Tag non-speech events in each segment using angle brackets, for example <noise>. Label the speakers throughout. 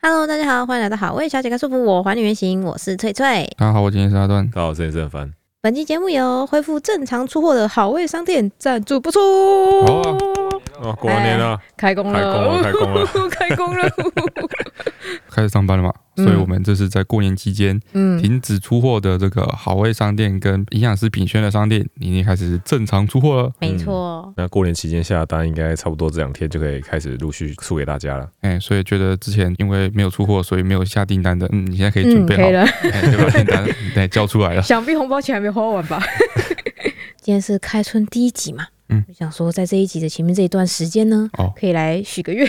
Speaker 1: Hello，大家好，欢迎来到好味小姐开束缚，我还你原形，我是翠翠。
Speaker 2: 大家好，我今天是阿段。
Speaker 3: 刚好这也是很烦，
Speaker 1: 本期节目由恢复正常出货的好味商店赞助播出。
Speaker 3: 好啊哦，过完年了，
Speaker 1: 开工了，
Speaker 3: 开工了 <laughs> 开
Speaker 1: <laughs> 开工了。
Speaker 2: 开始上班了嘛，
Speaker 1: 嗯
Speaker 2: 所以我们这是在过年期间
Speaker 1: 嗯，
Speaker 2: 停止出货的这个好味商店跟营养食品圈的商店，已经开始正常出货了。
Speaker 1: 没错，
Speaker 3: 那过年期间下的单应该差不多这两天就可以开始陆续出给大家了。
Speaker 2: 哎、所以觉得之前因为没有出货，所以没有下订单的，嗯，你现在可以准
Speaker 1: 嗯，
Speaker 2: 备
Speaker 1: 可
Speaker 2: 好，
Speaker 1: 以 <laughs> 了。
Speaker 2: 哎对吧？订单对交出来了。
Speaker 1: 想必红包钱还没花完 <laughs> 吧？今天是开春第一集嘛，
Speaker 2: 嗯
Speaker 1: 我想说在这一集的前面这一段时间呢，
Speaker 2: 哦
Speaker 1: 可以来许个愿，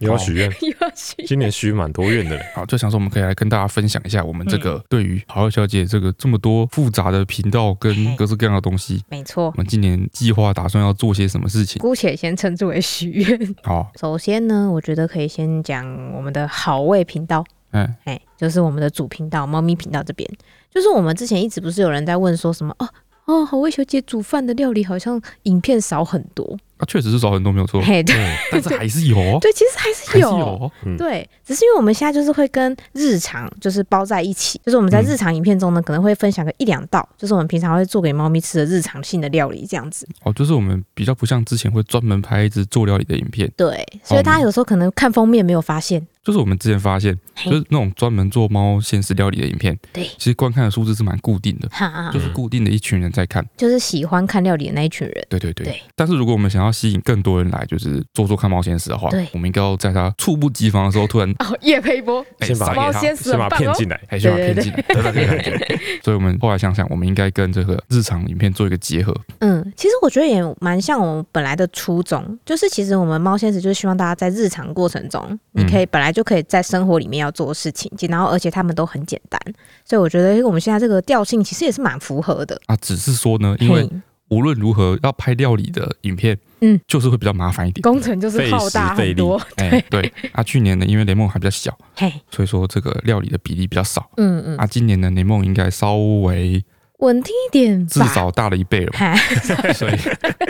Speaker 3: 又要啊许愿，
Speaker 1: 又要许
Speaker 3: 今年许蛮多愿的嘞。
Speaker 2: 好，就想说我们可以来跟大家分享一下我们这
Speaker 1: 嗯
Speaker 2: 个对于好味小姐这个这么多复杂的频道跟各式各样的东西，
Speaker 1: 没错
Speaker 2: 我，们今年计划打算要做些什么事情？
Speaker 1: 姑且先称之为许愿。
Speaker 2: 好，
Speaker 1: 首先呢，我觉得可以先讲我们的好味频道，
Speaker 2: 哎、
Speaker 1: 哎，就是我们的主频道猫咪频道这边，就是我们之前一直不是有人在问说什么哦。哦，好味小姐煮饭的料理好像影片少很多，
Speaker 2: 啊，确实是少很多没
Speaker 1: <laughs>
Speaker 2: 有错，
Speaker 1: 嘿，对
Speaker 3: 嗯，
Speaker 2: 但是还是有
Speaker 1: <laughs>
Speaker 2: 哦，
Speaker 1: 对，其实还
Speaker 2: 还
Speaker 1: 是
Speaker 2: 是
Speaker 1: 有，
Speaker 2: 有哦。
Speaker 1: 对，只是因为我们现在就是会跟日常就是包在一起，就是我们
Speaker 2: 嗯
Speaker 1: 在日常影片中呢，可能会分享个一两道，就是我们平常会做给猫咪吃的日常性的料理这样子。
Speaker 2: 哦，就是我们比较不像之前会专门拍一支做料理的影片，
Speaker 1: 对，所以大家有时候可能看封面没有发现，
Speaker 2: 就是我们之前发现，
Speaker 1: 嘿
Speaker 2: 就是那种专门做猫现实料理的影片，
Speaker 1: 对嗯
Speaker 2: 其实观看的数字是蛮固定的，
Speaker 1: 哈
Speaker 2: 就，是固定的一群人在看，
Speaker 1: 就是喜欢看料理的那一群人。
Speaker 2: 对对对。
Speaker 1: 对
Speaker 2: 但是如果我们想要吸引更多人来，就是做做看猫现实的话
Speaker 1: 对，
Speaker 2: 我们应该要在它猝不及防的时候突
Speaker 1: <laughs>
Speaker 2: 然
Speaker 1: 哦，叶佩波，
Speaker 2: 哎
Speaker 3: <laughs> 先把
Speaker 2: 撒
Speaker 3: 猫
Speaker 2: 给它，
Speaker 1: 先
Speaker 3: 先把它骗进来，
Speaker 2: 还先把它
Speaker 1: 对
Speaker 2: 骗
Speaker 1: 对
Speaker 2: 进来，对对对对对
Speaker 1: <laughs>
Speaker 2: 所以我们后来想想，我们应该跟这个日常影片做一个结合，
Speaker 1: 嗯，其实我觉得也蛮像我们本来的初衷，就是其实我们猫先生就是希望大家在日常过程中，
Speaker 2: 嗯
Speaker 1: 你可以本来就可以在生活里面要做的事情，然后而且他们都很简单，所以我觉得我们现在这个调性其实也是蛮符合的。
Speaker 2: 啊，只是说呢，因为
Speaker 1: 嘿
Speaker 2: 无论如何要拍料理的影片，
Speaker 1: 嗯，
Speaker 2: 就是会比较麻烦一
Speaker 1: <laughs>
Speaker 2: 点。
Speaker 1: <laughs> 工程就是浩大很多，
Speaker 2: 哎，对，啊，去年呢，因为雷梦还比较小，
Speaker 1: 嘿，
Speaker 2: 所以说这个料理的比例比较少。
Speaker 1: 嗯嗯，
Speaker 2: 啊，今年呢，雷梦应该稍微
Speaker 1: 稳定一点吧，
Speaker 2: 至少大了一倍了吧，
Speaker 1: 嗨， <laughs>
Speaker 2: 所以， <laughs>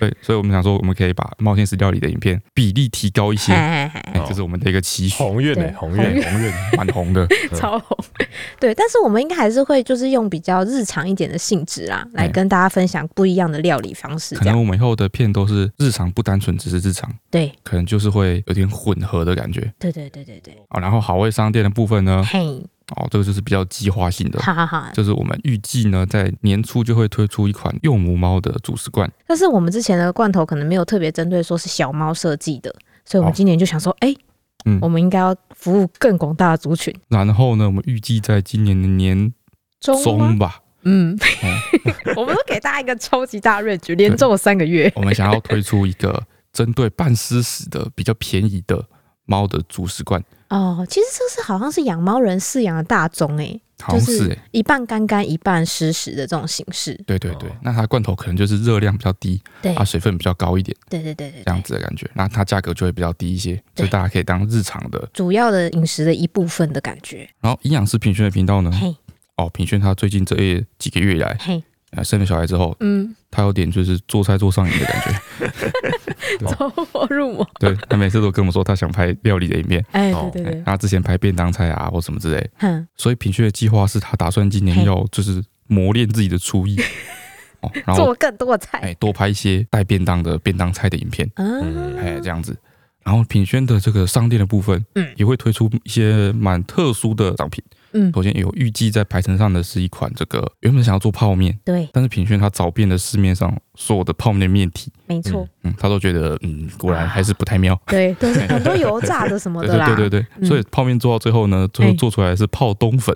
Speaker 2: 对，所以我们想说，我们可以把冒险石料理的影片比例提高一些，哎
Speaker 1: 嗨嗨
Speaker 2: 这是我们的一个期许，
Speaker 3: 红愿
Speaker 1: 对
Speaker 3: 呢，红愿，红愿，
Speaker 2: 蛮红
Speaker 1: <laughs>
Speaker 2: 的。
Speaker 1: 嗨， <laughs> 超红，对，但是我们应该还是会就是用比较日常一点的性质啦，来
Speaker 2: 哎
Speaker 1: 跟大家分享不一样的料理方式，
Speaker 2: 可
Speaker 1: 这样
Speaker 2: 能我们以后的片都是日常，不单纯只是日常，
Speaker 1: 对，
Speaker 2: 可能就是会有点混合的感觉
Speaker 1: 对对对对对，
Speaker 2: 哦。然后好味商店的部分呢，
Speaker 1: 嘿，
Speaker 2: 哦，这个就是比较计划性的。
Speaker 1: 哈哈哈，
Speaker 2: 就是我们预计呢，在年初就会推出一款幼母猫的主食罐，
Speaker 1: 但是我们之前的罐头可能没有特别针对说是小猫设计的，所以我们
Speaker 2: 哦
Speaker 1: 今年就想说，哎、
Speaker 2: 嗯
Speaker 1: 我们应该要服务更广大的族群。
Speaker 2: 然后呢，我们预计在今年的年
Speaker 1: 中吗
Speaker 2: 中哦吧，
Speaker 1: 嗯， <laughs>
Speaker 2: <laughs>
Speaker 1: 我们都给大家一个超级大 range，连中了三个月。
Speaker 2: 我们想要推出一个针对半湿死的比较便宜的猫的主食罐，
Speaker 1: 哦，其实这是好像是养猫人饲养的大宗哎、
Speaker 2: 好像
Speaker 1: 就是
Speaker 2: 哎、
Speaker 1: 一半干干一半湿湿的这种形式。
Speaker 2: 对对对
Speaker 3: 哦，
Speaker 2: 那它罐头可能就是热量比较低，
Speaker 1: 对
Speaker 2: 啊，水分比较高一点
Speaker 1: 对对对对
Speaker 2: 这样
Speaker 1: 对，
Speaker 2: 子的感觉，那它价格就会比较低一些，所以大家可以当日常的。
Speaker 1: 主要的饮食的一部分的感觉。
Speaker 2: 然后营养师品轩的频道呢，
Speaker 1: 嘿
Speaker 2: 哦，品轩他最近这几个月以来，
Speaker 1: 嘿，
Speaker 2: 呃，生了小孩之后，
Speaker 1: 嗯，
Speaker 2: 他有点就是做菜做上瘾的感觉，
Speaker 1: <laughs> 走火入魔。
Speaker 2: 对他每次都跟我说他想拍料理的影片，
Speaker 1: 哎，
Speaker 3: 哦
Speaker 1: 对对
Speaker 2: 哎
Speaker 1: 对，
Speaker 2: 他之前拍便当菜啊或什么之类的，
Speaker 1: 哼，
Speaker 2: 所以品轩的计划是他打算今年
Speaker 1: 嘿
Speaker 2: 要就是磨练自己的厨
Speaker 1: <laughs>
Speaker 2: 艺，哦，然后
Speaker 1: 做更多的菜。
Speaker 2: 哎多拍一些带便当的便当菜的影片，
Speaker 1: 嗯
Speaker 3: 嗯，
Speaker 2: 哎这样子。然后品轩的这个商店的部分，
Speaker 1: 嗯
Speaker 2: 也会推出一些蛮特殊的商品。
Speaker 1: 嗯，
Speaker 2: 首先有预计在排程上的是一款这个原本想要做泡面，
Speaker 1: 对，
Speaker 2: 但是品轩他找遍了市面上所有的泡面的面体，
Speaker 1: 没
Speaker 2: <laughs>
Speaker 1: 错，
Speaker 2: 嗯，他都觉得嗯果然还是不太妙。
Speaker 1: 对，都是很多油炸的什么
Speaker 2: 对
Speaker 1: 啊的啦。
Speaker 2: 对对对
Speaker 1: 嗯
Speaker 2: 对，所以泡面做到最后呢，最后
Speaker 1: 哎
Speaker 2: 做出来是泡
Speaker 1: <laughs>
Speaker 2: 冬粉，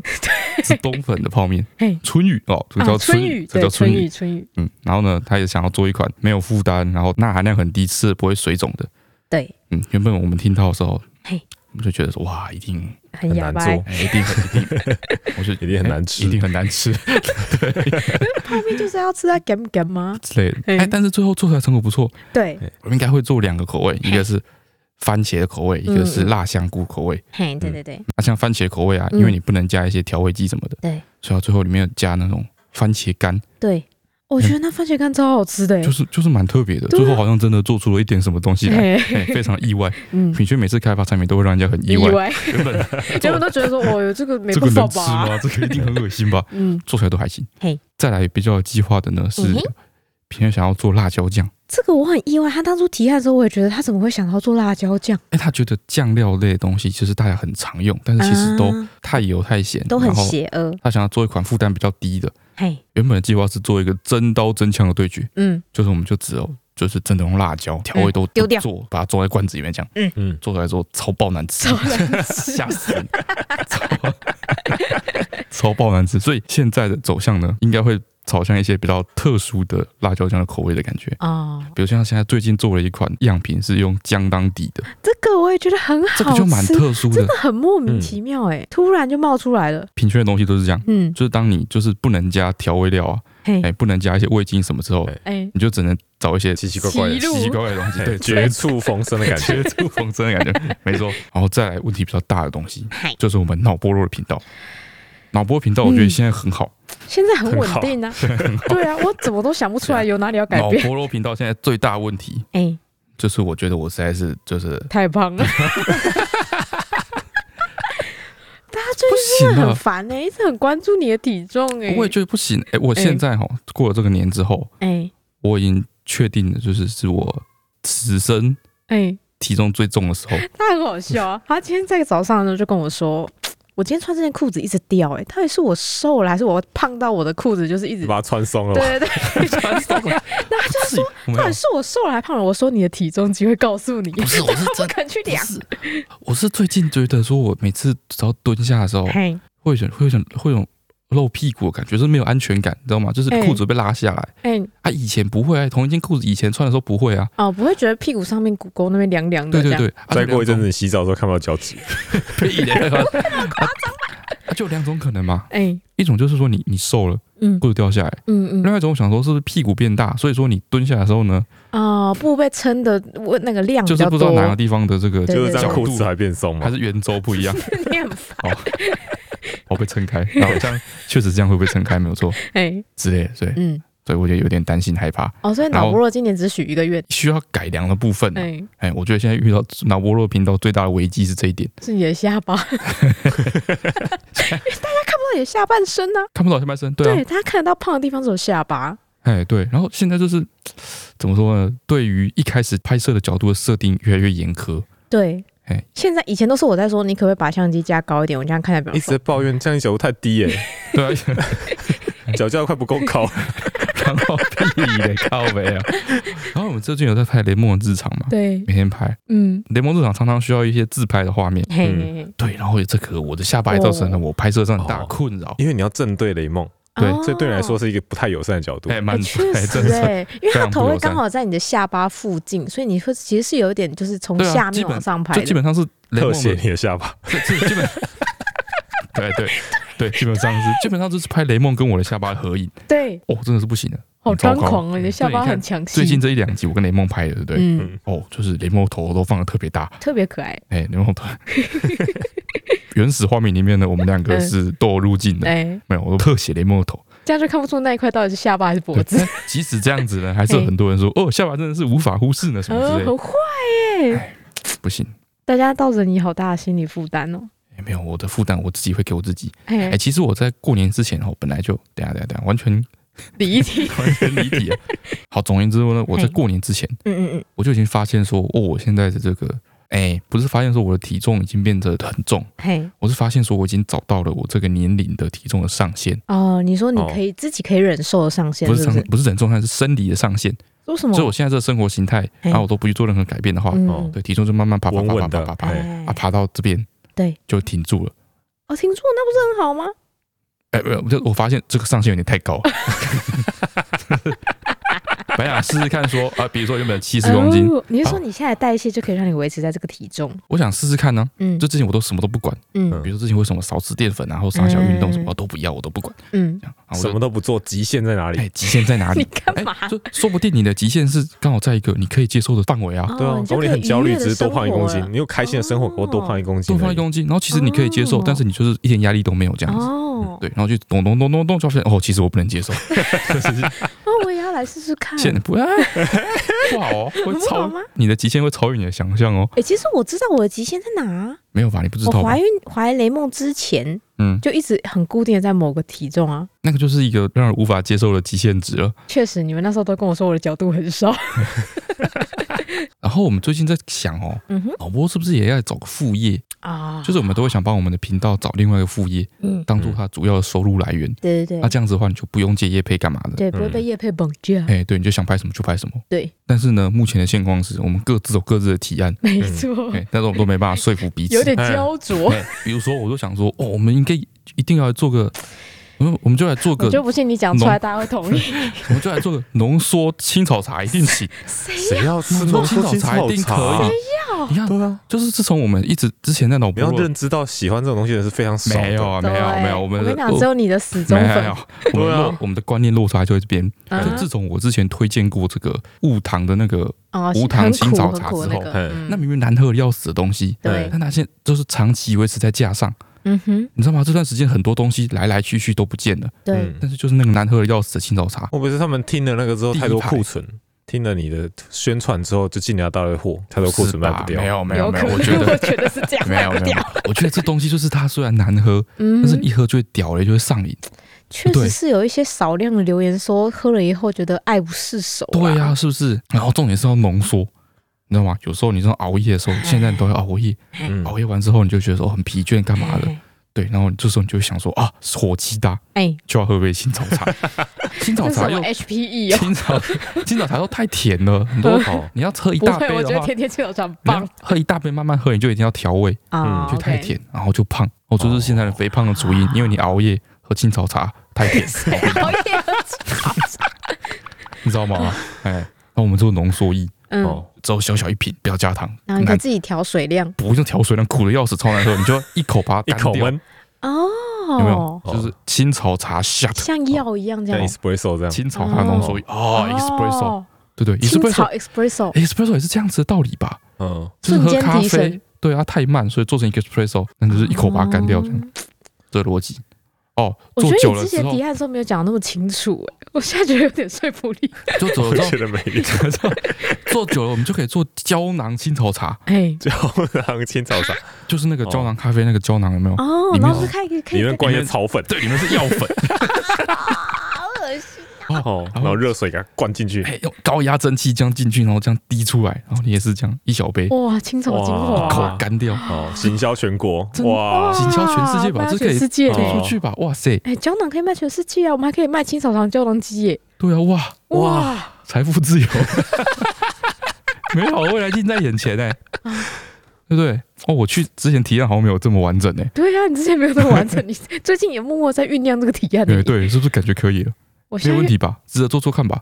Speaker 2: 是冬粉的泡面
Speaker 1: 嘿，
Speaker 2: 春雨哦，这个叫
Speaker 1: 啊
Speaker 2: 春
Speaker 1: 雨，
Speaker 2: 这个叫
Speaker 1: 对春
Speaker 2: 春雨，
Speaker 1: 春雨，
Speaker 2: 嗯，然后呢，他也想要做一款没有负担，然后钠含量很低，吃了不会水肿的，
Speaker 1: 对，
Speaker 2: 嗯，原本我们听到的时候，
Speaker 1: 嘿
Speaker 2: 我们就觉得说哇，一定 <laughs>
Speaker 1: 很哑巴
Speaker 3: 很。难
Speaker 2: 哎一定很一定， <laughs> 我就
Speaker 3: 一定很难吃
Speaker 2: 一定很难吃
Speaker 1: 泡面就是要吃它干不干吗？
Speaker 2: 之类
Speaker 1: 嘿
Speaker 2: 的。哎，但是最后做出来成果不错，
Speaker 1: 啊对，
Speaker 2: 我们应该会做两个口味，一个是番茄口味，
Speaker 1: 嗯
Speaker 2: 一个是辣香菇口味。
Speaker 1: 嘿，对对对
Speaker 2: 那像番茄口味啊，
Speaker 1: 嗯
Speaker 2: 因为你不能加一些调味剂什么的，
Speaker 1: 对
Speaker 2: 所以它最后里面有加那种番茄干，
Speaker 1: 对。我觉得那番茄干超好吃的、欸，
Speaker 2: 嗯就是就是蛮特别的。
Speaker 1: 对啊
Speaker 2: 最后好像真的做出了一点什么东西来，
Speaker 1: 嘿
Speaker 2: 嘿非常意外。
Speaker 1: 嗯，
Speaker 2: 品轩每次开发产品都会让人家 <laughs> 很意外，
Speaker 1: 外，
Speaker 2: 原本
Speaker 1: <laughs> 结果都觉得说，哦哟，这个没
Speaker 2: 这个
Speaker 1: 办法
Speaker 2: 能吃
Speaker 1: 吧？
Speaker 2: 吗？这个一定很恶心吧？
Speaker 1: 嗯，
Speaker 2: 做出来都还行。
Speaker 1: 嘿，
Speaker 2: 再来比较有计划的呢是
Speaker 1: 嗯哼，
Speaker 2: 品轩想要做辣椒酱。
Speaker 1: 这个我很意外，他当初提案的时候，我也觉得他怎么会想到做辣椒酱？
Speaker 2: 哎，他觉得酱料类的东西其实大家很常用，但是嗯其实都
Speaker 1: 啊
Speaker 2: 太油太咸，
Speaker 1: 都很
Speaker 2: 然后
Speaker 1: 邪恶，
Speaker 2: 他想要做一款负担比较低的。
Speaker 1: 嘿，
Speaker 2: 原本的计划是做一个真刀真枪的对决，
Speaker 1: 嗯，
Speaker 2: 就是我们就只有就是真的用辣椒调味都
Speaker 1: 丢掉
Speaker 2: 做，把它做在罐子里面这样，
Speaker 3: <laughs> 嗯，
Speaker 2: 做出来之后超爆难吃
Speaker 1: 超，难吃
Speaker 2: 吓
Speaker 1: <laughs>
Speaker 2: 死人，超超爆难吃。所以现在的走向呢，应该会朝向一些比较特殊的辣椒酱的口味的感觉。
Speaker 1: 哦，
Speaker 2: 比如像现在最近做了一款样品是用姜当底的，
Speaker 1: 这个我也觉得很好吃，
Speaker 2: 这个就蛮特殊的
Speaker 1: 真。的很莫名其妙哎、突然就冒出来了。
Speaker 2: 品圈的东西都是这样，
Speaker 1: 嗯，
Speaker 2: 就是当你就是不能加调味料啊，
Speaker 1: 嘿，
Speaker 2: 哎，不能加一些味精什么之后
Speaker 3: 对，
Speaker 1: 哎，
Speaker 2: 你就只能找一些
Speaker 3: 奇
Speaker 2: 奇
Speaker 3: 奇怪怪的
Speaker 1: 奇，
Speaker 2: 奇怪怪的东西，
Speaker 3: 哎 <laughs>
Speaker 2: 对，
Speaker 3: 绝处逢生的感觉 <laughs>
Speaker 2: 绝。处逢生的感觉，没错。然后再来问题比较大的东西，
Speaker 1: 嗨，
Speaker 2: 就是我们脑波弱的频道。脑波频道我觉得
Speaker 1: 嗯
Speaker 2: 现在很好，
Speaker 1: 现在很稳定啊。对啊，我怎么都想不出来有哪里要改
Speaker 2: 脑
Speaker 1: 变。
Speaker 2: 波弱频道现在最大问题
Speaker 1: 哎、
Speaker 2: 就是我觉得我实在是就是
Speaker 1: 太胖了。大家最
Speaker 2: 不
Speaker 1: 近真
Speaker 2: 行
Speaker 1: 的很
Speaker 2: 啊，
Speaker 1: 烦哎、一直很关注你的体重哎、
Speaker 2: 我也觉得不行。哎，我现在哈过了这个年之后，
Speaker 1: 哎
Speaker 2: 我已经确定了，就是是我此生
Speaker 1: 哎、
Speaker 2: 体重最重的时候。
Speaker 1: 他很好笑啊！他今天在早上呢就跟我说，我今天穿这件裤子一直掉、哎，到底是我瘦了还是我胖到我的裤子就是一直
Speaker 3: 你把它穿松了吧，
Speaker 1: 对对对，那他就
Speaker 2: 自己
Speaker 1: 说。
Speaker 2: 我没
Speaker 1: 到
Speaker 2: 有
Speaker 1: 底，是啊我瘦了还胖了？我说你的体重机会告诉你，
Speaker 2: 不是，我是
Speaker 1: 不
Speaker 2: 真的
Speaker 1: 肯去
Speaker 2: 不
Speaker 1: 量。
Speaker 2: 是，我是最近觉得说，我每次只要蹲下的时候，
Speaker 1: 嘿，
Speaker 2: 会有一种会有一种会有一种露屁股的感觉，就是没有安全感，你知道吗？就是
Speaker 1: 哎
Speaker 2: 裤子被拉下来。
Speaker 1: 哎、
Speaker 2: 啊，以前不会啊，同一件裤子以前穿的时候不会啊。
Speaker 1: 哦，不会觉得屁股上面骨沟那边凉凉的
Speaker 2: 对
Speaker 1: 这
Speaker 2: 对
Speaker 1: 样？
Speaker 2: 对，啊
Speaker 3: 再过一阵 <laughs> 子，你洗澡的时候看不到脚趾，
Speaker 2: 就两种屁
Speaker 1: <laughs>
Speaker 2: 嘞啊啊就有两种可能嘛，
Speaker 1: 哎、
Speaker 2: 一种就是说你你瘦了，
Speaker 1: 嗯
Speaker 2: 裤子掉下来；，
Speaker 1: 嗯
Speaker 2: 另
Speaker 1: 嗯，
Speaker 2: 外一种我想说是不是屁股变大，所以说你蹲下的时候呢，
Speaker 1: 哦，布被撑的我那个量嗯比
Speaker 2: 就是
Speaker 1: 较
Speaker 2: 不
Speaker 1: 多，
Speaker 2: 知道哪个地方的这个
Speaker 1: 对
Speaker 3: 就是这
Speaker 2: 角
Speaker 3: 样，
Speaker 2: 度
Speaker 3: 裤子啊还变松
Speaker 2: 还
Speaker 3: 嘛。
Speaker 2: 是圆周不一
Speaker 1: <laughs>
Speaker 2: 样，
Speaker 1: 你很烦
Speaker 2: 哦被撑开，然后这样确实这样会被撑开，没有
Speaker 1: <laughs>
Speaker 2: 错
Speaker 1: 哎、
Speaker 2: 之类的，所以
Speaker 1: 嗯，
Speaker 2: 所以我就有点担心害怕，
Speaker 1: 哦，所以
Speaker 2: 然
Speaker 1: 脑
Speaker 2: 后
Speaker 1: 波弱今年只许一个月，
Speaker 2: 需要改良的部分啊、
Speaker 1: 哎、
Speaker 2: 哎，我觉得现在遇到脑波弱频道最大的危机是这一点，
Speaker 1: 是你的下
Speaker 2: <laughs>
Speaker 1: 巴，大 <laughs> 家看不到你的下半身呢、
Speaker 2: 看不到下半身，对啊，
Speaker 1: 对，大家看得到胖的地方只有下巴，
Speaker 2: 哎，对，然后现在就是怎么说呢？对于一开始拍摄的角度的设定越来越严苛，
Speaker 1: 对
Speaker 2: 哎。
Speaker 1: 现在以前都是我在说，你可不可以把相机架高一点？我这样看起来比较
Speaker 3: 一直
Speaker 1: 瘦。
Speaker 3: 在抱怨，这样你角度太低耶、
Speaker 1: <laughs>
Speaker 2: 对啊， <laughs>
Speaker 3: 脚架快不够高。
Speaker 2: 然后屁嘞，靠北啊！然后我们最近有在拍《雷梦的日常》嘛，
Speaker 1: 对，
Speaker 2: 每天拍《
Speaker 1: 嗯，
Speaker 2: 雷梦日常》，常常需要一些自拍的画面。
Speaker 1: 嘿嘿嘿，
Speaker 2: 对，然后有这个我的下巴也造成了我拍摄上很大的困扰。
Speaker 3: 因为你要正对雷梦，
Speaker 2: 对
Speaker 1: 哦
Speaker 3: 所以对你来说是一个不太友善的角度。
Speaker 2: 哎，蛮
Speaker 1: 哎确
Speaker 2: 哎，
Speaker 1: 实
Speaker 2: 真的是
Speaker 1: 哎、因为
Speaker 2: 非
Speaker 1: 他
Speaker 2: 常不
Speaker 1: 头会
Speaker 2: 友善
Speaker 1: 刚好在你的下巴附近，所以你会其实是有一点就是从
Speaker 2: 对啊
Speaker 1: 下
Speaker 2: 基
Speaker 1: 面
Speaker 2: 本
Speaker 1: 往上拍
Speaker 2: 就基
Speaker 1: 的。
Speaker 2: 本上是雷
Speaker 3: 特
Speaker 2: 梦
Speaker 3: 写
Speaker 2: 的，
Speaker 3: 你的下巴，
Speaker 2: 这基本
Speaker 1: <laughs>
Speaker 2: 对对对，基本上是基本上就是拍雷梦跟我的下巴的合影。
Speaker 1: 对，
Speaker 2: 哦，真的是不行的，
Speaker 1: 好
Speaker 2: 很糟
Speaker 1: 张
Speaker 2: 糕嗯
Speaker 1: 狂哦，你的下
Speaker 2: 对
Speaker 1: 巴
Speaker 2: 你看
Speaker 1: 很强
Speaker 2: 最
Speaker 1: 劲。
Speaker 2: 近这一两集我跟雷梦拍的，对不对？
Speaker 1: 嗯，
Speaker 2: 哦，就是雷梦头都放的特别大，
Speaker 1: 特别可爱。
Speaker 2: 哎、雷梦
Speaker 1: <laughs>
Speaker 2: 头。原始画面里面呢，我们两个是都有入镜的，
Speaker 1: 嗯哎、
Speaker 2: 没有，我都特写雷梦头。
Speaker 1: 这样就看不出那一块到底是下巴还是脖
Speaker 2: 对，
Speaker 1: 子。哎
Speaker 2: 但即使这样子呢，还是有很多人说，哦，下巴真的是无法忽视呢，什么
Speaker 1: 呃
Speaker 2: 之类的哎
Speaker 1: 很坏耶、
Speaker 2: 不行，
Speaker 1: 大家造成你好大的心理负担哦。
Speaker 2: 哎没有我的负担，我自己会给我自己。
Speaker 1: 哎、
Speaker 2: 哎、其实我在过年之前哦，本来就等一下等一下等一下，完全
Speaker 1: 离
Speaker 2: <laughs>
Speaker 1: 题。
Speaker 2: 完全离题了。好，总而言之呢，我在
Speaker 1: 嘿
Speaker 2: 过年之前
Speaker 1: 嗯嗯嗯，
Speaker 2: 我就已经发现说，哦，我现在的这个，哎、不是发现说我的体重已经变得很重，
Speaker 1: 嘿，
Speaker 2: 我是发现说我已经找到了我这个年龄的体重的上限，
Speaker 1: 哦，你说你可以、自己可以忍受的上限
Speaker 2: 不
Speaker 1: 是
Speaker 2: 是
Speaker 1: 不
Speaker 2: 上
Speaker 1: 是？
Speaker 2: 不是忍重，它是生理的上限。
Speaker 1: 为什么？
Speaker 2: 所以我现在这个生活形态，
Speaker 1: 嘿
Speaker 2: 然后我都不去做任何改变的话，
Speaker 1: 哎嗯
Speaker 3: 哦，
Speaker 2: 对体重就慢慢爬爬
Speaker 3: 稳
Speaker 2: 爬爬
Speaker 3: 稳
Speaker 2: 爬
Speaker 3: 的
Speaker 2: 爬爬，
Speaker 3: 哎
Speaker 1: 哎
Speaker 2: 啊，爬到这边
Speaker 1: 对，
Speaker 2: 就停住了。
Speaker 1: 哦，停住，那不是很好吗？
Speaker 2: 哎，没有，就我发现这个上限有点太
Speaker 1: <laughs>
Speaker 2: 高。本来想试试看说啊，比如说原本七十公斤，
Speaker 1: 哦，你是说
Speaker 2: 好
Speaker 1: 你现在代谢就可以让你维持在这个体重？
Speaker 2: 我想试试看呢。
Speaker 1: 嗯
Speaker 2: 就之前我都什么都不管，
Speaker 1: 嗯
Speaker 2: 比如说之前为什么少吃淀粉啊，或少小运动什么
Speaker 1: 嗯
Speaker 2: 都不要，我都不管。
Speaker 1: 嗯， <laughs>
Speaker 2: 这样，然后
Speaker 3: 什
Speaker 2: 我
Speaker 3: 么
Speaker 2: 就
Speaker 3: 都不做，极限在哪里？
Speaker 2: 哎，极限在哪
Speaker 1: 你
Speaker 2: 里？
Speaker 1: 干
Speaker 2: 哎
Speaker 1: 嘛？啊
Speaker 2: 就说不定你的极限是刚好在一个你可以接受的范围啊，
Speaker 3: 对啊，
Speaker 1: 哦
Speaker 3: 然
Speaker 1: 就
Speaker 3: 后你
Speaker 1: 可以
Speaker 3: 很焦
Speaker 1: 愉
Speaker 3: 虑，
Speaker 1: 悦地
Speaker 3: 只是多
Speaker 1: 生
Speaker 3: 胖一公
Speaker 1: 活
Speaker 3: 斤
Speaker 1: 了，
Speaker 3: 你又开心的生活过，多胖一公斤
Speaker 2: 多
Speaker 3: 而已，
Speaker 2: 放一公斤，然后其实你可以接受，
Speaker 1: 哦
Speaker 2: 但是你就是一点压力都没有这样子，嗯
Speaker 1: 哦，嗯
Speaker 2: 对，然后就咚咚咚咚咚就发现哦，其实我不能接受，
Speaker 1: 哦，我来试试看。
Speaker 2: <laughs> 现不哎不好
Speaker 1: <laughs>
Speaker 2: 哦，会
Speaker 1: 不啊好
Speaker 2: 超
Speaker 1: 吗
Speaker 2: 你的极限会超越你的想象哦。
Speaker 1: 哎、其实我知道我的极限在哪啊，
Speaker 2: 没有吧？你不知
Speaker 1: 我
Speaker 2: 道吧
Speaker 1: 怀？孕怀雷梦之前
Speaker 2: 嗯，
Speaker 1: 就一直很固定的在某个体重啊。
Speaker 2: 那个就是一个让人无法接受的极限值了。
Speaker 1: 确实，你们那时候都跟我说我的角度很
Speaker 2: <laughs>
Speaker 1: 少。
Speaker 2: 然后我们最近在想哦，
Speaker 1: 嗯哼
Speaker 2: 老波是不是也要找个副业？
Speaker 1: 啊，
Speaker 2: 就是我们都会想帮我们的频道找另外一个副业，
Speaker 1: 嗯，
Speaker 2: 当做它主要的收入来源。
Speaker 1: 对对
Speaker 2: 那
Speaker 1: 对，
Speaker 2: 这样子的话，你就不用接业配干嘛的。
Speaker 1: 对，不会被叶配绑架。
Speaker 2: 哎，对，你就想拍什么就拍什么。
Speaker 1: 对，
Speaker 2: 但是呢，目前的现况是我们各自有各自的提案，
Speaker 1: 没错，
Speaker 2: 哎，但是我们都没办法说服彼
Speaker 1: 哦
Speaker 2: 此。
Speaker 1: 有点焦灼。
Speaker 2: 哎比如说，我就想说，哦，我们应该一定要来做个，我们我们就来做
Speaker 1: <laughs> 我
Speaker 2: 个，
Speaker 1: 就不信你讲出来大家会同
Speaker 2: <laughs>
Speaker 1: 意。
Speaker 2: 我们就来做个浓缩青草茶，一定行。
Speaker 3: 谁要吃
Speaker 2: 浓缩青草一定可
Speaker 3: 啊
Speaker 2: 以。你看，
Speaker 3: 对啊，
Speaker 2: 就是自从我们一直之前在脑
Speaker 3: 你
Speaker 2: 波
Speaker 3: 要
Speaker 2: 弱
Speaker 3: 认知到喜欢这种东西的人是非常少的。
Speaker 2: 没有啊，没有
Speaker 1: 对
Speaker 2: 没有，我
Speaker 1: 我
Speaker 2: 们
Speaker 1: 跟
Speaker 2: 的
Speaker 1: 你讲，只有你的死忠
Speaker 2: 没有没
Speaker 1: 粉
Speaker 2: 有，我们
Speaker 3: 对啊
Speaker 2: 落我们的观念落差就会这边。
Speaker 1: 啊
Speaker 2: 就自从我之前推荐过这个雾糖的那个，
Speaker 1: 哦，
Speaker 2: 无糖
Speaker 1: 很
Speaker 2: 青
Speaker 1: 苦
Speaker 2: 草
Speaker 1: 很
Speaker 2: 茶
Speaker 1: 苦
Speaker 2: 之
Speaker 1: 那
Speaker 2: 后
Speaker 1: 个
Speaker 3: 嘿
Speaker 1: 嗯
Speaker 2: 那明明难喝的要死的东西，
Speaker 1: 对，
Speaker 2: 但它现在就是长期维持在架上，
Speaker 1: 嗯哼，
Speaker 2: 你知道吗？这段时间很多东西来来去去都不见了，
Speaker 1: 对，
Speaker 3: 嗯
Speaker 2: 但是就是那个难喝的要死的青草茶，
Speaker 3: 会不会是他们听了那个之后
Speaker 2: 第一
Speaker 3: 太多
Speaker 2: 排
Speaker 3: 库存，听了你的宣传之后就进了大的货，太多库存卖不
Speaker 2: 是吧没
Speaker 3: 掉。
Speaker 2: 有没有没
Speaker 1: 可能，
Speaker 2: 有，我觉
Speaker 1: 我
Speaker 2: 得
Speaker 1: 觉得是这样
Speaker 2: <laughs> 没
Speaker 1: 卖
Speaker 2: 有
Speaker 1: 不
Speaker 2: 没有
Speaker 1: 掉。，
Speaker 2: 我觉得这东西就是它虽然难喝，
Speaker 1: 嗯
Speaker 2: 但是
Speaker 1: 哼，
Speaker 2: 一喝就会屌了，就会上瘾。
Speaker 1: 确
Speaker 2: 对
Speaker 1: 实是有一些少量的留言说喝了以后觉得爱不释手。啊
Speaker 2: 对啊呀、，是不是？然后重点是要浓缩，你知道吗？有时候你这种熬夜的时候，现在你都会熬夜，
Speaker 3: 嗯，
Speaker 2: 熬夜完之后你就觉得说很疲倦，干嘛的？
Speaker 1: 哎？
Speaker 2: 对，然后这时候你就会想说啊，火气大
Speaker 1: 哎，
Speaker 2: 就要喝杯青草茶，
Speaker 1: <laughs>
Speaker 2: 青草
Speaker 1: 这是
Speaker 2: 茶
Speaker 1: 什么
Speaker 2: 又
Speaker 1: HPE 哦？
Speaker 2: 青草青草茶又太甜了，很多
Speaker 3: 好，
Speaker 2: 你要喝一
Speaker 1: <laughs> 不
Speaker 2: 大
Speaker 1: 会，
Speaker 2: 杯
Speaker 1: 我觉
Speaker 2: 的
Speaker 1: 得
Speaker 2: 话，
Speaker 1: 天天青草茶很
Speaker 2: 你
Speaker 1: 棒
Speaker 2: 要喝一大杯慢慢喝，你就一定要调味，
Speaker 1: 啊，
Speaker 2: 就嗯太
Speaker 1: OK 哦
Speaker 2: 甜，然后就胖。哦，这是现在的肥胖的主因，因为你熬夜喝青草茶太
Speaker 1: <laughs>
Speaker 2: 甜，
Speaker 1: 谁熬
Speaker 2: <laughs>
Speaker 1: 夜喝茶？
Speaker 2: 你知道吗？哎，那我们做浓缩液，
Speaker 1: 嗯，
Speaker 3: 哦，
Speaker 2: 只有小小一瓶，不要加糖，
Speaker 1: 然后你可以
Speaker 2: 难
Speaker 1: 自己调水量
Speaker 2: 不用调水，那苦的要死，超难喝，你就一口把
Speaker 3: 一
Speaker 2: 它干
Speaker 3: 口
Speaker 2: 掉，
Speaker 3: 闷，
Speaker 2: 有没有
Speaker 1: 哦，？
Speaker 2: 就是青草茶 shot，
Speaker 1: 像药一样这
Speaker 3: 像
Speaker 1: 样。
Speaker 3: espresso 这样。
Speaker 2: 青草茶浓缩液哦哎 e x p r e s s o 对对
Speaker 1: 青草
Speaker 2: ，espresso。
Speaker 1: espresso，
Speaker 2: espresso 也是这样子的道理吧，
Speaker 3: 嗯，
Speaker 2: 就是喝
Speaker 1: 哦瞬间
Speaker 2: 咖
Speaker 1: 提
Speaker 2: 啡
Speaker 1: 神，
Speaker 2: 对啊，太慢，所以做成一个 espresso，那就是一口把它干掉，这样
Speaker 1: 哦
Speaker 2: 这逻辑。哦，
Speaker 1: 我
Speaker 2: 做
Speaker 1: 觉得
Speaker 2: 久
Speaker 1: 你
Speaker 2: 了
Speaker 1: 之
Speaker 2: 之
Speaker 1: 前
Speaker 2: 后
Speaker 1: 提，案的时候没有讲得那么清楚，哎，我现在觉得有点说服力。
Speaker 2: 就走 <laughs>
Speaker 3: 我
Speaker 2: 了之后
Speaker 3: 觉，得没 <laughs> 有。
Speaker 2: 做久了我们就可以做胶囊青草茶，
Speaker 1: 哎，
Speaker 3: 胶囊青草
Speaker 1: 啊
Speaker 3: 茶，
Speaker 2: 就是那个胶囊咖啡那个胶囊有没有？
Speaker 1: 哦，
Speaker 2: 里面
Speaker 1: 然后就看一个可
Speaker 3: 里
Speaker 1: 以
Speaker 3: 面灌一些草粉，
Speaker 2: 对，里面是药 <laughs> 粉，
Speaker 1: 好恶心，
Speaker 3: 哦，然后热水给它灌进去，
Speaker 2: 哎，用高压蒸汽这样进去，然后这样滴出来，然后你也是这样一小杯，
Speaker 1: 哇，哦青草精华
Speaker 3: 哇
Speaker 2: 口干掉，
Speaker 3: 哦，行销全国
Speaker 2: 真，
Speaker 1: 哇
Speaker 3: 哇，
Speaker 2: 行销全世界吧
Speaker 1: 卖到
Speaker 2: 这可以
Speaker 1: 全世界
Speaker 3: 哦
Speaker 1: 嘞。
Speaker 2: 出去吧，哇塞，
Speaker 1: 哎，胶囊可以卖全世界啊，我们还可以卖青草糖胶囊机耶！
Speaker 2: 对啊，哇，
Speaker 1: 哇，
Speaker 2: 财富自由，
Speaker 1: <laughs>
Speaker 2: 美好的未来近在眼前哎，
Speaker 1: 嗯
Speaker 2: 对不对？哦，我去之前提案好像没有这么完整哎，
Speaker 1: 对啊，你之前没有那么完整，你最近也默默在酝酿这个提案。
Speaker 2: 对，对，是不是感觉可以了？
Speaker 1: 呃我
Speaker 2: 没
Speaker 1: 现
Speaker 2: 有问
Speaker 1: 在
Speaker 2: 题吧？值得做做看吧。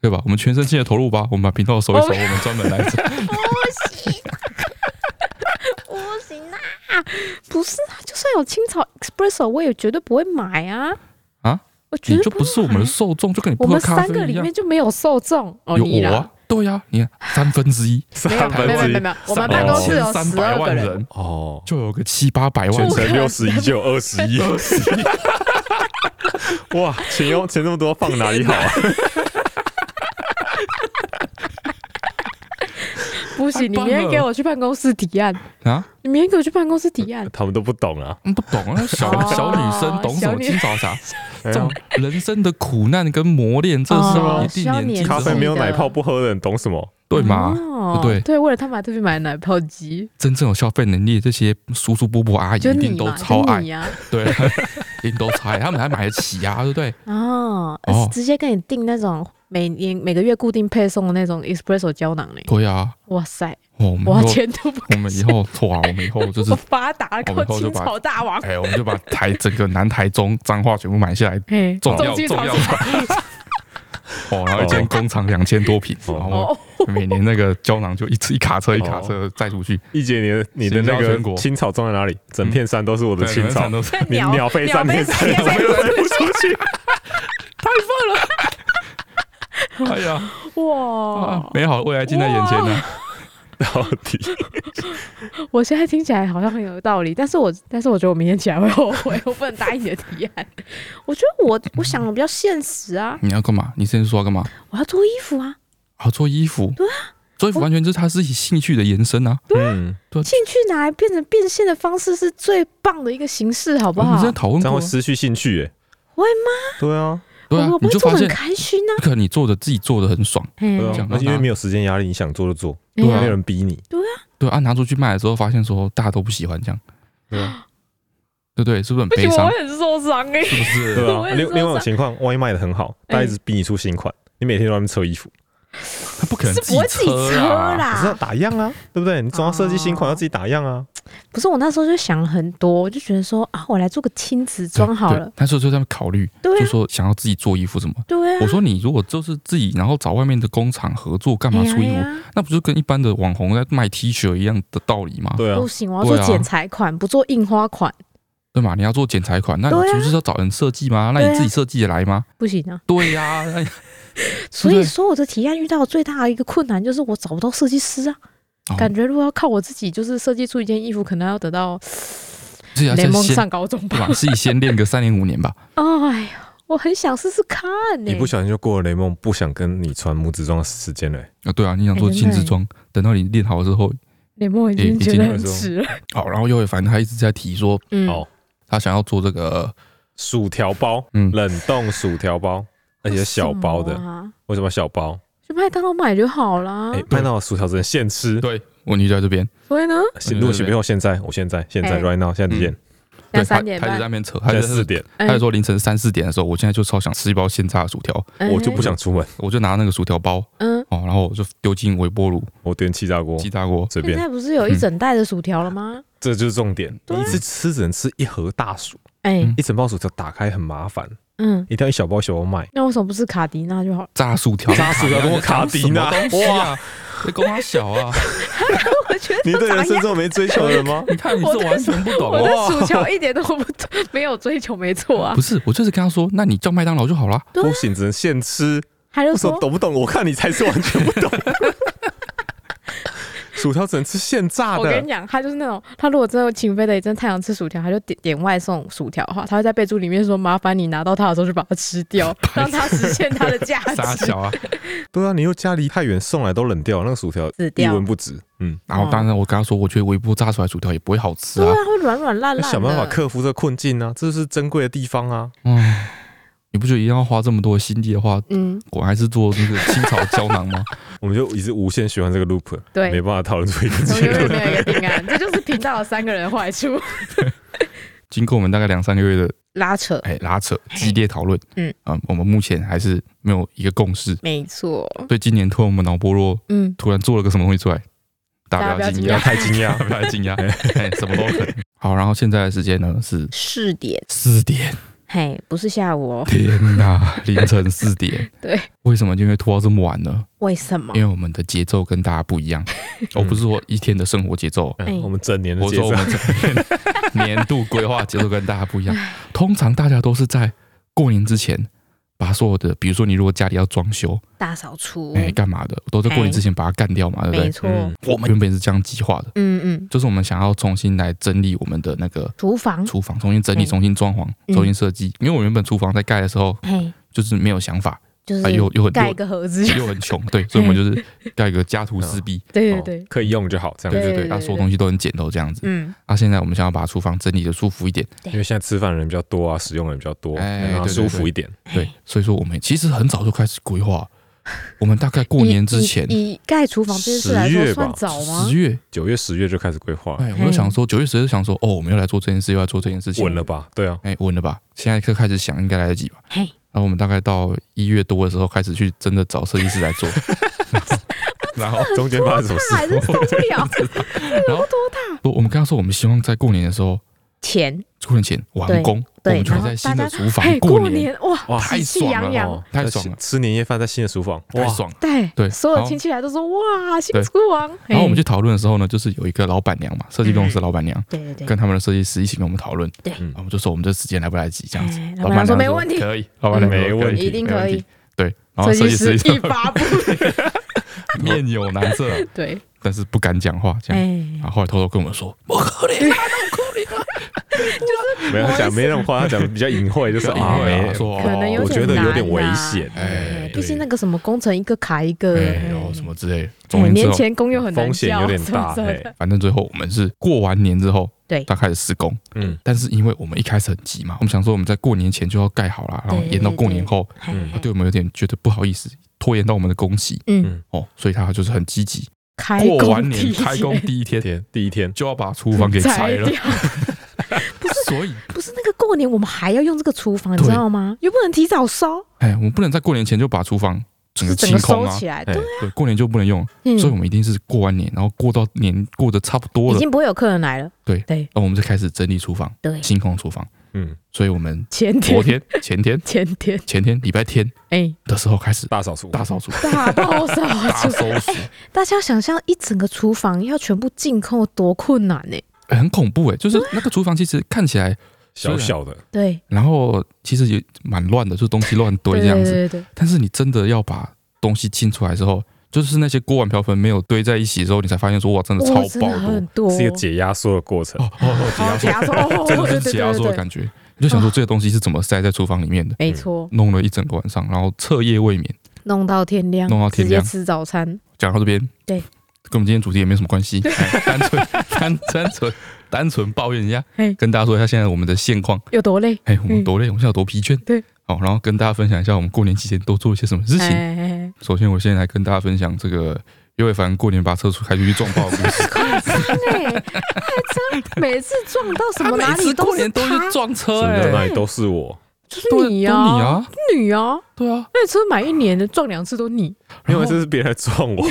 Speaker 2: 对吧？我们全身心的投入吧，我们把频道收一收，我
Speaker 1: 我
Speaker 2: 们专门来
Speaker 1: <laughs>
Speaker 2: 做。
Speaker 1: 不行啊，不是啊，就算有青草 espresso，我也绝对不会买啊！
Speaker 2: 啊，
Speaker 1: 我绝
Speaker 2: 你
Speaker 1: 对
Speaker 2: 就不是我们
Speaker 1: 会
Speaker 2: 的
Speaker 1: 买
Speaker 2: 受众，就跟你不
Speaker 1: 我
Speaker 2: 喝
Speaker 1: 们
Speaker 2: 咖
Speaker 1: 三
Speaker 2: 啡
Speaker 1: 个
Speaker 2: 一
Speaker 1: 里
Speaker 2: 样
Speaker 1: 面。就没有受众哦，
Speaker 2: 有
Speaker 1: 你
Speaker 2: 我、
Speaker 1: 啦
Speaker 2: 啊，，对呀、你看三分之一，
Speaker 1: 没有
Speaker 3: 三
Speaker 1: 没
Speaker 3: 分
Speaker 1: 有没有
Speaker 3: 之一
Speaker 1: 没有，我们办公室有
Speaker 2: 三
Speaker 1: 十
Speaker 2: 百
Speaker 1: 二个
Speaker 2: 万
Speaker 1: 人，
Speaker 2: 人，
Speaker 3: 哦，
Speaker 2: 就有个七八百万
Speaker 3: 全
Speaker 1: 不可
Speaker 3: 城
Speaker 1: 能
Speaker 3: 六十一就二十
Speaker 1: <laughs>
Speaker 3: 一，
Speaker 2: 二十亿，
Speaker 3: 哇，钱用钱那么多放哪里好啊？。
Speaker 1: 不行，
Speaker 2: 太
Speaker 1: 你
Speaker 2: 棒
Speaker 1: 明天
Speaker 2: 了
Speaker 1: 给我去办公室提案，
Speaker 2: 啊，
Speaker 1: 你明天给我去办公室提案
Speaker 3: 他们都不懂啊，
Speaker 2: 嗯不懂啊，小
Speaker 1: 哦
Speaker 2: 小女生懂什
Speaker 1: 小
Speaker 2: 么
Speaker 1: 女
Speaker 2: 清早茶？
Speaker 3: 哎
Speaker 2: 这
Speaker 3: 呀
Speaker 2: 种人生的苦难跟磨练，这
Speaker 1: 哦
Speaker 2: 是一定年纪
Speaker 1: 需要年纪
Speaker 2: 之
Speaker 3: 咖啡
Speaker 2: 后
Speaker 3: 没有奶泡不喝的人懂什么？
Speaker 2: 对嘛？
Speaker 1: 哦
Speaker 2: 对不
Speaker 1: 对，为了他们还特别买奶泡机，
Speaker 2: 真正有消费能力，的这些叔叔伯伯阿姨
Speaker 1: 就
Speaker 2: 哎一
Speaker 1: 你
Speaker 2: 定都
Speaker 1: 嘛，
Speaker 2: 超
Speaker 1: 就
Speaker 2: 爱
Speaker 1: 你，啊呀、
Speaker 2: 对， <laughs> 一定都超爱，他们还买得起啊，对不对？
Speaker 1: 啊，
Speaker 2: 哦
Speaker 1: 哦，直接跟你订那种每年每个月固定配送的那种 espresso 胶囊嘞，
Speaker 2: 对啊，
Speaker 1: 哇塞，
Speaker 2: 哦我们
Speaker 1: 我
Speaker 2: 以后
Speaker 1: 前途不
Speaker 2: 我们以后错啊，我们以后
Speaker 1: <laughs>
Speaker 2: 就是
Speaker 1: 我发达，
Speaker 2: 我们
Speaker 1: 靠
Speaker 2: 以后就
Speaker 1: 青
Speaker 2: 把
Speaker 1: 草大王，
Speaker 2: 哎，我们就把台整个南台中彰化全部买下来，
Speaker 1: 嘿，
Speaker 2: 重
Speaker 1: 种
Speaker 2: 要
Speaker 1: 进
Speaker 2: 重
Speaker 1: 草
Speaker 2: 要
Speaker 1: 场
Speaker 2: 哦，然后一间工厂两千多平，
Speaker 3: 哦
Speaker 2: 然后
Speaker 1: 哦，
Speaker 2: <laughs> 每年那个胶囊就一次一卡车一卡车载出去，
Speaker 3: 一姐，你的你的那
Speaker 2: 行销全
Speaker 3: 个
Speaker 2: 国
Speaker 3: 青草种在哪里？整片山都是我的青草，
Speaker 2: 都是
Speaker 1: 那
Speaker 2: <laughs>
Speaker 3: 你鸟飞三
Speaker 1: 鸟
Speaker 3: 片
Speaker 1: 飞
Speaker 3: 山
Speaker 1: 三天
Speaker 3: 没有不出去，
Speaker 2: 哎呀，
Speaker 1: 哇
Speaker 2: 哎
Speaker 1: 哦
Speaker 2: 啊，美好的未来近在眼前呢。
Speaker 3: 到
Speaker 1: <laughs>
Speaker 3: 底。
Speaker 1: 我现在听起来好像很有道理，但是我但是我觉得我明天起来会后悔， <laughs> 我不能答应你的提案。我觉得我我想的比较现实啊，
Speaker 2: 你要干嘛？你之前说要干嘛？
Speaker 1: 我要做衣服啊，
Speaker 2: 啊，做衣服。对啊，做衣服
Speaker 1: 我
Speaker 2: 完全就是他自己兴趣的延伸啊。
Speaker 3: 嗯，
Speaker 1: 兴趣拿来变成变现的方式是最棒的一个形式，好不
Speaker 2: 我们之
Speaker 1: 好
Speaker 2: 前？讨论
Speaker 3: 这样
Speaker 2: 过
Speaker 3: 会
Speaker 2: 啊，
Speaker 3: 失去兴趣耶。
Speaker 1: 会
Speaker 3: 吗？对啊，
Speaker 2: 对啊
Speaker 1: 我，
Speaker 2: 你
Speaker 1: 不会
Speaker 2: 就
Speaker 1: 做
Speaker 2: 发
Speaker 1: 得很
Speaker 2: 现，
Speaker 1: 开心啊，
Speaker 2: 可能你做的自己做的很爽，
Speaker 1: 嘿
Speaker 3: 对啊
Speaker 2: 讲，到
Speaker 3: 而且因为
Speaker 2: 哪
Speaker 3: 没有时间压力，你想做就做，
Speaker 1: 哎
Speaker 2: 对
Speaker 3: 没
Speaker 2: 啊
Speaker 3: 有
Speaker 1: 呀
Speaker 3: 人逼你。
Speaker 2: 对啊，拿出去卖了之后，发现说大家都不喜欢这样，
Speaker 3: 对啊，
Speaker 2: 对不对？是不是很
Speaker 1: 不
Speaker 2: 悲
Speaker 1: 行，
Speaker 2: 伤 <laughs>
Speaker 1: 我？会很受伤哎、
Speaker 2: 是不是？
Speaker 3: 对
Speaker 1: 我
Speaker 3: 啊。
Speaker 1: 也
Speaker 3: 另
Speaker 1: 是
Speaker 3: 另外一
Speaker 1: 这
Speaker 3: 种
Speaker 1: 样
Speaker 3: 情况，万一卖的很好，大家一直逼你出新款，你每天都在那边测衣服，
Speaker 2: 他不可能
Speaker 1: 是不会自己车啊
Speaker 2: 啦。
Speaker 3: 可是要
Speaker 1: 啦。
Speaker 3: 打样啊，对不对？你总要设计新
Speaker 1: 哦
Speaker 3: 款，要自己打样啊。
Speaker 1: 不是我那时候就想很多，我就觉得说啊，我来做个亲子装好
Speaker 2: 对
Speaker 1: 了，。
Speaker 2: 他说就在那边考虑，
Speaker 1: 对
Speaker 2: 就
Speaker 1: 啊，
Speaker 2: 说想要自己做衣服什么。
Speaker 1: 对啊。
Speaker 2: 我说你如果就是自己，然后找外面的工厂合作，干嘛
Speaker 1: 哎呀
Speaker 2: 出衣
Speaker 1: 哎
Speaker 2: 服？
Speaker 1: 呀
Speaker 2: 那不就跟一般的网红在卖 T 恤一样的道理吗？
Speaker 3: 对啊
Speaker 1: 不，行，我要做
Speaker 2: 对啊
Speaker 1: 剪裁款，不做印花款，
Speaker 2: 对嘛？你要做剪裁款，那你
Speaker 1: 对啊
Speaker 2: 不是要找人设计吗？那
Speaker 1: 对
Speaker 2: 你
Speaker 1: 啊
Speaker 2: 自己设计得来吗？
Speaker 1: 不行啊。
Speaker 2: 对呀，
Speaker 1: <laughs>
Speaker 2: 那
Speaker 1: 所
Speaker 2: 对
Speaker 1: 以
Speaker 2: 不对
Speaker 1: 说我的提案遇到最大的一个困难就是我找不到设计师啊，
Speaker 2: 哦
Speaker 1: 感觉如果要靠我自己就是设计出一件衣服，可能要得到
Speaker 2: 自己
Speaker 3: 啊
Speaker 2: 要
Speaker 1: 联
Speaker 2: 先
Speaker 1: 盟
Speaker 2: 先
Speaker 1: 上高中
Speaker 2: 对
Speaker 1: 吧
Speaker 2: 吧？。自己先练个三年五年吧。
Speaker 1: <laughs>
Speaker 2: <laughs>
Speaker 1: 哎呀，我很想试试看呢、
Speaker 3: 你不小心就过了雷梦不想跟你穿拇指装的时间嘞。
Speaker 2: 啊，对啊，你想做
Speaker 1: 哎真的
Speaker 2: 亲自
Speaker 1: 哎
Speaker 2: 装，等到你练好之后，
Speaker 1: 雷梦已
Speaker 2: 也
Speaker 1: 经
Speaker 2: 已
Speaker 1: 觉
Speaker 2: 经
Speaker 1: 得
Speaker 3: 那
Speaker 1: 很
Speaker 3: 时候
Speaker 1: 迟了，
Speaker 2: 好，然后又反正他一直在提说
Speaker 1: 嗯，
Speaker 3: 哦，
Speaker 2: 他想要做这个，
Speaker 3: 薯条包，
Speaker 2: 嗯
Speaker 3: 冷冻薯条包，而且是小包的
Speaker 1: 什。么啊
Speaker 3: 为什么小包？
Speaker 1: 去麦当劳买就好啦
Speaker 3: 哎。，麦当劳薯条只能现吃。
Speaker 2: 对，问题就在这边。
Speaker 1: 所以呢，
Speaker 3: 现如果没有现在，我现在现在
Speaker 1: 哎
Speaker 3: right now 现在几点？
Speaker 1: 两
Speaker 2: 对，他
Speaker 1: 三点
Speaker 2: 他就
Speaker 1: 半，
Speaker 2: 在那边扯，他
Speaker 3: 现
Speaker 2: 就
Speaker 3: 在四点，
Speaker 1: 哎
Speaker 2: 他就说凌晨三四点的时候，我现在就超想吃一包现炸的薯条，
Speaker 3: 我就不
Speaker 1: 哎
Speaker 3: 想出门，
Speaker 2: 我就拿那个薯条包
Speaker 1: 嗯。
Speaker 2: 哦，然后我就丢进微波炉、
Speaker 3: 我点气炸锅，
Speaker 2: 气炸锅，
Speaker 3: 随
Speaker 1: 现
Speaker 3: 便。嗯
Speaker 1: 在不是有一整袋的薯条了吗？
Speaker 3: 这就是重点，
Speaker 1: 对
Speaker 3: 你
Speaker 1: 啊
Speaker 3: 一次吃只能吃一盒大薯，
Speaker 1: 哎，
Speaker 2: 嗯
Speaker 3: 一整包薯条打开很麻烦，
Speaker 1: 嗯，
Speaker 3: 一定要一小包一小包卖。
Speaker 1: 那为什么不是卡迪娜就好了？
Speaker 2: <laughs> 炸薯条，
Speaker 3: 炸薯条跟我卡迪娜
Speaker 2: 什么东西啊，这公他小啊！
Speaker 1: 我觉
Speaker 3: <laughs> 你
Speaker 1: 得
Speaker 3: 对人
Speaker 1: 咋
Speaker 3: 生
Speaker 1: 样？
Speaker 3: 这么没追求的吗？
Speaker 2: 你看你是完全不懂
Speaker 1: 我
Speaker 2: 哦。
Speaker 1: 对薯条一点都不 <laughs> 没有追求，没错
Speaker 3: <laughs>
Speaker 1: 啊
Speaker 2: 不。是，我就是跟他说，那你叫麦当劳就
Speaker 1: <laughs>
Speaker 2: 好啦。
Speaker 1: <laughs> 对啊
Speaker 3: 不行，只能现吃。
Speaker 1: 他就
Speaker 3: 我说
Speaker 1: 说
Speaker 3: 懂不懂？我看你才是完
Speaker 1: <laughs>
Speaker 3: 全不懂。薯条只能吃现炸
Speaker 1: 我跟
Speaker 3: 的
Speaker 1: 你，讲，他就是那种，他如果真的情非得已，真的太想吃薯条，他就点点外送薯条哈，他会在备注里面说，麻烦你拿到它的时候就把它吃 <laughs> 掉，让它实现它的价
Speaker 2: <laughs> 傻
Speaker 1: 值。
Speaker 2: 小啊！
Speaker 3: 对啊，你又家离太远送来都冷掉，那个薯条
Speaker 1: 死
Speaker 3: 一
Speaker 1: 掉
Speaker 3: 文不值。嗯，
Speaker 2: 然后当然我跟他说，我觉得微波炸出来薯条也不会好吃
Speaker 1: 对
Speaker 2: 啊
Speaker 1: 啊。，会软软烂烂的。
Speaker 3: 那哎想办法克服这个困境啊，这是珍贵的地方啊。
Speaker 2: 嗯，你不觉得一定要花这么多的心力的话，
Speaker 1: 嗯，
Speaker 2: 果然还是做那个青草胶囊
Speaker 1: <laughs>
Speaker 2: 吗？
Speaker 3: 我们就一直无限循环这个 loop，没
Speaker 1: 对，
Speaker 3: 办法讨论出一个
Speaker 1: 我
Speaker 3: 结
Speaker 1: 永远
Speaker 3: 论。
Speaker 1: 没有 <laughs> 一个定案，这就是频道有三个人的坏处。
Speaker 2: 经过我们大概两三个月的
Speaker 1: 拉扯，
Speaker 2: 哎拉扯、激烈讨论，
Speaker 1: 嗯
Speaker 2: 啊、我们目前还是没有一个共识。
Speaker 1: 没错。
Speaker 2: 所以今年突然我们脑波弱，
Speaker 1: 嗯，
Speaker 2: 突然做了个什么东西出来，大
Speaker 1: 大
Speaker 2: 家
Speaker 1: 家
Speaker 2: 不
Speaker 1: 不要
Speaker 2: 要惊讶，
Speaker 3: 太惊讶
Speaker 2: 不
Speaker 1: <laughs>
Speaker 2: 要太惊讶，哎，什么都可能。好，然后现在的时间呢是
Speaker 1: 试点，
Speaker 2: 四点，
Speaker 1: 嘿，不是下午哦。
Speaker 2: 天哪，凌晨四点。
Speaker 1: <laughs> 对，
Speaker 2: 为什么今天会拖到这么晚呢？
Speaker 1: 为什么
Speaker 2: 因？为我们的节奏跟大家不
Speaker 1: <laughs>
Speaker 2: 一样。我不是说一天的生活节奏，
Speaker 1: 哎
Speaker 3: 我们整年的
Speaker 2: 我
Speaker 3: 节
Speaker 2: 说
Speaker 3: 奏
Speaker 2: 我，们这年度规划节奏跟大家不一样。通常大家都是在过年之前把所有的，比如说你如果家里要装修，
Speaker 1: 大扫除，
Speaker 2: 哎、干嘛的，都在过年之前把它干掉嘛，对不
Speaker 1: 没
Speaker 2: 对？
Speaker 1: 错。
Speaker 3: 嗯
Speaker 2: 我们原本是这样计划的，
Speaker 1: 嗯嗯，
Speaker 2: 就是我们想要重新来整理我们的那个
Speaker 1: 厨房，
Speaker 2: 厨房，重新整理、
Speaker 1: 嗯
Speaker 2: 重新装潢、
Speaker 1: 嗯
Speaker 2: 重新设计。因为我原本厨房在盖的时候
Speaker 1: 嘿，
Speaker 2: 就是没有想法，
Speaker 1: 就
Speaker 2: 啊、
Speaker 1: 是
Speaker 2: 又又很
Speaker 1: 盖一
Speaker 2: 又
Speaker 1: 个盒子就，
Speaker 2: 又很穷，对，所以我们就是盖一个家徒四壁，
Speaker 1: <laughs> 对对
Speaker 3: 哦
Speaker 1: 对，
Speaker 3: 可以用就好，这
Speaker 2: 对
Speaker 3: 样
Speaker 2: 对
Speaker 3: 子。
Speaker 1: 嗯
Speaker 2: 对，
Speaker 1: 对
Speaker 2: 那所有
Speaker 1: 对
Speaker 2: 东西都很简陋这样子。
Speaker 1: 嗯，
Speaker 2: 那现在我们想要把厨房整理的舒服一点，
Speaker 1: 对
Speaker 3: 因为现在吃饭的人比较多啊，使用的人比较多，
Speaker 2: 哎
Speaker 3: 让它
Speaker 2: 对对
Speaker 3: 舒服一点。
Speaker 2: 对，所以说我们其实很早就开始
Speaker 1: <laughs>
Speaker 2: 规划，我们大概过
Speaker 1: 以
Speaker 2: 年之前
Speaker 1: 以以盖厨房这件事来
Speaker 3: 10
Speaker 1: 说
Speaker 3: 月吧
Speaker 1: 算早吗
Speaker 2: 十？月，
Speaker 3: 九月、十月就开始规划，
Speaker 2: 哎，我就想说九月十就想说，哦，我们要来做这件事，又要做这件事情，
Speaker 3: 稳了，吧？
Speaker 2: <laughs>
Speaker 3: 对啊，
Speaker 2: 哎，稳了吧？现在就开始想，应该来得及吧？
Speaker 1: 嘿，
Speaker 2: 然后我们大概到一月多的时候开始去真的找设计师
Speaker 3: <laughs>
Speaker 2: 来做，然后
Speaker 3: 中间发生什么事？
Speaker 1: 还是受不
Speaker 2: <laughs>
Speaker 1: 了
Speaker 2: 然后我我们跟他说，我们希望在过年的时候，
Speaker 1: 钱，
Speaker 2: 过年前完
Speaker 1: 对
Speaker 2: 工，我
Speaker 1: 对
Speaker 2: 们就会
Speaker 1: 然后
Speaker 2: 在新
Speaker 1: 大
Speaker 2: 的
Speaker 1: 家
Speaker 2: 厨
Speaker 1: 嘿，
Speaker 2: 房
Speaker 1: 过
Speaker 2: 年，
Speaker 1: 年哇，
Speaker 3: 哇
Speaker 2: 太
Speaker 1: 喜气
Speaker 2: 爽
Speaker 1: 洋
Speaker 2: 了
Speaker 1: 洋，
Speaker 3: 哦
Speaker 2: 太爽了
Speaker 3: 吃年夜饭在新的厨房，
Speaker 2: 太
Speaker 3: 哇，
Speaker 2: 爽了。
Speaker 1: 对
Speaker 2: 对
Speaker 1: 所
Speaker 2: 然
Speaker 1: 有
Speaker 2: 后
Speaker 1: 亲戚来都说哇，新
Speaker 2: 对
Speaker 1: 厨王，
Speaker 2: 然后我
Speaker 1: 嘿
Speaker 2: 们去讨论的时候呢，就是有一个老板娘嘛，设计公司的
Speaker 1: 嗯
Speaker 2: 老板娘。
Speaker 1: 对对对
Speaker 2: 跟，他们的设计师一起跟我们讨论，
Speaker 1: 对
Speaker 3: 嗯
Speaker 2: 然后我们就说我们这时间来不来得及这样子
Speaker 1: 哎。老
Speaker 2: 老
Speaker 1: 板娘
Speaker 2: 板
Speaker 1: 说
Speaker 2: 娘
Speaker 1: 没问题
Speaker 2: 可以，老板娘
Speaker 3: 没
Speaker 2: 说
Speaker 3: 问
Speaker 2: 以
Speaker 1: 一定
Speaker 2: 没问
Speaker 1: 可
Speaker 2: 题
Speaker 1: 以，
Speaker 2: <laughs> 对，然后设计师
Speaker 1: 一发不
Speaker 2: 面有难色， <laughs>
Speaker 1: 对，
Speaker 2: 但是不敢讲话这
Speaker 1: 哎、
Speaker 2: 样。然后后来偷偷跟我们说，
Speaker 3: 没有他讲没那么夸张，他讲比较隐晦，就是
Speaker 2: 是
Speaker 3: 啊，没
Speaker 2: 没，说哦
Speaker 1: 可能有
Speaker 3: 我
Speaker 1: 点
Speaker 3: 觉得有
Speaker 1: 难
Speaker 3: 点危
Speaker 1: 啊
Speaker 3: 险，
Speaker 2: 哎
Speaker 1: 毕竟那个什么工程一个卡一个，
Speaker 2: 哎，然后什么之类的。总而言之
Speaker 1: 年
Speaker 2: 哦，
Speaker 1: 前工又很难
Speaker 3: 风险有点
Speaker 1: <laughs>
Speaker 3: 大，
Speaker 1: 叫什么
Speaker 3: 哎
Speaker 1: 什么，
Speaker 2: 反正最后我们是过完年之后，
Speaker 1: 对
Speaker 2: 他开始施工。
Speaker 3: 嗯
Speaker 2: 但是因为我们一开始很急嘛，我们想说我们在过年前就要盖好了，然后
Speaker 1: 对
Speaker 2: 延到过年后，
Speaker 1: 嘿
Speaker 3: 嗯
Speaker 1: 嘿
Speaker 2: 对我们有点觉得不好意思，拖延到我们的工期
Speaker 1: 嗯，
Speaker 2: 哦，所以他就是很积极，
Speaker 1: 开
Speaker 2: 过完
Speaker 1: 工
Speaker 2: 年
Speaker 1: 地
Speaker 2: 开工第一天
Speaker 3: 天嗯第一天
Speaker 2: 就要把厨房给拆了，
Speaker 1: 掉。
Speaker 2: 所以
Speaker 1: 不是那个过年我们还要用这个厨房，你
Speaker 2: 对
Speaker 1: 知道吗？又不能提早收，
Speaker 2: 哎，我们不能在过年前就把厨房整
Speaker 1: 是
Speaker 2: 个
Speaker 1: 整
Speaker 2: 清
Speaker 1: 个
Speaker 2: 空
Speaker 1: 收
Speaker 2: 啊，
Speaker 1: 起来，
Speaker 3: 哎
Speaker 1: 对，
Speaker 2: 对，过年就不能用，
Speaker 1: 嗯
Speaker 2: 所以我们一定是过完年，然后过到年过得差不多
Speaker 1: 已
Speaker 2: 了，
Speaker 1: 经不会有客人来了。
Speaker 2: 然后我们就开始整理厨房，
Speaker 1: 对，
Speaker 2: 清空厨房。
Speaker 3: 嗯
Speaker 2: 所以我们
Speaker 1: 前天
Speaker 2: 昨天、前天、
Speaker 1: 前天，
Speaker 2: 前天礼拜天 <laughs>
Speaker 1: 哎，
Speaker 2: 的时候开始
Speaker 3: 大扫除，
Speaker 2: 大扫除、
Speaker 1: 大爆炸！
Speaker 2: 大收拾，
Speaker 1: 大家想象一整个厨房要全部净空有多困难欸呢？
Speaker 2: 哎很恐怖哎，就是那个厨房其实看起来，
Speaker 3: 小小的，
Speaker 1: 对，
Speaker 2: 然后其实也蛮乱的，就是东西乱
Speaker 1: 对
Speaker 2: 堆这样
Speaker 1: 对
Speaker 2: 子。
Speaker 1: 对对，
Speaker 2: 但是你真的要把东西清出来之后，就是那些锅碗瓢盆没有堆在一起的时候，你才发现说哇，真的嗯超
Speaker 1: 哇，真
Speaker 2: 爆
Speaker 1: 的
Speaker 2: 多
Speaker 1: 很多，
Speaker 3: 是一个解压缩的过程，
Speaker 2: 哦
Speaker 1: <laughs>
Speaker 2: 哦哦，解压缩，
Speaker 1: 压缩，哦
Speaker 2: <laughs> 真的
Speaker 1: 对
Speaker 2: 是
Speaker 1: 对
Speaker 2: 解压
Speaker 1: 对
Speaker 2: 缩的
Speaker 1: 对对，
Speaker 2: 感觉。嗯你就想说这些东西是怎么塞在厨房里面的？
Speaker 1: 没错，
Speaker 2: 弄了一整个晚上，然后彻夜未眠。
Speaker 1: 弄到天亮，
Speaker 2: 弄到天亮
Speaker 1: 直接吃早餐，
Speaker 2: 讲到这边，
Speaker 1: 对
Speaker 2: 跟我们今天主题也没有什么关系，
Speaker 1: <laughs>
Speaker 2: 哎单纯 <laughs> 单单纯单纯抱怨一下
Speaker 1: 嘿，
Speaker 2: 跟大家说一下现在我们的现况。
Speaker 1: 有多累？
Speaker 2: 哎，我们多累，我们现在有多疲倦。
Speaker 1: 对，
Speaker 2: 好，然后跟大家分享一下我们过年期间都做了些什么事情。
Speaker 1: 哎哎哎
Speaker 2: 首先，我先来跟大家分享这个尤伟凡过年把车出开出去撞爆的故事。
Speaker 1: 夸张哎，哎真每次撞到 <laughs> 什么
Speaker 2: <laughs> 他
Speaker 1: 哪
Speaker 2: 每
Speaker 1: 里
Speaker 2: 次
Speaker 1: 都
Speaker 2: 过
Speaker 1: 是
Speaker 2: 年都
Speaker 1: 他
Speaker 2: 去，撞车，
Speaker 3: 真
Speaker 2: 哎
Speaker 3: 的，那里都是我，
Speaker 1: 就是
Speaker 2: 对
Speaker 1: 你
Speaker 2: 都你
Speaker 1: 呀，
Speaker 2: 啊，
Speaker 1: 你呀，
Speaker 2: 对啊，
Speaker 1: 那车买一年的撞两次都你，
Speaker 3: 因为
Speaker 2: 然后
Speaker 3: 这是别人来撞我，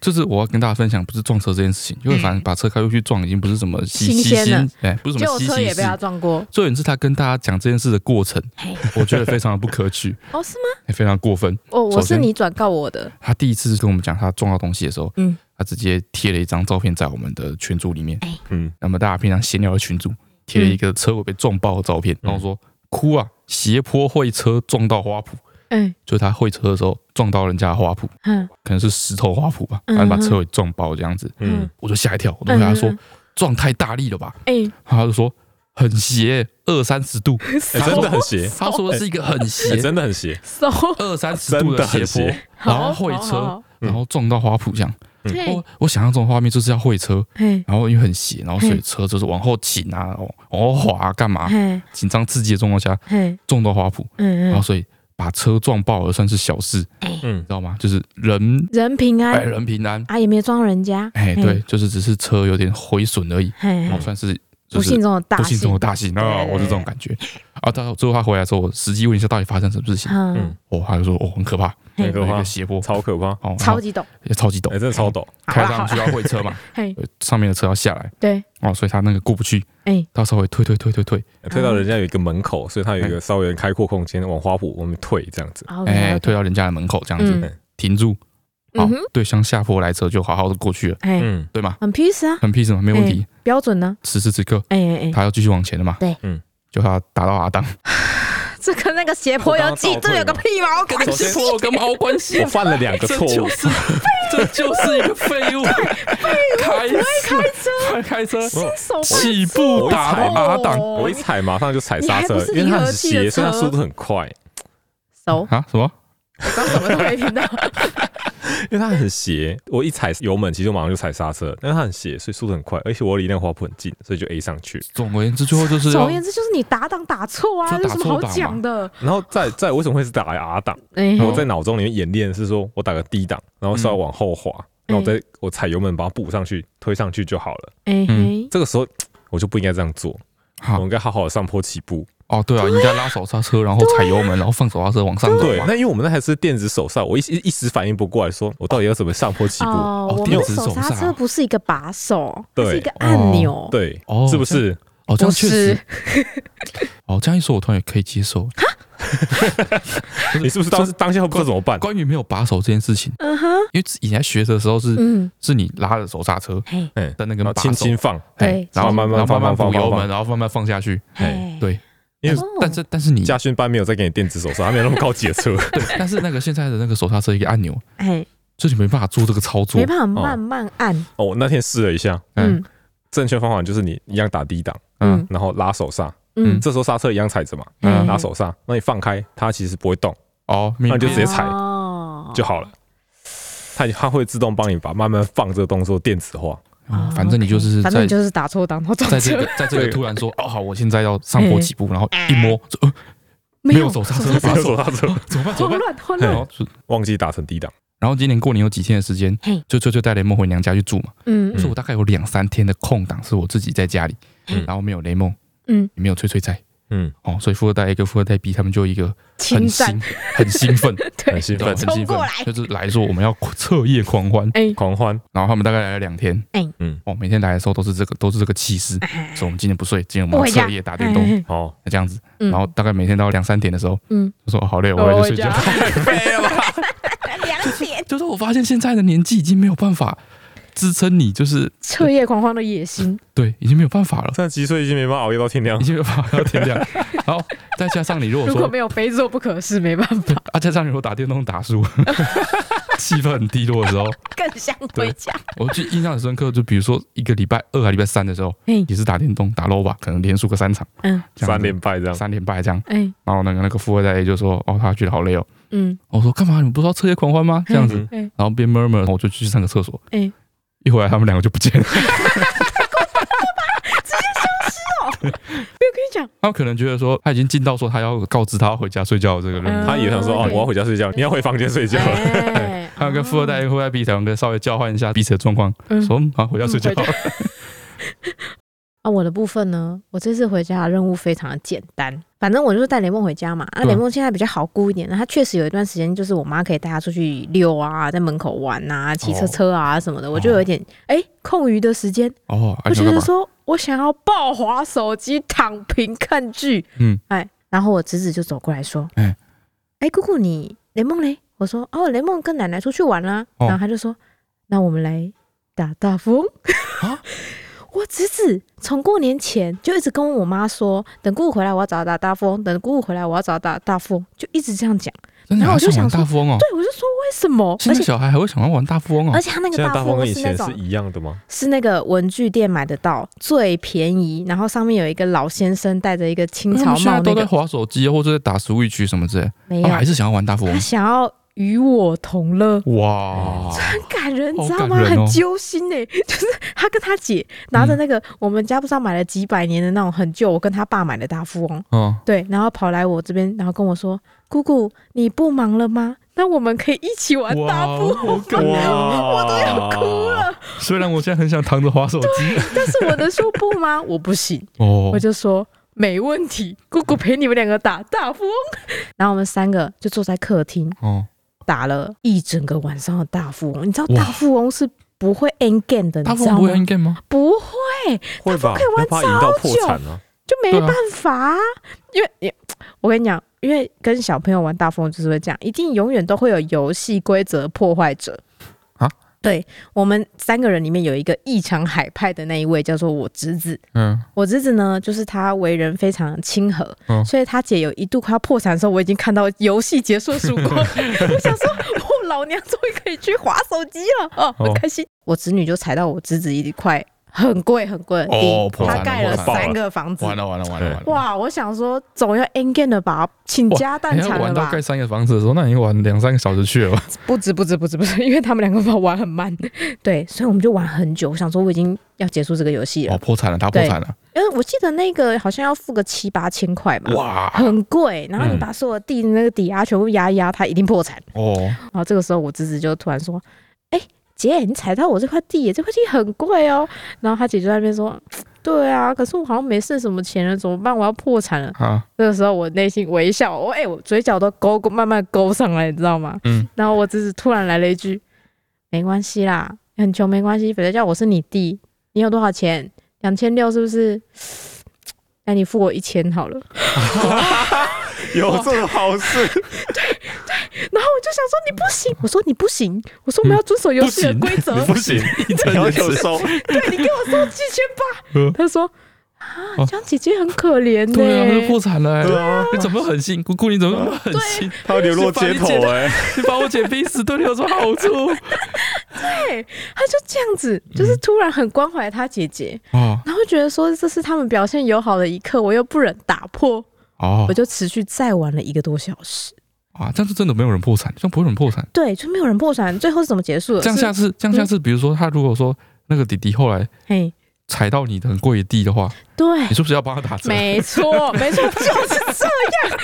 Speaker 2: 就是我要跟大家分享，不是撞车这件事情，因为反正把车开出去撞已经不是什么稀
Speaker 1: 新
Speaker 2: 稀
Speaker 1: 鲜了
Speaker 2: 新，哎，不是什么
Speaker 1: 旧
Speaker 2: 稀
Speaker 1: 车
Speaker 2: 稀
Speaker 1: 也被他
Speaker 2: 事。
Speaker 1: 撞过，
Speaker 2: 最远是他跟大家讲这件事的过程，
Speaker 1: 嘿，
Speaker 2: 我觉得非常的不可取， <laughs> 哎
Speaker 1: 哦是吗？
Speaker 2: 也非常过分。
Speaker 1: 哦，我
Speaker 2: 首
Speaker 1: 是
Speaker 2: 先
Speaker 1: 你转告我的，
Speaker 2: 他第一次跟我们讲他撞到东西的时候，
Speaker 1: 嗯
Speaker 2: 他直接贴了一张照片在我们的群组里面，
Speaker 3: 嗯，
Speaker 2: 那么大家平常闲聊的群组贴了一个车尾被撞爆的照片，
Speaker 3: 嗯
Speaker 2: 然后说哭啊，斜坡会车撞到花圃，
Speaker 1: 嗯
Speaker 2: 就是他会车的时候撞到人家的花圃，
Speaker 1: 哼
Speaker 2: 可能是石头花圃吧，反正把车尾撞爆这样子，
Speaker 1: 嗯
Speaker 3: 嗯，
Speaker 2: 我就吓一跳，我就跟他说
Speaker 1: 嗯嗯
Speaker 2: 撞太大力了吧，
Speaker 1: 哎，
Speaker 2: 他就说很斜，二三
Speaker 1: <laughs>
Speaker 2: 十度，
Speaker 3: 哎，真的很邪，
Speaker 2: 他说的是一个很
Speaker 3: 哎
Speaker 2: 斜，
Speaker 3: <laughs> 真的很邪，
Speaker 1: 手，
Speaker 2: 二三十度
Speaker 3: 真的
Speaker 2: 斜
Speaker 3: 很
Speaker 2: 坡
Speaker 3: 斜，
Speaker 2: 然后
Speaker 1: 好
Speaker 2: 会，
Speaker 1: 好
Speaker 2: 车，哦
Speaker 1: 好
Speaker 2: 然后撞到花圃这样。
Speaker 3: 嗯
Speaker 1: 嘿
Speaker 2: 我我想象中的画面就是要会车，
Speaker 1: 嘿
Speaker 2: 然后因为很斜，然后所以
Speaker 1: 嘿
Speaker 2: 车就是往后倾啊，往往后滑啊干嘛？
Speaker 1: 嘿
Speaker 2: 紧张刺激的状况下
Speaker 1: 嘿，
Speaker 2: 撞到花圃，
Speaker 1: 嗯
Speaker 2: 然后
Speaker 1: 嗯，
Speaker 2: 所以把车撞爆了算是小事，你
Speaker 3: 嗯
Speaker 2: 知道吗？就是人
Speaker 1: 人平
Speaker 2: 哎
Speaker 1: 安
Speaker 2: 人平安，
Speaker 1: 啊，也嗯没撞人家，
Speaker 2: 哎对，，就是只是车有点毁损而已，
Speaker 1: 嘿
Speaker 2: 然后
Speaker 1: 嘿，
Speaker 2: 算是
Speaker 1: 嗯
Speaker 2: 就
Speaker 1: 不幸
Speaker 2: 是
Speaker 1: 中的大
Speaker 2: 不幸中的
Speaker 1: 幸，
Speaker 2: 大幸啊，
Speaker 1: 对
Speaker 2: 我是这种感觉。啊，到最后他回来之后，我实际问一下到底发生什么事情，
Speaker 1: 嗯
Speaker 3: 嗯，
Speaker 2: 哦，他就说哦很可怕，
Speaker 3: 很
Speaker 1: 嘿，
Speaker 3: 可
Speaker 2: 有一
Speaker 3: 怕
Speaker 2: 个，斜坡，
Speaker 3: 超可怕，
Speaker 2: 哦，
Speaker 1: 超
Speaker 2: 级
Speaker 1: 级懂，
Speaker 2: 也超级陡
Speaker 3: 哎，，真的超陡，
Speaker 2: 开
Speaker 1: 好啦
Speaker 2: 上去要会车嘛， <laughs>
Speaker 1: 嘿，
Speaker 2: 对上面的车要下来。
Speaker 1: 对，
Speaker 2: 哦，所以他那个过不去，
Speaker 1: 哎
Speaker 2: 他稍微退退退退退，
Speaker 3: 哎推到人家有一个门口，所以它有一
Speaker 1: 嗯
Speaker 3: 个稍微开阔空间，往花圃我们退这样子，
Speaker 1: 好，
Speaker 2: 哎、
Speaker 1: 好
Speaker 2: 退到人家的门口这样子，
Speaker 1: 嗯
Speaker 2: 停住，好，
Speaker 1: 嗯哼，
Speaker 2: 对向下坡来车就好好的过去了，
Speaker 1: 哎，
Speaker 3: 嗯，
Speaker 2: 对吗？
Speaker 1: 很 peace 啊，
Speaker 2: 很 peace 嘛，没问题。
Speaker 1: 标准呢，
Speaker 2: 此时此刻，
Speaker 1: 哎哎
Speaker 2: 他要继续往前了嘛？
Speaker 1: 对
Speaker 3: 嗯，
Speaker 2: 就他打到 <laughs> 阿当，
Speaker 1: 哎，这跟那个斜坡有几度有个屁毛关
Speaker 3: 首
Speaker 1: 系
Speaker 3: 先？
Speaker 2: 我跟猫关系
Speaker 3: 我犯了两个错误，
Speaker 2: 是这 <laughs> 就是一个废物，开车开车
Speaker 3: 我
Speaker 1: 手哦
Speaker 2: 起步打到阿当
Speaker 3: <laughs> 我一踩马上就踩刹车
Speaker 1: 你还不，是
Speaker 3: 因为它很
Speaker 1: 零和器
Speaker 3: 斜，
Speaker 1: 的车
Speaker 3: 所以它速度很快，
Speaker 1: 手，
Speaker 2: 啊什么？
Speaker 1: 我刚什么都没听
Speaker 2: <laughs>
Speaker 1: 到。
Speaker 3: 因为它很斜，我一踩油门，其实我马上就踩刹车，但是它很斜，所以速度很快，而且我离那个花圃很近，所以就 A 上去。
Speaker 2: 总而言之，最后就是
Speaker 1: 总
Speaker 2: 要
Speaker 1: 而言之，就是你打档打错啊，
Speaker 2: 啊就
Speaker 1: 有
Speaker 2: 打
Speaker 1: 什
Speaker 2: 错
Speaker 1: 么好讲的？
Speaker 3: 然后再再为什么会是打 R 档？
Speaker 1: 哎
Speaker 3: 我
Speaker 2: 嗯
Speaker 3: 在脑中里面演练是说我打个 D 档，然后稍微往后滑，
Speaker 1: 嗯
Speaker 3: 然后我再我踩油门把它补上去，推上去就好了。
Speaker 1: 哎
Speaker 2: 嗯
Speaker 1: 嘿，
Speaker 3: 这个时候我就不应该这样做，我
Speaker 2: 好
Speaker 3: 应该好好的上坡起步。
Speaker 2: 哦，对啊，应该拉手刹车，然后踩油门，然后放手刹车往上走
Speaker 3: 对，
Speaker 2: 嘛。
Speaker 3: 那因为我们那台是电子手刹，我一时一时反应不过来说，我到底要怎么上坡起步？
Speaker 1: 哦
Speaker 2: 哦，
Speaker 1: 我们
Speaker 2: 电
Speaker 1: 的
Speaker 2: 子
Speaker 1: 手
Speaker 2: 手
Speaker 1: 刹
Speaker 2: 刹
Speaker 1: 车不是一个把手，它
Speaker 3: 对
Speaker 1: 是一个按钮。
Speaker 3: 对，
Speaker 2: 哦
Speaker 3: 是不是？
Speaker 2: 哦，这
Speaker 1: 不
Speaker 2: 样确实
Speaker 1: 是，
Speaker 2: 哦，这样一说，我突然也可以接受。这样
Speaker 3: 你是不是当时当下不知道怎么办？
Speaker 2: 关于没有把手这件事情，
Speaker 1: 嗯哼，
Speaker 2: 因为以前学的时候是、
Speaker 1: 嗯，
Speaker 2: 是你拉着手刹车，
Speaker 1: 嘿，
Speaker 3: 嗯，
Speaker 2: 在那
Speaker 3: 然
Speaker 2: 个
Speaker 3: 后
Speaker 2: 把
Speaker 3: 轻
Speaker 2: 手，
Speaker 3: 轻放，
Speaker 2: 哎
Speaker 1: 对
Speaker 2: 然后
Speaker 1: 轻
Speaker 2: 哦慢
Speaker 1: 轻
Speaker 2: 慢
Speaker 3: 放
Speaker 2: 慢慢
Speaker 3: 放
Speaker 2: 补
Speaker 3: 放
Speaker 2: 油
Speaker 3: 放
Speaker 2: 门，然后慢慢放下去。
Speaker 1: 嘿，
Speaker 2: 对，
Speaker 3: 因为
Speaker 1: 哦
Speaker 2: 但是但是你
Speaker 3: 驾训班没有在给你电子手刹，它没有那么高级的车。
Speaker 2: 对，但是那个现在的那个手刹车一个按钮，
Speaker 1: 嘿，
Speaker 2: 就是没办法做这个操作
Speaker 1: 没，办法慢慢按，
Speaker 3: 哦，我那天试了一下，
Speaker 1: 嗯
Speaker 2: 嗯
Speaker 3: 正确方法就是你一样打低档，
Speaker 2: 嗯
Speaker 1: 嗯
Speaker 3: 然后拉手刹，
Speaker 1: 嗯，
Speaker 3: 这时候刹车一样踩着嘛，
Speaker 1: 嗯
Speaker 3: 拉手刹，那你放开它其实不会动
Speaker 2: 哦，
Speaker 3: 那你就
Speaker 2: 明白
Speaker 3: 直接踩
Speaker 1: 哦
Speaker 3: 就好了，它它会自动帮你把慢慢放这个动作电子化。
Speaker 1: 哦
Speaker 2: 哦反正你就是
Speaker 1: 反正
Speaker 2: 在
Speaker 1: 你就是打错档，然后撞
Speaker 2: 在这
Speaker 1: 车 <laughs>
Speaker 2: 个，在这个突然说，哦，好，我现在要上坡起步，然后一
Speaker 1: 哎
Speaker 2: 摸，说呃
Speaker 1: 没
Speaker 2: 没有走刹
Speaker 1: <laughs>
Speaker 2: 车
Speaker 1: 手刹车
Speaker 2: 手手
Speaker 3: 刹车
Speaker 2: <laughs> 怎么办？怎
Speaker 1: <laughs> 慌
Speaker 2: 么办？
Speaker 1: 乱慌
Speaker 2: 然
Speaker 1: 乱，
Speaker 2: 后就
Speaker 3: 忘记打成低档，
Speaker 2: 然后今年过年有几天的时间
Speaker 1: 嘿，
Speaker 2: 就就就带雷梦回娘家去住嘛，
Speaker 1: 嗯
Speaker 2: 所以我大概有两三天的空档是我自己在家里
Speaker 3: 嗯，
Speaker 2: 然后没有雷梦，
Speaker 1: 嗯，
Speaker 2: 也没有翠翠在。
Speaker 3: 嗯，
Speaker 2: 哦，所以富二代 A 跟富二代 B 他们就有一个
Speaker 1: 侵 <laughs>
Speaker 2: 很
Speaker 1: 占
Speaker 2: 兴很兴奋，
Speaker 3: 很
Speaker 1: 对，
Speaker 3: 兴
Speaker 2: 对很，
Speaker 3: 奋
Speaker 2: 兴
Speaker 1: <laughs> 冲过
Speaker 2: 奋
Speaker 1: 来，
Speaker 2: 就是来说我们要彻夜狂欢。
Speaker 1: 哎，
Speaker 3: 狂欢，
Speaker 2: 然后他们大概来了两天，
Speaker 1: 哎
Speaker 2: 嗯
Speaker 3: 嗯，
Speaker 2: 哦，每天来的时候都是这个都是这个气势，所以我们今天不睡，今天我
Speaker 1: 不
Speaker 2: 们
Speaker 1: 回
Speaker 2: 要
Speaker 1: 家
Speaker 2: 彻夜打电
Speaker 1: 哎
Speaker 2: 动，
Speaker 3: 哦，
Speaker 2: <laughs> 这样子。
Speaker 1: 嗯
Speaker 2: 然后大概每天到两三点的时候，
Speaker 1: 嗯，
Speaker 2: 就说哦好累，我
Speaker 1: 我
Speaker 2: 要
Speaker 1: 回
Speaker 2: 去睡觉
Speaker 1: 家。
Speaker 3: 废了 <laughs> 吧，
Speaker 1: 两点
Speaker 2: <laughs> 就是我发现现在的年纪已经没有办法支撑你，就是
Speaker 1: <laughs> 彻夜狂欢的野心，
Speaker 2: 对，已经没有办法了，
Speaker 3: 现在几岁已经没办法熬夜到天亮
Speaker 2: 已，经没有办法要
Speaker 1: <laughs>
Speaker 2: 天亮。然后再加上你如果
Speaker 1: 如
Speaker 2: 说
Speaker 1: 果没有非做不可是，没办 <laughs> 法，
Speaker 2: <laughs> 啊，加上你如果打电动
Speaker 1: <laughs>
Speaker 2: 打输，气氛很低落的时候，
Speaker 1: 更想回家。
Speaker 2: 我记印象很深刻，就比如说一个礼拜二还礼拜三的时候，
Speaker 1: 哎
Speaker 2: 也是打电动打 l o 吧，可能连输个三场，
Speaker 1: 嗯
Speaker 2: 这样子
Speaker 3: 三连败这样，
Speaker 2: 三连败这样。
Speaker 1: 哎
Speaker 2: 然后那个那个富二代 A 就说：“哦，他觉得好累哦。
Speaker 1: 嗯”
Speaker 2: 我说：“干嘛？你们不是要彻夜狂欢吗？”这样子，
Speaker 3: 嗯
Speaker 1: 哎
Speaker 2: 然后边 murmur，我就去上个厕所，
Speaker 1: 哎，
Speaker 2: 一回来他们两个就不见了。
Speaker 1: 我跟你讲，
Speaker 2: 他们可能觉得说他已经尽到说他要告知他要回家睡觉的这个任务，
Speaker 3: 他也想说，哦，我要回家睡觉，你要回房间睡觉，
Speaker 2: <laughs>
Speaker 1: 哎
Speaker 2: 他要跟富二代 A 富二代 B 两个稍微交换一下彼此的状况，
Speaker 1: 嗯
Speaker 2: 说：“嗯好，回家睡觉
Speaker 1: 嗯。回啊，我的部分呢，我这次回家的任务非常的简单，反正我就是带雷梦回家嘛。那
Speaker 2: 对啊
Speaker 1: 雷梦现在比较好顾一点，那他确实有一段时间就是我妈可以带他出去溜啊，在门口玩啊、骑车车啊什么的，我就有一点哎、空余的时间，”
Speaker 2: 哦，啊
Speaker 1: 我
Speaker 2: 你
Speaker 1: 就
Speaker 2: 想干
Speaker 1: 是
Speaker 2: 嘛？
Speaker 1: 说我想要暴滑手机、躺平看剧，
Speaker 2: 嗯，
Speaker 1: 哎，然后我侄子就走过来说，哎
Speaker 2: 哎、
Speaker 1: 姑姑你雷梦嘞？我说哦，雷梦跟奶奶出去玩啦、
Speaker 2: 哦
Speaker 1: 然后他就说，那我们来打大富翁。
Speaker 2: 啊
Speaker 1: <laughs> 我侄子从过年前就一直跟我妈说，等姑姑回来我要找他打大富翁，等姑姑回来我要找他打大富翁，就一直这样讲。
Speaker 2: 真的
Speaker 1: 然后
Speaker 2: 还
Speaker 1: 我就
Speaker 2: 想玩
Speaker 1: 想说
Speaker 2: 大富翁哦？
Speaker 1: 对，我就说为什么？
Speaker 2: 现
Speaker 1: 而
Speaker 2: 在
Speaker 1: 且
Speaker 2: 小孩还会想要玩大富翁哦
Speaker 1: 而？且他那个
Speaker 3: <laughs> 现在大
Speaker 1: 大
Speaker 3: 风
Speaker 1: 富
Speaker 3: 跟
Speaker 1: 翁
Speaker 3: 以
Speaker 1: 是那
Speaker 3: 前
Speaker 1: 种
Speaker 3: 是一样的吗？
Speaker 1: 是那个文具店买得到最便宜，然后上面有一个老先生戴着一个清
Speaker 2: 哎他
Speaker 1: 朝
Speaker 2: 们现
Speaker 1: 帽
Speaker 2: 在，都
Speaker 1: 那
Speaker 2: 在
Speaker 1: 个
Speaker 2: 划手机啊或者在打 Switch 什么之类，
Speaker 1: 没有
Speaker 2: 他们，还是想要玩大富翁
Speaker 1: 他。想要与我同乐。
Speaker 2: 哇，
Speaker 1: 很感人，你知道
Speaker 2: 好
Speaker 1: 吗？
Speaker 2: 感人哦
Speaker 1: 很揪心呢、欸 <laughs> 就是他跟他姐拿着那个、我们家不知道买了几百年的那种很旧，我跟他爸买的大富翁，
Speaker 2: 嗯，
Speaker 1: 对，然后跑来我这边，然后跟我说：“姑姑，你不忙了吗？那我们可以一起玩大富翁。”
Speaker 2: 好感人
Speaker 1: <laughs>
Speaker 3: 我都要哭了，
Speaker 2: 虽然我现在很想躺着划手机， <laughs>
Speaker 1: 但是我能说不吗？我不行，
Speaker 2: 哦
Speaker 1: 我，就说没问题，姑姑陪你们两个打大富翁。 <laughs> 然后我们三个就坐在客厅
Speaker 2: 哦，
Speaker 1: 打了一整个晚上的大富翁。你知道
Speaker 2: 哇
Speaker 1: 大富翁是不会 end game 的，
Speaker 2: 大
Speaker 1: 你
Speaker 2: 富
Speaker 1: 知
Speaker 2: 翁
Speaker 1: 道
Speaker 2: 不会
Speaker 1: 吗
Speaker 2: end？game 吗？
Speaker 1: 不会，
Speaker 3: 会吧
Speaker 1: 可以？玩
Speaker 3: 要怕赢到破产啊！
Speaker 1: 就没
Speaker 2: 对啊
Speaker 1: 办法啊、因为你我跟你讲，因为跟小朋友玩大富翁就是会这样，一定永远都会有游戏规则破坏者
Speaker 2: 啊。
Speaker 1: 对我们三个人里面有一个异常海派的那一位，叫做我侄子。
Speaker 2: 嗯，
Speaker 1: 我侄子呢，就是他为人非常亲和，
Speaker 2: 嗯
Speaker 1: 所以他姐有一度快要破产的时候，我已经看到游戏结束的曙
Speaker 2: <laughs>
Speaker 1: 光。我想说，我老娘终于可以去划手机了，哦，很
Speaker 2: 哦
Speaker 1: 开心。我侄女就踩到我侄子一块很贵很贵的地，
Speaker 2: 哦破
Speaker 1: 他
Speaker 3: 产了
Speaker 1: 盖了
Speaker 3: 破产了
Speaker 1: 三个房子，
Speaker 2: 完了完了完了完了，
Speaker 1: 哇，我想说总要 end game 的吧，倾家荡
Speaker 2: 你要
Speaker 1: 产了
Speaker 2: 哎玩到
Speaker 1: 吧
Speaker 2: 盖？三个房子的时候，那已经玩两三个小时去 <laughs> 了吧？
Speaker 1: 不止不止不止不止，因为他们两个玩很慢， <laughs> 对，所以我们就玩很久。我想说我已经要结束这个游戏了
Speaker 2: 哦，，破产了，他破产了，
Speaker 1: 因为我记得那个好像要付个七八千块吧。
Speaker 2: 哇，
Speaker 1: 很贵，然后你
Speaker 3: 嗯
Speaker 1: 把所有地的那个抵押全部压一压，他一定破产。
Speaker 2: 哦，
Speaker 1: 然后这个时候，我侄子就突然说：“哎、姐，你踩到我这块地耶，这块地很贵哦。”然后他姐就在那边说：“对啊，可是我好像没剩什么钱了，怎么办？我要破产了。”
Speaker 2: 啊，
Speaker 1: 这个时候我内心微笑，我哎、我嘴角都勾勾慢慢勾上来，你知道吗？
Speaker 2: 嗯，
Speaker 1: 然后我侄子突然来了一句：“没关系啦，很穷没关系，反正叫我是你弟，你有多少钱？两千六是不是？那你付我一千好了。”
Speaker 3: 有这种好 <laughs> 事，
Speaker 1: 然后我就想说你不行，我说你不行，我说我们要遵守游戏的
Speaker 2: 嗯不
Speaker 1: 规则，
Speaker 3: 你不行，你要求收，
Speaker 1: 对你给我收七千八
Speaker 2: 嗯。
Speaker 1: 他说啊
Speaker 2: 哦
Speaker 1: 这样姐姐很可怜呢、
Speaker 2: 对啊，他就破产了、欸。
Speaker 3: 啊，
Speaker 2: 你怎么很心？姑姑，你怎么那么狠心？
Speaker 3: 他流落街头
Speaker 2: 是把你姐
Speaker 3: 哎、
Speaker 2: 你把我姐逼死，对你有什么好处？
Speaker 1: 他就这样子，
Speaker 2: 嗯
Speaker 1: 就是突然很关怀他姐姐，
Speaker 2: <laughs> 哦
Speaker 1: 然后觉得说这是他们表现友好的一刻，我又不忍打破，
Speaker 2: 哦
Speaker 1: 我就持续再玩了一个多小时。
Speaker 2: 啊！这样就真的没有人破产，这样不会有人破产。
Speaker 1: 对，就没有人破产。最后是怎么结束的？
Speaker 2: 这样
Speaker 1: 是
Speaker 2: 下次，这样下次，比如说他如果说那个弟弟后来
Speaker 1: 嘿，
Speaker 2: 踩到你的很贵的地的话，
Speaker 1: 对
Speaker 2: 你，是不是要帮他打折？
Speaker 1: 没
Speaker 2: <laughs>
Speaker 1: 错，没错，就是这样，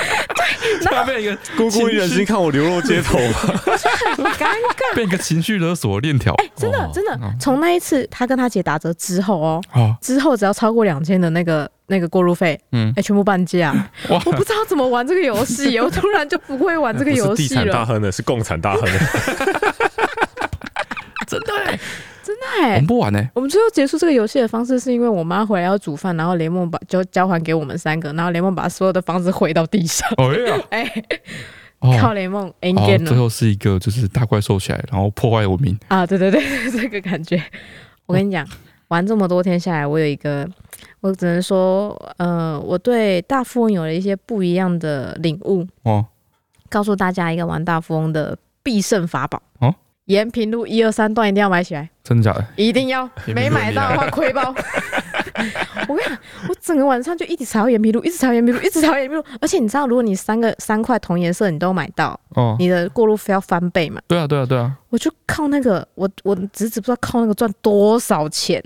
Speaker 2: 他变一个
Speaker 3: 姑姑，你忍
Speaker 2: 情
Speaker 3: 心
Speaker 2: 绪
Speaker 3: 看我流落街 <laughs> 头吗？
Speaker 1: 很尴尬。
Speaker 2: <laughs> 变一个情绪勒索的链条。
Speaker 1: 哎、真的
Speaker 3: 哦，
Speaker 1: 真的
Speaker 2: 哦，
Speaker 1: 从那一次他跟他姐打折之后哦，
Speaker 2: 哦，
Speaker 1: 之后只要超过两千的那个那个过路费，
Speaker 2: 嗯
Speaker 1: 哎、，全部半价。
Speaker 2: <laughs> 哇
Speaker 1: 我不知道怎么玩这个游戏，我突然就不会玩
Speaker 2: <laughs>
Speaker 1: 这个游
Speaker 3: 不是地
Speaker 1: 戏
Speaker 3: 产大
Speaker 1: 了。
Speaker 3: 亨的，是共产大 <laughs> 亨的。
Speaker 2: 真的欸，我
Speaker 1: 哎
Speaker 2: 们，不欸
Speaker 1: <laughs>
Speaker 2: 玩呢。
Speaker 1: 我们最后结束这个游戏的方式，是因为我妈回来要煮饭，然后雷梦把就交还给我们三个，然后雷梦把所有的房子毁到地上。 <laughs>
Speaker 2: 哎呀，
Speaker 1: 哎、靠
Speaker 2: 哦，
Speaker 1: 雷梦 end
Speaker 2: 哦
Speaker 1: game
Speaker 2: 最
Speaker 1: 了、
Speaker 2: 后是一个就是大怪兽起来，然后破坏文明。
Speaker 1: 啊！对对对， <laughs> 这个感觉。我跟你讲，玩这么多天下来，我有一个，我只能说，呃，我对大富翁有了一些不一样的领悟。
Speaker 2: 哦，
Speaker 1: 告诉大家一个玩大富翁的必胜法宝
Speaker 2: 哦
Speaker 1: 延平路一二三段一定要买起来，
Speaker 2: 真的假的？
Speaker 1: 一定要
Speaker 2: 延平路
Speaker 1: 没买到的话亏
Speaker 2: <laughs>
Speaker 1: 包。我跟你讲，我整个晚上就一直踩到延平路，一直踩到延平路，一直踩到延平路。而且你知道，如果你三个三块同颜色你都买到，
Speaker 2: 哦，
Speaker 1: 你的过路费要翻倍嘛？
Speaker 2: 对啊，对啊，对啊。
Speaker 1: 我就靠那个，我我侄子不知道靠那个赚多少钱，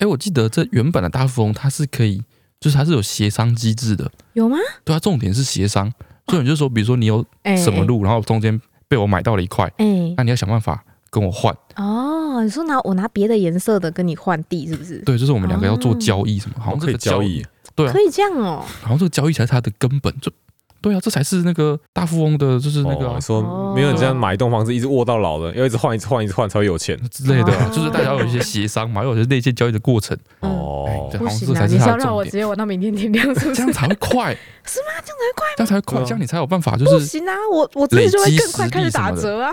Speaker 2: 哎，我记得这原本的大富翁它是可以，就是它是有协商机制的。
Speaker 1: 有吗？
Speaker 2: 对啊，重点是协商。重点就是说，比如说你有
Speaker 1: 哎、
Speaker 2: 什么？路，然后中间被我买到了一块，
Speaker 1: 哎、
Speaker 2: 那你要想办法跟我换。
Speaker 1: 哦，你说拿我拿别的颜色的跟你换地是不是？
Speaker 2: 对，就是我们两个要做交易什么，好像这
Speaker 3: 可以
Speaker 2: 个
Speaker 3: 交易
Speaker 2: 易，，对啊
Speaker 1: 可以这样哦。
Speaker 2: 好像这个交易才是它的根本。就对啊，这才是那个大富翁的，就是那个啊、
Speaker 3: 哦说没有人这样买一栋房子一直握到老的，要一直换一直换一直换才会有钱。
Speaker 2: 之类的啊、
Speaker 1: 哦
Speaker 2: 就是大家有一些协商嘛，有一些那些交易的
Speaker 1: <laughs>
Speaker 2: 过程，
Speaker 1: 嗯
Speaker 3: 哦
Speaker 2: 哎，对
Speaker 1: 不
Speaker 2: 好像
Speaker 1: 行
Speaker 2: 这
Speaker 1: 啊！
Speaker 2: 才
Speaker 1: 你
Speaker 2: 是
Speaker 1: 是
Speaker 2: 它
Speaker 1: 要
Speaker 2: 的
Speaker 1: 让
Speaker 2: 重
Speaker 1: 我
Speaker 2: 点，
Speaker 1: 只有我到明天天
Speaker 2: <laughs>
Speaker 1: 亮，是不
Speaker 2: 这
Speaker 1: 是
Speaker 2: 样？才会快，
Speaker 1: 是
Speaker 2: 吗？这样才会快，
Speaker 1: 啊
Speaker 2: 这样才会快，这样你才有办法，就
Speaker 1: 不
Speaker 2: 是
Speaker 1: 行啊！我我自己就会更快开始打折啊！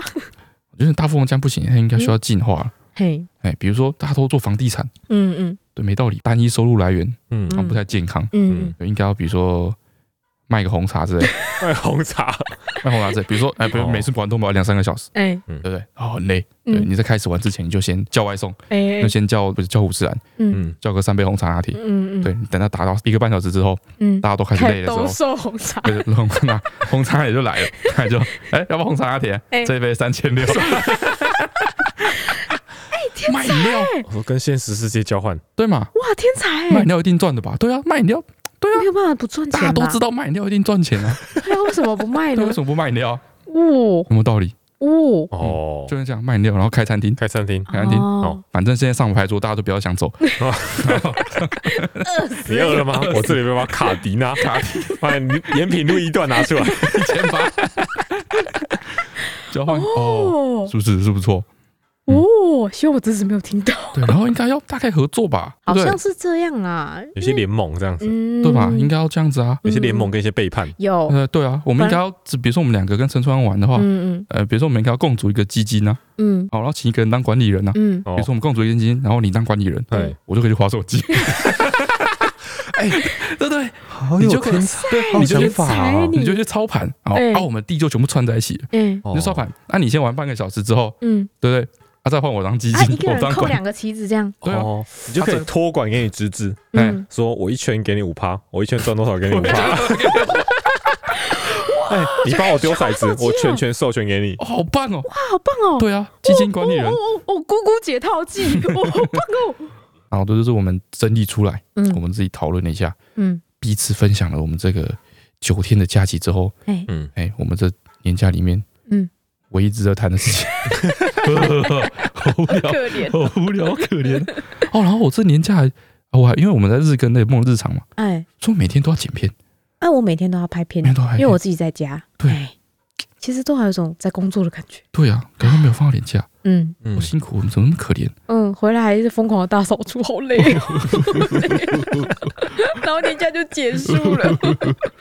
Speaker 2: 我觉得大富翁这样不行，它应该需要进化了。
Speaker 1: 嘿，
Speaker 2: 哎，比如说大家都做房地产，
Speaker 1: 嗯嗯
Speaker 2: 对，没道理，单一收入来源
Speaker 3: 嗯，
Speaker 2: 好像不太健康，
Speaker 1: 嗯，
Speaker 2: 对应该要比如说卖个红
Speaker 1: <laughs>
Speaker 2: 茶之类的，
Speaker 3: 卖哎红茶，
Speaker 2: 卖红茶之类的，比如说哎，比如
Speaker 3: 哦
Speaker 2: 每次玩都玩两三个小时，
Speaker 1: 哎
Speaker 2: 对不对？哦，很累。对，
Speaker 1: 嗯
Speaker 2: 你在开始玩之前，你就先叫外送，
Speaker 1: 哎
Speaker 2: 就先叫不是叫五十兰，
Speaker 1: 嗯
Speaker 3: 嗯，
Speaker 2: 叫个三杯红茶拿铁。
Speaker 1: 嗯嗯，
Speaker 2: 对，你等它达到一个半小时之后，
Speaker 1: 嗯，
Speaker 2: 大家都开始
Speaker 1: 开
Speaker 2: 累
Speaker 1: 始
Speaker 2: 的时候
Speaker 1: 兜，售红茶，
Speaker 2: <laughs> 对，红茶红茶也就来了，他就哎，要不要红茶拿铁
Speaker 1: <laughs> 哎？
Speaker 2: 这一杯三千六。卖饮料
Speaker 3: 我哦说跟现实世界交换，
Speaker 2: 对嘛？
Speaker 1: 哇，天才
Speaker 2: 卖
Speaker 1: 欸
Speaker 2: 饮！料一定赚的吧？对啊，卖饮料，对啊
Speaker 1: 没，有办法不赚
Speaker 2: 大家
Speaker 1: 钱
Speaker 2: 都
Speaker 1: 吧
Speaker 2: 知？道卖饮料一定赚钱啊，
Speaker 1: 对啊，为什么不卖
Speaker 2: <laughs> 对，
Speaker 1: 呢
Speaker 2: 为？什么不卖饮料啊？
Speaker 1: 哦
Speaker 2: 什么道理？ <laughs>
Speaker 1: 哦
Speaker 3: 哦，
Speaker 2: 就是这样，卖饮料，然后开餐厅，
Speaker 3: 开餐厅，
Speaker 2: 开餐厅，
Speaker 1: 哦，
Speaker 2: 反正现在上五排桌，大家都不要想走，
Speaker 1: <laughs>
Speaker 3: 你饿了吗？我这里有把卡迪拿卡迪，把你延平路一段拿出来，
Speaker 2: 一千八， <laughs> 交换哦，
Speaker 1: 哦
Speaker 2: 是不是是不错？
Speaker 1: 哦，希望我侄子没有听到，
Speaker 2: 对，然后应该要大概合作吧，对
Speaker 1: 好
Speaker 2: 不对
Speaker 1: 像是这样啦，
Speaker 3: 有些联盟这样子，
Speaker 1: 嗯，哦
Speaker 2: 对吧？应该要这样子啊。
Speaker 3: 有些联盟跟一些背叛，
Speaker 1: 有，
Speaker 2: 呃，对啊，我们应该要，比如说我们两个跟陈川玩的话，
Speaker 1: 嗯嗯
Speaker 2: 呃，比如说我们应该要共组一个基金啊，
Speaker 1: 嗯
Speaker 2: 好，然后请一个人当管理人啊。
Speaker 1: 嗯，
Speaker 2: 比如说我们共组一个基金，然后你当管理人，
Speaker 3: 对，
Speaker 2: 我就可以去划手机。 <laughs> 哎，对对，
Speaker 3: 好
Speaker 2: 你就可以，对，你就
Speaker 1: 想
Speaker 2: 去
Speaker 1: 法哦
Speaker 2: 你就去操盘，好，
Speaker 1: 哎
Speaker 2: 把我们地就全部串在一起了，
Speaker 1: 嗯
Speaker 2: 你就操盘。那你先玩半个小时之后，
Speaker 1: 嗯，
Speaker 2: 对不对？他再换我当基
Speaker 1: 啊，
Speaker 2: 金
Speaker 1: 一，个
Speaker 2: 我
Speaker 1: 人
Speaker 2: 当
Speaker 1: 扣
Speaker 2: 管理，
Speaker 1: 两个棋子这样，
Speaker 2: 对啊，
Speaker 3: 哦，你就可以托管给你侄子，
Speaker 2: 哎
Speaker 1: 嗯，
Speaker 3: 说我一圈给你五趴，我一圈赚多少给你五趴。哎，你帮我丢骰子
Speaker 1: 好手，机哦
Speaker 3: 我全权授权给你。
Speaker 2: 哦，好棒哦！
Speaker 1: 哇，好棒哦，
Speaker 2: 对啊，基金管理人
Speaker 1: 哦，哦哦，哦姑姑解套技，
Speaker 2: <laughs>
Speaker 1: 哦，好棒哦。
Speaker 2: 然后这就是我们整理出来，我
Speaker 1: 嗯
Speaker 2: 们自己讨论了一下，
Speaker 1: 嗯，
Speaker 2: 彼此分享了我们这个九天的假期之后，
Speaker 1: 哎，
Speaker 3: 嗯，
Speaker 2: 哎，我们这年假里面，
Speaker 1: 嗯，
Speaker 2: 唯一值得谈的事情， <laughs> 好无聊，
Speaker 1: 可怜，
Speaker 2: 好无聊，可怜哦。然后我这年假还，哦我还因为我们在日更那梦日常嘛，
Speaker 1: 哎
Speaker 2: 所以每天都要剪片，
Speaker 1: 哎，我每天都要拍片
Speaker 2: 每，天都还
Speaker 1: 因为我自己在家，
Speaker 2: 对
Speaker 1: 哎，其实都还有一种在工作的感觉。
Speaker 2: 对啊，刚刚没有放到年假，
Speaker 1: 嗯
Speaker 3: 嗯
Speaker 2: 好辛苦，我哦们怎么那么可怜？
Speaker 1: 嗯，回来还是疯狂的大扫除，好累哦。 <laughs> 然后年假就结束了。
Speaker 2: <laughs>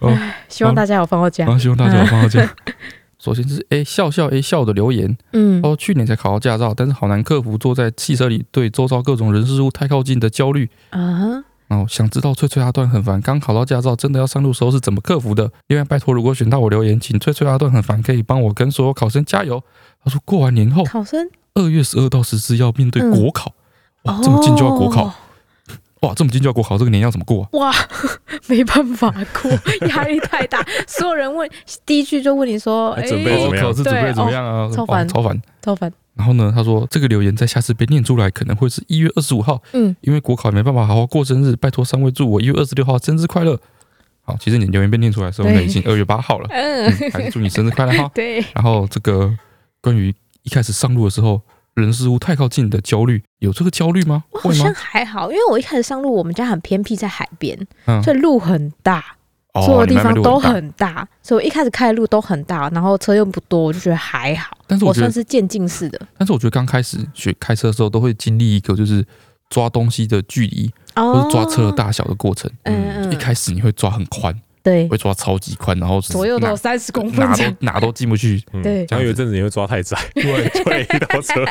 Speaker 2: 哦
Speaker 1: 哎，希望大家有放到假
Speaker 2: 然。后希望大家有放到假。 <laughs> 首先就是哎笑笑哎笑的留言，
Speaker 1: 嗯
Speaker 2: 哦，去年才考到驾照，但是好难克服坐在汽车里对周遭各种人事物太靠近的焦虑。
Speaker 1: 啊，
Speaker 2: 然后想知道翠翠阿段很烦，刚考到驾照，真的要上路时候是怎么克服的？另外，拜托，如果选到我留言，请翠翠阿段很烦，可以帮我跟所有考生加油。他说，过完年后
Speaker 1: 考生
Speaker 2: 二月十二到十四要面对国考，哇，这么近就要国考，
Speaker 1: 哦
Speaker 2: 哇，这么近就要国考，这个年要怎么过啊？
Speaker 1: 哇，没办法过，压力太 <laughs> 大。所有人问第一句就问你说：“哎、
Speaker 3: 哎准备怎么
Speaker 2: 哦
Speaker 3: 样
Speaker 2: 考试准备怎么样啊？
Speaker 1: 对哦超
Speaker 2: 哦
Speaker 1: 烦
Speaker 2: 超烦。
Speaker 1: 超烦。
Speaker 2: 然后呢，他说这个留言在下次被念出来，可能会是一月二十五号，
Speaker 1: 嗯，
Speaker 2: 因为国考没办法好好过生日，拜托三位祝我一月二十六号生日快乐。好，其实你留言被念出来的时候，我们
Speaker 1: 对
Speaker 2: 已经二月八号了，
Speaker 1: 嗯。
Speaker 2: 嗯，还是祝你生日快乐哈
Speaker 1: 对，
Speaker 2: 然后这个关于一开始上路的时候，人事物太靠近的焦虑，有这个焦虑吗？
Speaker 1: 我好
Speaker 2: 会
Speaker 1: 像
Speaker 2: 吗？
Speaker 1: 还好，因为我一开始上路，我们家很偏僻，在海边，
Speaker 2: 嗯
Speaker 1: 所以路很大，
Speaker 2: 哦
Speaker 1: 所有地
Speaker 2: 你慢慢
Speaker 1: 方
Speaker 2: 录
Speaker 1: 都
Speaker 2: 大
Speaker 1: 很大，所以我一开始开的路都很大，然后车又不多，我就觉得还好。
Speaker 2: 但是
Speaker 1: 我
Speaker 2: 我觉
Speaker 1: 算
Speaker 2: 得，
Speaker 1: 是渐进式的
Speaker 2: 但是我觉得刚开始学开车的时候，都会经历一个就是抓东西的距离，或
Speaker 1: 哦
Speaker 2: 是抓车的，大小的过程。
Speaker 1: 嗯
Speaker 2: 一
Speaker 1: 嗯，
Speaker 2: 开始你会抓很宽，
Speaker 1: 对，
Speaker 2: 会抓超级宽，然后
Speaker 1: 左右都有
Speaker 2: 哪
Speaker 1: 三十公分
Speaker 2: 哪
Speaker 1: 这
Speaker 2: 都
Speaker 1: 样，
Speaker 2: 哪都进不去。
Speaker 3: 嗯
Speaker 1: 对
Speaker 3: 然后有一阵子你会抓太窄，对，推到车，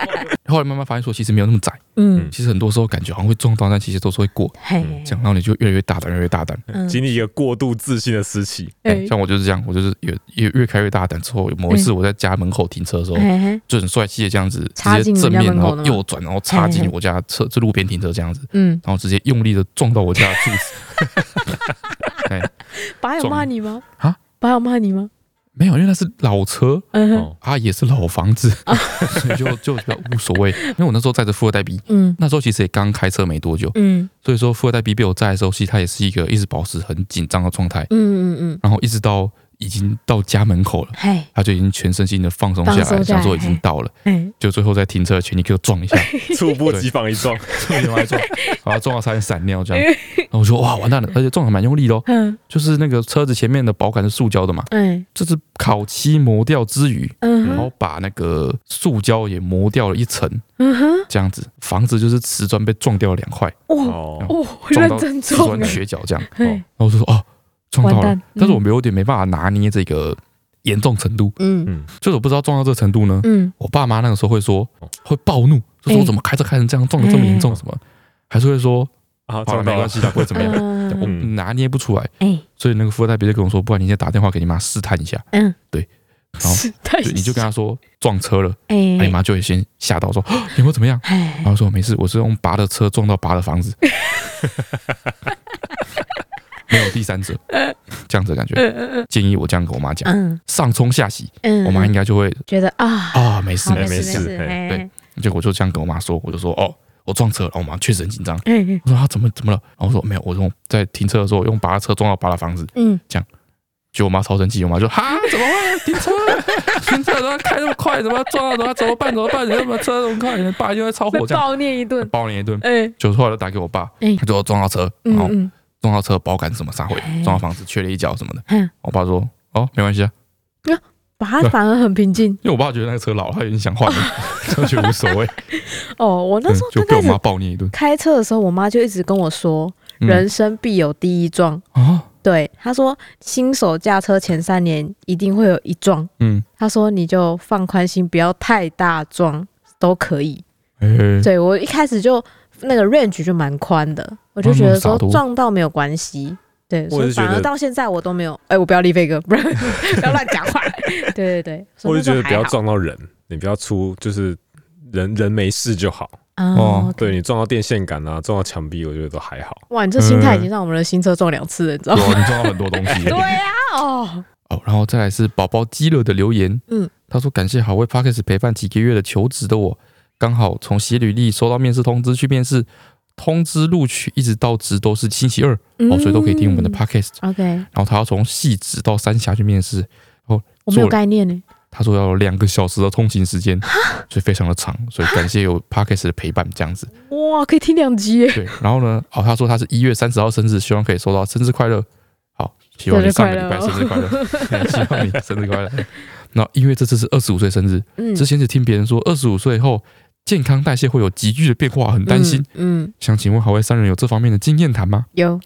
Speaker 2: 后来慢慢发现说，其实没有那么窄，
Speaker 1: 嗯，
Speaker 2: 其实很多时候感觉好像会撞到，但其实都是会过。
Speaker 1: 嘿，
Speaker 2: 嗯这样，然后你就越来越大胆，越来越大胆。
Speaker 1: 嗯
Speaker 3: 经历一个过度自信的时期，
Speaker 2: 哎，像我就是这样，我就是越越越开越大胆。之后某一次
Speaker 1: 嗯
Speaker 2: 我在家门口停车的时候，
Speaker 1: 嘿嘿，
Speaker 2: 就很帅气的这样子，
Speaker 1: 哎插
Speaker 2: 直
Speaker 1: 进
Speaker 2: 接
Speaker 1: 你家
Speaker 2: 正面，
Speaker 1: 门
Speaker 2: 然
Speaker 1: 口
Speaker 2: 后
Speaker 1: 的吗哎
Speaker 2: 右转，然后插
Speaker 1: 嘿
Speaker 2: 进
Speaker 1: 嘿
Speaker 2: 我家车，这路边停车这样子，
Speaker 1: 嗯，
Speaker 2: 然后直接用力的撞到我家的
Speaker 1: <laughs>
Speaker 2: 柱子。
Speaker 1: 爸有
Speaker 2: 撞
Speaker 1: 骂你吗？
Speaker 2: 啊，
Speaker 1: 爸有骂你吗？
Speaker 2: 没有，因为那是老车
Speaker 1: 嗯哼
Speaker 3: 哦，
Speaker 2: 啊，也是老房子，
Speaker 1: <laughs> 啊
Speaker 2: 所以就就比较无所谓。因为我那时候载着富二代 B，
Speaker 1: 嗯
Speaker 2: 那时候其实也刚开车没多久，
Speaker 1: 嗯
Speaker 2: 所以说富二代 B 被我载的时候，其实他也是一个一直保持很紧张的状态
Speaker 1: 嗯，嗯嗯，
Speaker 2: 然后一直到已经到家门口了，
Speaker 1: 嘿，
Speaker 2: 他就已经全身心的放松下
Speaker 1: 放松
Speaker 2: 来，
Speaker 1: 下来
Speaker 2: 想说已经到了，
Speaker 1: 哎，
Speaker 2: 就最后在停车前你给我撞
Speaker 1: <laughs>
Speaker 2: 一下，
Speaker 3: 猝不及防一撞，
Speaker 2: 特别来撞， <laughs> 把他撞到差点闪尿这样。然后我说哇完蛋了，而且撞的蛮用力的哦，
Speaker 1: 嗯
Speaker 2: 就是那个车子前面的保杆是塑胶的嘛，
Speaker 1: 哎
Speaker 2: 这是烤漆磨掉之余，
Speaker 1: 嗯
Speaker 2: 然
Speaker 1: 哼
Speaker 2: 后把那个塑胶也磨掉了一层，
Speaker 1: 嗯哼，
Speaker 2: 这样子房子就是瓷砖被撞掉了两块，
Speaker 1: 哇
Speaker 3: 哦，
Speaker 1: 哦，
Speaker 2: 撞
Speaker 1: 认
Speaker 2: 到
Speaker 1: 真
Speaker 2: 瓷
Speaker 1: 中
Speaker 2: 砖
Speaker 1: 哎，
Speaker 2: 缺角这样。
Speaker 1: 嘿
Speaker 2: 然后我就说哦，撞到
Speaker 1: 完
Speaker 2: 了，
Speaker 1: 蛋嗯
Speaker 2: 但是我们有点没办法拿捏这个严重程度，
Speaker 1: 嗯
Speaker 2: 就是我不知道撞到这个程度呢，
Speaker 1: 嗯
Speaker 2: 我爸妈那个时候会说
Speaker 3: 哦
Speaker 2: 会暴怒，就说
Speaker 1: 哎嗯
Speaker 2: 我怎么开车开成这样，撞的这么严重什么，还是会说
Speaker 3: 啊，
Speaker 2: 好了
Speaker 3: 撞
Speaker 2: 没
Speaker 3: 到
Speaker 2: 关
Speaker 3: 了，
Speaker 2: 系的，不会怎么哦样，
Speaker 1: 嗯
Speaker 2: 我
Speaker 3: 嗯
Speaker 2: 拿捏不出来，
Speaker 1: 哎
Speaker 2: 所以那个富二代别就跟我说，不然你先打电话给你妈试探一下，
Speaker 1: 嗯，
Speaker 2: 对，然后
Speaker 1: 是太
Speaker 2: 就你就跟他说撞车了，
Speaker 1: 哎
Speaker 2: 那你妈就会先吓到说啊你会怎么样，然
Speaker 1: 哎，
Speaker 2: 后说没事，我是用拔的车撞到拔的房
Speaker 1: <laughs>
Speaker 2: 子，没有第三者，这样子的感觉。建议我这样跟我妈讲，
Speaker 1: 嗯
Speaker 2: 上冲下洗，
Speaker 1: 嗯，
Speaker 2: 我妈应该就会
Speaker 1: 觉得啊，
Speaker 2: 啊没事
Speaker 1: 好
Speaker 2: 没
Speaker 1: 没
Speaker 2: 事这
Speaker 1: 事
Speaker 2: 样。
Speaker 1: 没事，
Speaker 3: 哎
Speaker 1: 哎
Speaker 2: 结果我就这样跟我妈说，我就说哦，我撞车了，然后我妈确实很紧张。
Speaker 1: 哎
Speaker 2: 我说啊她怎么怎么了？然后我说没有，我用在停车的时候用拔拉车撞到拔拉房子，
Speaker 1: 嗯
Speaker 2: 结果我妈超生气，我妈就哈怎么会停车？ <laughs> 停车怎么开那么快？怎么撞到？怎么办？怎么办？你怎么车那么快？你爸就会超
Speaker 1: 被
Speaker 2: 哦火这样，
Speaker 1: 暴虐一顿，
Speaker 2: 暴你一顿。
Speaker 1: 哎
Speaker 2: 就后来就打给我爸，
Speaker 1: 哎
Speaker 2: 他就撞到车，然
Speaker 1: 嗯
Speaker 2: 后
Speaker 1: 嗯
Speaker 2: 撞到车保杆什么啥毁
Speaker 1: 哎，
Speaker 2: 撞到房子缺了一角什么的。
Speaker 1: 哼，
Speaker 2: 我爸说哦没关系啊，
Speaker 1: 把他反而很平静
Speaker 2: 因为我爸觉得那个车老了，他已经想换了，就觉得无所谓。
Speaker 1: 哦。我哦那时候
Speaker 2: 嗯就
Speaker 1: 刚
Speaker 2: 被
Speaker 1: 开
Speaker 2: 我
Speaker 1: 始
Speaker 2: 妈暴虐一顿
Speaker 1: 开车的时候，我妈就一直跟我说，
Speaker 2: 嗯
Speaker 1: 人生必有第一撞。
Speaker 2: 啊，
Speaker 1: 对，她说新手驾车前三年一定会有一撞。
Speaker 2: 嗯，
Speaker 1: 她说你就放宽心，不要太大撞都可以。
Speaker 2: 哎
Speaker 1: 对我一开始就那个 range 就蛮宽的，我就觉得说
Speaker 2: 哦那么洒脱
Speaker 1: 撞到没有关系。对，
Speaker 3: 我
Speaker 1: 所
Speaker 3: 也
Speaker 1: 以
Speaker 3: 是觉
Speaker 1: 反而
Speaker 3: 得
Speaker 1: 到现在我都没有，哎、我不要立飞哥，不然 <laughs> 不要乱讲话。 <laughs> 对对对，所以
Speaker 3: 我就
Speaker 1: 那时候
Speaker 3: 觉得不要
Speaker 1: 还好
Speaker 3: 撞到人，你不要出就是。人人没事就好，
Speaker 1: 哦
Speaker 2: 哦，
Speaker 1: 对
Speaker 3: 对你撞到电线杆啊，撞到墙壁，我觉得都还好。
Speaker 1: 哇，你这心
Speaker 2: 嗯
Speaker 1: 态已经让我们的新车撞两次了，你知道
Speaker 2: 有
Speaker 1: 吗？
Speaker 2: 啊你撞到很多东
Speaker 1: <laughs>
Speaker 2: 西。
Speaker 1: 对呀、啊，哦，
Speaker 2: 哦，然后再来是宝宝基乐的留言，
Speaker 1: 嗯，
Speaker 2: 他说感谢好味 p a c k e s 陪伴几个月的求职的我，刚好从写履历收到面试通知去面试，通知录取一直到职都是星期二，哦，所以都可以听我们的
Speaker 1: 嗯
Speaker 2: p a c k e s
Speaker 1: OK，
Speaker 2: 然后他要从细职到三峡去面试，
Speaker 1: 我没有
Speaker 2: 做
Speaker 1: 概念呢。
Speaker 2: 他说要有两个小时的通勤时间，所以非常的长，所以感谢有 p a c k e s 的陪伴这样子。
Speaker 1: 哇，可以听两集耶！
Speaker 2: 对，然后呢，哦，他说他是一月三十号生日，希望可以收到生日快乐。好，希望你上个礼拜生日
Speaker 1: 哦
Speaker 2: 快乐，哎希望你生日快乐。那因为这次是二十五岁生日，
Speaker 1: 嗯
Speaker 2: 之前只听别人说二十五岁后健康代谢会有急剧的变化，很担心。
Speaker 1: 嗯，嗯，
Speaker 2: 想请问好位三人有这方面的经验谈吗？
Speaker 1: 有，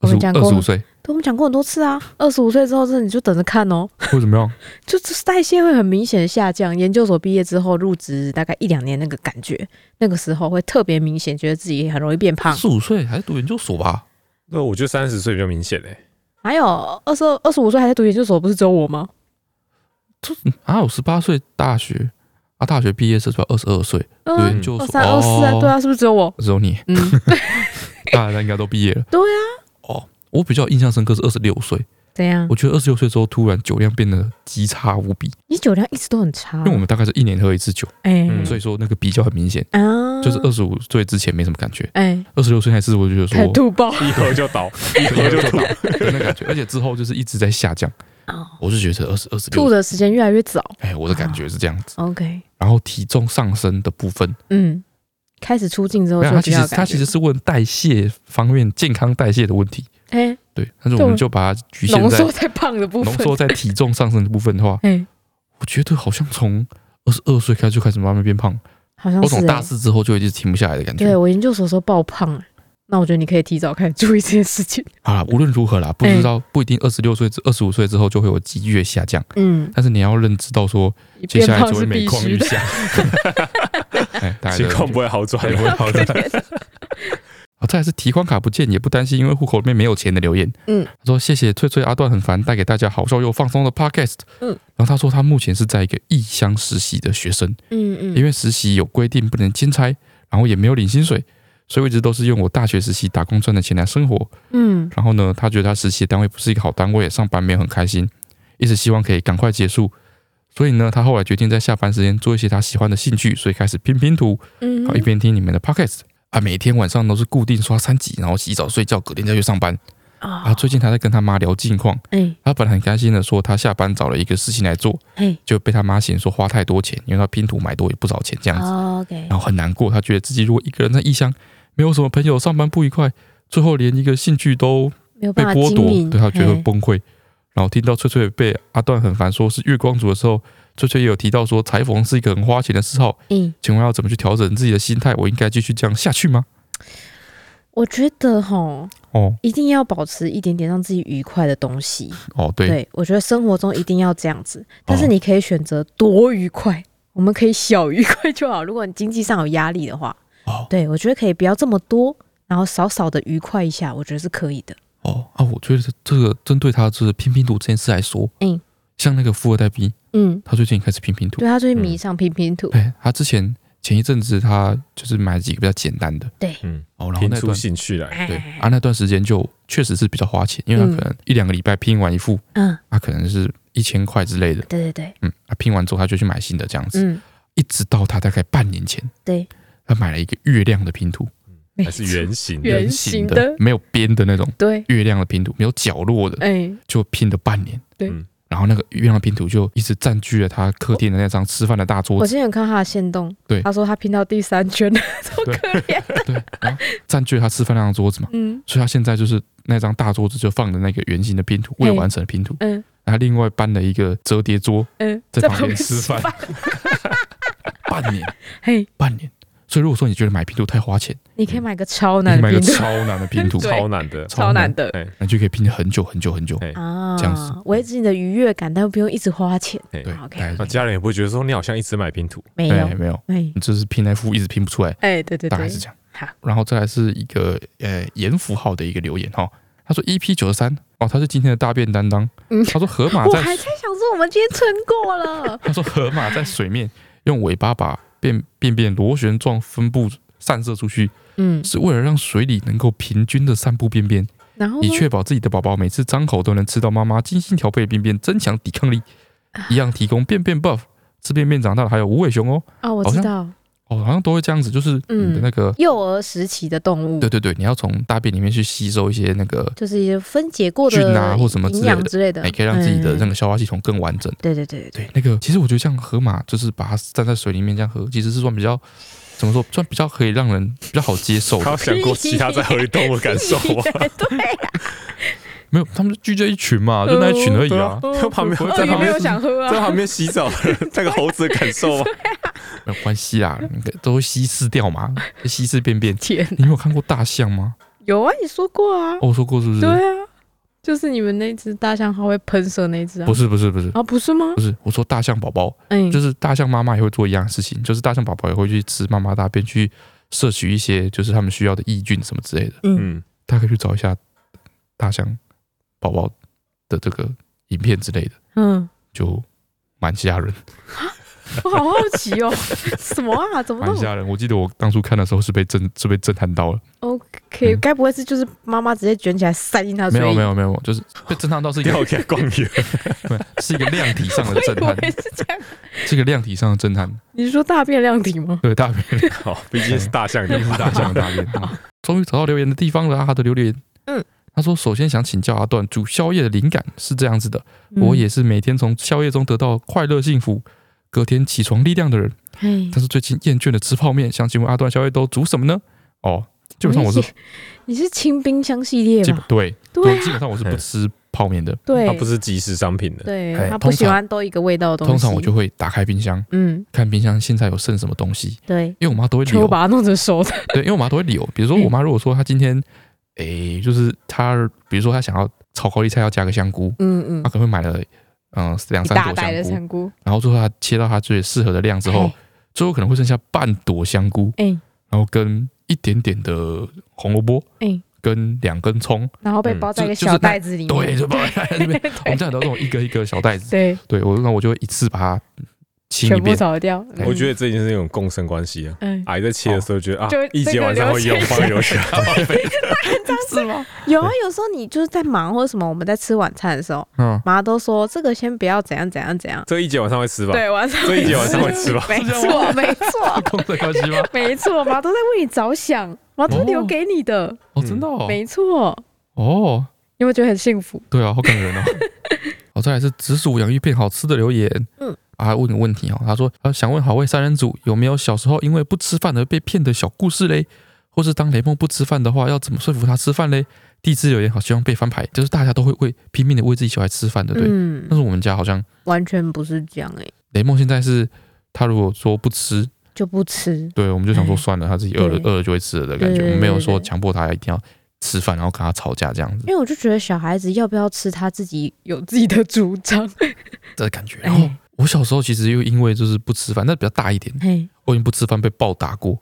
Speaker 1: 我
Speaker 2: 十
Speaker 1: 们
Speaker 2: 五
Speaker 1: 讲
Speaker 2: 二
Speaker 1: 过
Speaker 2: 十五岁
Speaker 1: 对我们讲过很多次啊。二十五岁之后，真的你就等着看哦，
Speaker 2: 会怎
Speaker 1: <laughs>
Speaker 2: 么样？
Speaker 1: 就就是代谢会很明显的下降。研究所毕业之后入职大概一两年，那个感觉，那个时候会特别明显，觉得自己很容易变胖。
Speaker 2: 十五岁还是读研究所吧？
Speaker 3: 那我觉得三十岁比较明显欸
Speaker 1: <laughs>
Speaker 3: 诶。
Speaker 1: 还有二十二十五岁还在读研究所，不是只有我吗？
Speaker 2: 啊，我十八岁大学啊，大学毕业是吧？二十二岁，
Speaker 1: 嗯
Speaker 2: 读
Speaker 1: 啊，
Speaker 2: 研究
Speaker 1: 二
Speaker 2: 所哦
Speaker 1: 三二四啊，对，啊，是不是只有我？
Speaker 2: 只有你， <laughs>
Speaker 1: 嗯，
Speaker 2: 大家应该都毕业了。
Speaker 1: 对啊
Speaker 2: 啊，哦，我比较印象深刻是二十六岁，
Speaker 1: 怎样
Speaker 2: 我？觉得二十六岁之后突然酒量变得极差无比，
Speaker 1: 你酒量一直都很差啊
Speaker 2: 因为，我们大概是一年喝一次酒，
Speaker 1: 哎
Speaker 3: 嗯
Speaker 2: 所以说那个比较很明显，
Speaker 1: 啊，
Speaker 2: 就是二十五岁之前没什么感觉，
Speaker 1: 哎，
Speaker 2: 二十六岁那次我就觉得
Speaker 1: 开始
Speaker 2: 说
Speaker 1: 吐爆
Speaker 3: 一喝就
Speaker 1: <laughs>
Speaker 3: 倒，一喝就
Speaker 2: <laughs>
Speaker 3: 吐。
Speaker 2: 有那感觉，而且之后就是一直在下降，
Speaker 1: 哦，
Speaker 2: 我是觉得二十二十
Speaker 1: 吐
Speaker 2: 六，
Speaker 1: 的时间越来越早。
Speaker 2: 哎，我的感觉是这样子。
Speaker 1: OK，
Speaker 2: 然后体重上升的部分，
Speaker 1: 嗯，开始出镜之后
Speaker 2: 没
Speaker 1: 就
Speaker 2: 有，他
Speaker 1: 比
Speaker 2: 其
Speaker 1: 较
Speaker 2: 实
Speaker 1: 有
Speaker 2: 他
Speaker 1: 感
Speaker 2: 其
Speaker 1: 觉
Speaker 2: 实是问代谢方面健康代谢的问题，
Speaker 1: 哎，
Speaker 2: 对，但是
Speaker 1: 对
Speaker 2: 我们就把它局限
Speaker 1: 浓
Speaker 2: 在
Speaker 1: 缩在胖的部
Speaker 2: 浓
Speaker 1: 分，
Speaker 2: 缩在体重上升的部分的话，
Speaker 1: 哎，
Speaker 2: 我觉得好像从二十二岁开始就开始慢慢变胖，
Speaker 1: 好像
Speaker 2: 我
Speaker 1: 是
Speaker 2: 从大
Speaker 1: 哎。
Speaker 2: 四之后就一直停不下来的感
Speaker 1: 对
Speaker 2: 觉。
Speaker 1: 我研究所时候爆胖，哎那我觉得你可以提早开始注意这件事情。
Speaker 2: 好啦，无论如何啦，不知道不一定二十六岁至二十五岁之后就会有急剧的下降，
Speaker 1: 嗯，
Speaker 2: 但是你要认知到说接
Speaker 1: 变
Speaker 2: 下来
Speaker 1: 胖
Speaker 2: 只会
Speaker 1: 是
Speaker 2: 每
Speaker 1: 必
Speaker 2: 况
Speaker 1: 须
Speaker 2: 愈
Speaker 1: 的。
Speaker 2: 下，
Speaker 1: <laughs>
Speaker 2: 哎，大概
Speaker 3: 情况不
Speaker 2: 会
Speaker 3: 会好转
Speaker 2: 不会好转。 <laughs> 好，再来是提款卡不见也不担心，因为户口里面没有钱的留言。 <laughs>
Speaker 1: 嗯，
Speaker 2: 他说谢谢翠翠阿段很烦，带给大家好笑又放松的 podcast。
Speaker 1: 嗯，
Speaker 2: 然后他说他目前是在一个异乡实习的学生，
Speaker 1: 嗯嗯，
Speaker 2: 因为实习有规定不能兼差，然后也没有领薪水，所以我一直都是用我大学实习打工赚的钱来生活。
Speaker 1: 嗯
Speaker 2: 然后呢，他觉得他实习的单位不是一个好单位，上班没有很开心，一直希望可以赶快结束。所以呢，他后来决定在下班时间做一些他喜欢的兴趣，所以开始拼拼图，
Speaker 1: 嗯
Speaker 2: 然后一边听你们的 podcast 啊，每天晚上都是固定刷三集，然后洗澡睡觉，隔天再去上班。啊，
Speaker 1: 啊
Speaker 2: 最近他在跟他妈聊近况，
Speaker 1: 哎
Speaker 2: 他本来很开心的说他下班找了一个事情来做，
Speaker 1: 哎
Speaker 2: 就被他妈嫌说花太多钱，因为他拼图买多也不少钱这样
Speaker 1: 哦
Speaker 2: 子，
Speaker 1: ，OK，
Speaker 2: 然后很难过，他觉得自己如果一个人在异乡，没有什么朋友，上班不愉快，最后连一个兴趣都
Speaker 1: 没有
Speaker 2: 被
Speaker 1: 办法
Speaker 2: 剥
Speaker 1: 经
Speaker 2: 夺，
Speaker 1: 营，
Speaker 2: 对他觉得
Speaker 1: 哎
Speaker 2: 崩溃。然后听到翠翠被阿段很烦说是月光族的时候，翠翠也有提到说裁缝是一个很花钱的嗜好，
Speaker 1: 嗯，
Speaker 2: 请问要怎么去调整自己的心态？我应该继续这样下去吗？
Speaker 1: 我觉得吼，
Speaker 2: 哦
Speaker 1: 一定要保持一点点让自己愉快的东西。
Speaker 2: 哦，对，哦
Speaker 1: 对，我觉得生活中一定要这样子，但是你可以选择多愉快，我们可以小愉快就好。如果你经济上有压力的话，
Speaker 2: 哦
Speaker 1: 对我觉得可以不要这么多，然后少少的愉快一下，我觉得是可以的。
Speaker 2: 哦啊，我觉得这个针对他就是拼拼图这件事来说，
Speaker 1: 嗯，
Speaker 2: 像那个富二代 B，
Speaker 1: 嗯，
Speaker 2: 他最近开始拼拼图，
Speaker 1: 对他最近
Speaker 2: 嗯
Speaker 1: 迷上拼拼图，
Speaker 2: 对他之前前一阵子他就是买几个比较简单的，
Speaker 1: 对
Speaker 3: 嗯，
Speaker 2: 哦，然后
Speaker 3: 拼
Speaker 2: 那
Speaker 3: 出
Speaker 2: 段
Speaker 3: 兴趣来。
Speaker 2: 对
Speaker 1: 哎，
Speaker 2: 啊那段时间就确实是比较花钱，因为他可能一两个礼拜拼完一副，
Speaker 1: 嗯，
Speaker 2: 他可能是一千块之类的，
Speaker 1: 对对对，
Speaker 2: 嗯，啊拼完之后他就去买新的这样子，
Speaker 1: 嗯，
Speaker 2: 一直到他大概半年前，
Speaker 1: 对，
Speaker 2: 他买了一个月亮的拼图，
Speaker 1: 没
Speaker 3: 还是
Speaker 1: 错
Speaker 3: 圆形
Speaker 1: 圆
Speaker 3: 的，
Speaker 1: 形的
Speaker 2: 没有边的那种
Speaker 1: 对，
Speaker 2: 月亮的拼图，没有角落的，
Speaker 1: 哎，
Speaker 2: 就拼了半年。
Speaker 1: 对
Speaker 3: 嗯
Speaker 2: 然后那个月亮拼图就一直占据了他客厅的那张吃饭的大桌
Speaker 1: 我
Speaker 2: 子，
Speaker 1: 之前有看他的线动，
Speaker 2: 对
Speaker 1: 他说他拼到第三圈，超
Speaker 2: 对
Speaker 1: 可
Speaker 2: <laughs>
Speaker 1: 怜，
Speaker 2: 对，然后占据了他吃饭那张桌子嘛，
Speaker 1: 嗯
Speaker 2: 所以他现在就是那张大桌子就放着那个圆形的拼图，
Speaker 1: 嘿
Speaker 2: 未完成的拼图，
Speaker 1: 嗯
Speaker 2: 然后他另外搬了一个折叠桌，
Speaker 1: 嗯，
Speaker 2: 在旁边
Speaker 1: 边
Speaker 2: 吃饭，
Speaker 1: <laughs>
Speaker 2: 半年，
Speaker 1: 嘿，
Speaker 2: 半年。所以如果说你觉得买拼图太花钱，
Speaker 1: 你可以买个超
Speaker 2: 嗯你可
Speaker 1: 难
Speaker 2: 以买
Speaker 1: 的
Speaker 2: 个
Speaker 1: 拼图，
Speaker 2: 超难的拼图，
Speaker 1: 对
Speaker 3: 超难的。
Speaker 1: 超难的。
Speaker 3: 哎，
Speaker 2: 那就可以拼很久很久很久。
Speaker 3: 哎
Speaker 1: 啊，
Speaker 2: 这样子
Speaker 1: 维持你的愉悦感，但又不用一直花钱。
Speaker 3: 对
Speaker 2: 对，
Speaker 1: 好，OK
Speaker 2: 大概是
Speaker 3: 那家人也不会觉得说你好像一直买
Speaker 1: <laughs>
Speaker 3: 拼图，
Speaker 1: 没有，
Speaker 2: 对没有，
Speaker 1: 哎
Speaker 2: 你就是拼那副一直拼不出来，
Speaker 1: 哎，对对
Speaker 2: 大
Speaker 1: 对
Speaker 2: 概，是这样。
Speaker 1: 好，
Speaker 2: 然后再来是一个呃盐符号的一个留言哈，他说 EP 九十三哦，他是今天的大便担当。
Speaker 1: 嗯
Speaker 2: 他说河马
Speaker 1: 我
Speaker 2: 在
Speaker 1: 还在想说我们今天撑过
Speaker 2: <laughs>，
Speaker 1: 了
Speaker 2: 他说河马在水面用尾巴把便便便螺旋状分布散射出去，
Speaker 1: 嗯，
Speaker 2: 是为了让水里能够平均的散布便便，
Speaker 1: 然后呢
Speaker 2: 以确保自己的宝宝每次张口都能吃到妈妈精心调配的便便，增强抵抗力。
Speaker 1: 啊
Speaker 2: 一样提供便便 buff，吃便便长大的还有无尾熊哦，
Speaker 1: 哦，我
Speaker 2: 好
Speaker 1: 知
Speaker 2: 像
Speaker 1: 道，
Speaker 2: 哦，好像都会这样子，就是
Speaker 1: 嗯
Speaker 2: 你的那个，
Speaker 1: 幼儿时期的动物
Speaker 2: 对，对对，你要从大便里面去吸收一些那个
Speaker 1: 就是一些分解过
Speaker 2: 菌
Speaker 1: 的
Speaker 2: 啊或什么之
Speaker 1: 营
Speaker 2: 类
Speaker 1: 养
Speaker 2: 的，
Speaker 1: 之类的
Speaker 2: 也，可以让自己的那
Speaker 1: 嗯，
Speaker 2: 个消化系统更完整。
Speaker 1: 对对对对，
Speaker 2: <laughs> 对，那个其实我觉得像河马，就是把它站在水里面这样喝，其实是算比较怎么说，算比较可以让人比较好接受
Speaker 3: 他
Speaker 2: 的
Speaker 3: 有。想过其他在河里动物的感受
Speaker 1: <laughs>
Speaker 3: 吗？
Speaker 1: 对啊，
Speaker 2: 没有，他们就聚在一群嘛，就那一群而已
Speaker 4: 哦
Speaker 2: 啊，
Speaker 3: 他旁边
Speaker 1: 鳄
Speaker 3: 在
Speaker 1: 鱼
Speaker 3: 旁
Speaker 1: 哦没
Speaker 3: 边
Speaker 1: 有想喝
Speaker 3: 在
Speaker 1: 啊， <laughs>
Speaker 3: 旁边洗澡的那个猴子的感受吗？
Speaker 2: 没有关系啦，那个都会稀释掉嘛，稀释便便。
Speaker 1: 天，
Speaker 2: 你没有看过大象吗？
Speaker 4: 有啊，你说过啊，
Speaker 2: 哦，我说过是不是？
Speaker 4: 对啊，就是你们那只大象它会喷射那只啊，
Speaker 2: 不是不是不是
Speaker 1: 哦
Speaker 4: 啊，不是吗
Speaker 2: 不？是，我说大象宝宝
Speaker 1: 哎
Speaker 4: 嗯，
Speaker 2: 就是大象妈妈也会做一样的事情，就是大象宝宝也会去吃妈妈大便，去摄取一些就是他们需要的益菌什么之类的。
Speaker 1: 嗯，
Speaker 3: <laughs> 嗯，
Speaker 2: 大概去找一下大象宝宝的这个影片之类的，
Speaker 4: 嗯，
Speaker 2: 就蛮吓人，
Speaker 4: 我好好奇
Speaker 1: <laughs>
Speaker 4: 哦，什么啊？
Speaker 1: 哦
Speaker 4: 怎么
Speaker 2: 蛮
Speaker 4: 弄
Speaker 2: 吓人。我记得我当初看的时候是被震是被震撼到了，
Speaker 1: ？OK，该不会是就是妈妈直接卷起来塞进他
Speaker 2: 嗯没
Speaker 1: 嘴
Speaker 2: 有
Speaker 1: 里？
Speaker 2: 没有没有，就是被震撼到是一
Speaker 3: 掉
Speaker 2: 个
Speaker 3: 给他逛远，
Speaker 2: 是一个量体上
Speaker 4: 我
Speaker 2: 的震
Speaker 1: <laughs>
Speaker 2: 撼
Speaker 4: 以，为是这样。
Speaker 2: 是一个量体上的震撼。
Speaker 4: 你是说大便量体吗？
Speaker 2: 对，大便
Speaker 3: <laughs> 好，毕竟是大
Speaker 1: <laughs>
Speaker 3: 象，
Speaker 2: 毕竟是大象的大便。终于找到留言的地方了，阿德留言。
Speaker 1: 嗯，
Speaker 2: 他说：“首先想请教阿段，煮宵夜的灵感是这样子的，
Speaker 1: 嗯
Speaker 2: 我也是每天从宵夜中得到快乐、幸福，隔天起床力量的人。
Speaker 4: 嘿，
Speaker 2: 但是最近厌倦了吃泡面，想请问阿段、宵夜都煮什么呢？哦，基本上我是
Speaker 4: 你是清冰箱系列
Speaker 2: 基本
Speaker 4: 吧？
Speaker 2: 对，
Speaker 4: 对啊
Speaker 2: 我基本上我是不吃泡面的。
Speaker 4: 对，
Speaker 3: 它不是即时商品的，
Speaker 4: 对
Speaker 2: 哎
Speaker 4: 他
Speaker 2: 通
Speaker 4: 不喜
Speaker 2: 常
Speaker 4: 欢都一个味道的东西。
Speaker 2: 通常我就会打开冰箱，
Speaker 4: 嗯，
Speaker 2: 看冰箱现在有剩什么东西，
Speaker 1: 对，
Speaker 2: 因为我妈都会
Speaker 4: 全部
Speaker 2: 留。
Speaker 4: 把它弄成熟的。
Speaker 2: 对，因为我妈都会留。比如
Speaker 4: 嗯
Speaker 2: 说，我妈如果说她今天，诶、就是她，比如说她想要炒高丽菜要加个香菇，
Speaker 1: 嗯
Speaker 2: 她
Speaker 1: 嗯，
Speaker 2: 可能会买了嗯两
Speaker 4: 一
Speaker 2: 三
Speaker 4: 大
Speaker 2: 朵
Speaker 4: 袋的
Speaker 2: 香菇，
Speaker 4: 香菇，哎
Speaker 2: 然后最后她切到她最适合的量之后
Speaker 4: 嘿，
Speaker 2: 最后可能会剩下半朵香菇，
Speaker 4: 哎
Speaker 2: 然后跟一点点的红萝卜，
Speaker 4: 哎，
Speaker 2: 跟两根葱。
Speaker 4: 然后被
Speaker 3: 嗯
Speaker 4: 包在一
Speaker 2: 就
Speaker 4: 个
Speaker 2: 就是
Speaker 4: 小
Speaker 2: 那
Speaker 4: 袋子里面。
Speaker 2: 对，就包在那边。我们家很多这种一个一个小袋子，
Speaker 4: 对，
Speaker 2: 对我那我就会一次把它清
Speaker 4: 全
Speaker 2: 一
Speaker 4: 部
Speaker 2: 遍。
Speaker 4: 扫掉。
Speaker 2: 哎
Speaker 4: 嗯
Speaker 3: 我觉得这已经是一种共生关系了。
Speaker 4: 嗯，
Speaker 3: 阿姨在切的时候觉得啊
Speaker 4: 就，
Speaker 3: 一节晚上会有放油起来，
Speaker 4: 是 <laughs> 吗？
Speaker 1: 有啊，有时候你就是在忙或者什么，我们在吃晚餐的时候，
Speaker 2: <laughs>
Speaker 1: <laughs>
Speaker 2: 嗯，
Speaker 1: 妈都说这个先不要怎样怎样怎样。
Speaker 3: <laughs> 这一节晚上会吃吧？
Speaker 4: 对，晚上
Speaker 3: 这一节晚上
Speaker 4: <laughs>
Speaker 3: 会吃吧？
Speaker 1: 没
Speaker 2: <laughs>
Speaker 1: 错，没错，
Speaker 2: 共生关系吗？
Speaker 4: 没错，妈都在为你着想，妈都
Speaker 2: 哦
Speaker 4: 留给你的，
Speaker 2: 哦，真的哦，
Speaker 4: 没错。
Speaker 2: 哦，
Speaker 4: 你有没有觉得很幸福？
Speaker 2: 对啊，好感人哦。好，再来是紫薯洋芋片好吃的留言。
Speaker 1: 嗯，
Speaker 2: 啊，问个问题哦，他说他想问好味三人组有没有小时候因为不吃饭而被骗的小故事嘞？或是当雷梦不吃饭的话，要怎么说服他吃饭嘞？第一次留言好，希望被翻牌，就是大家都会为拼命的为自己小孩吃饭的，对。
Speaker 1: 嗯
Speaker 2: 但，是我们家好像
Speaker 1: 完全不是这样哎、
Speaker 2: 雷梦现在是，他如果说不吃，
Speaker 1: 就不吃。
Speaker 2: 对，我们就想说
Speaker 1: 哎
Speaker 2: 算了，他自己饿了
Speaker 1: 对
Speaker 2: 饿了就会吃了的感觉，
Speaker 1: 对
Speaker 2: 我们没有说
Speaker 1: 对对
Speaker 2: 强迫他一定要吃饭，然后跟他吵架这样子
Speaker 1: 因为我就觉得小孩子要不要吃他自己
Speaker 4: 有自己的主张，
Speaker 2: 的感觉。然后
Speaker 1: 哎
Speaker 2: 我小时候其实又因为就是不吃饭，那比较大一点，
Speaker 1: 嘿，
Speaker 2: 我已经不吃饭被暴打过，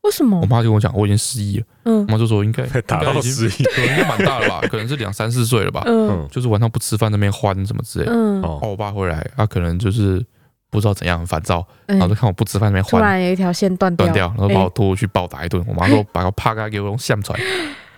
Speaker 1: 为什么
Speaker 2: 我？妈就跟我讲我已经失忆了，
Speaker 1: 嗯
Speaker 2: 我妈就
Speaker 1: <laughs>
Speaker 2: 说应该
Speaker 3: 被打到失忆，
Speaker 2: 可能应该蛮大了吧，可能是两三四岁了吧，
Speaker 4: 嗯
Speaker 3: 嗯，
Speaker 2: 就是晚上不吃饭那边欢什么之类的。
Speaker 1: 嗯，
Speaker 3: 哦，
Speaker 2: 哦，我爸回来，他、可能就是不知道怎样很烦躁，然后就
Speaker 1: 哎
Speaker 2: 看我不吃饭那边
Speaker 1: 突
Speaker 2: 欢，
Speaker 1: 然有一条线断
Speaker 2: 断
Speaker 1: 掉，
Speaker 2: 掉，然后把
Speaker 4: 哎
Speaker 2: 我拖过去暴打一顿。我
Speaker 4: <laughs>
Speaker 2: 妈说把我啪嘎给我用下出来，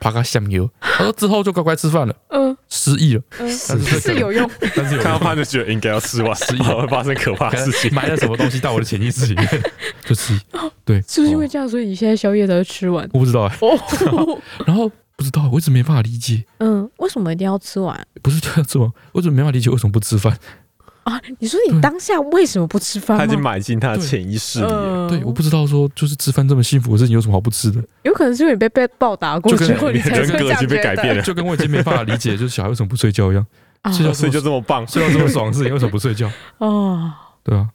Speaker 2: 啪嘎下牛。她说之后就乖乖吃饭了，
Speaker 4: 嗯
Speaker 2: 失忆了，
Speaker 4: 嗯，
Speaker 2: 但是这
Speaker 4: 是
Speaker 2: 个
Speaker 4: 有用。
Speaker 2: 但是有
Speaker 3: 看到饭就觉得应该要吃完，
Speaker 2: 失忆 <laughs>
Speaker 3: 会发生可怕的事情。
Speaker 2: 埋了什么东西到我的潜意识里面， <laughs> 就失忆。对，
Speaker 4: 是不是因为这样，所以你现在宵夜才会吃完？
Speaker 2: 我不知道哎、
Speaker 4: <laughs> 哦，
Speaker 2: 然后不知道我一直没办法理解，
Speaker 1: 嗯，为什么一定要吃完
Speaker 2: 不是这样子吗？我一直没办法理解为什么不吃饭。
Speaker 1: 啊？你说你
Speaker 2: 对
Speaker 1: 当下为什么不吃饭
Speaker 3: 他已经
Speaker 1: 吗？
Speaker 3: 买进他的潜意识里
Speaker 4: 嗯
Speaker 3: 了。
Speaker 2: 对，我不知道说就是吃饭这么幸福的事情有什么好不吃 <laughs> 的，
Speaker 4: 有可能是因为你被被暴打过
Speaker 2: 就跟
Speaker 4: 之后，你才会
Speaker 3: 人
Speaker 4: 这
Speaker 3: 格已
Speaker 4: 样觉
Speaker 3: 经被改
Speaker 4: 得
Speaker 3: 变。了，
Speaker 2: 就跟我已经没办法理解就是小孩为什么不睡觉一样，
Speaker 4: 啊
Speaker 2: 睡觉
Speaker 3: 所以就这么
Speaker 2: <laughs>
Speaker 3: 棒。
Speaker 2: 睡到这么爽的事情为什么不睡觉？
Speaker 4: 哦，
Speaker 2: 对啊，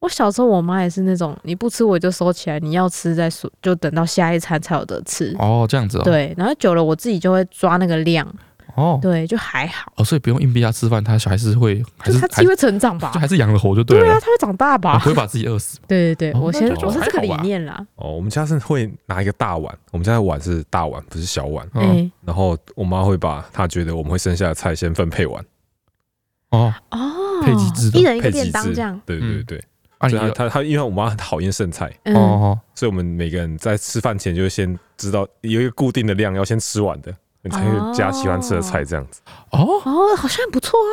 Speaker 1: 我小时候我妈也是那种，你不吃我就收起来，你要吃再说，就等到下一餐才有得吃。
Speaker 2: 哦这样子啊、
Speaker 1: 对，然后久了我自己就会抓那个量，
Speaker 2: 哦
Speaker 1: 对，就还好，
Speaker 2: 哦，所以不用硬逼他吃饭，他小孩是会还
Speaker 4: 就是他
Speaker 2: 还
Speaker 4: 机会成长吧
Speaker 2: 就？还是养了活就对
Speaker 4: 对
Speaker 2: 了
Speaker 4: 啊，。他会长大
Speaker 2: 啊
Speaker 4: 吧？
Speaker 2: 不会把自己
Speaker 1: <laughs>
Speaker 2: 饿死。
Speaker 1: 对对对，
Speaker 2: 哦
Speaker 1: 我
Speaker 2: 那
Speaker 1: 先
Speaker 2: 就
Speaker 1: 我是这个
Speaker 2: 还
Speaker 1: 理
Speaker 2: 好吧
Speaker 1: 念啦，
Speaker 3: <laughs> 哦，我们家是会拿一个大碗，我们家的碗是大碗，不是小碗。
Speaker 1: 哎、
Speaker 2: 嗯，
Speaker 3: 然后我妈会把她觉得我们会剩下的菜先分配完，
Speaker 2: 哦，
Speaker 1: 哦，
Speaker 2: 配给制的哦
Speaker 1: 一人一个
Speaker 3: 配
Speaker 1: 便
Speaker 3: 几
Speaker 1: 当
Speaker 3: 次
Speaker 1: 这样，。
Speaker 3: 对对对，
Speaker 2: 啊，你
Speaker 3: 所以
Speaker 2: 的
Speaker 3: 她她她，因为我妈很讨厌剩菜，
Speaker 1: 嗯，
Speaker 2: 哦哦，
Speaker 3: 所以我们每个人在吃饭前就先知道有一个固定的量要先吃完的，你才会加喜欢吃的菜这样子。
Speaker 2: 哦，
Speaker 1: 哦，好像不错啊，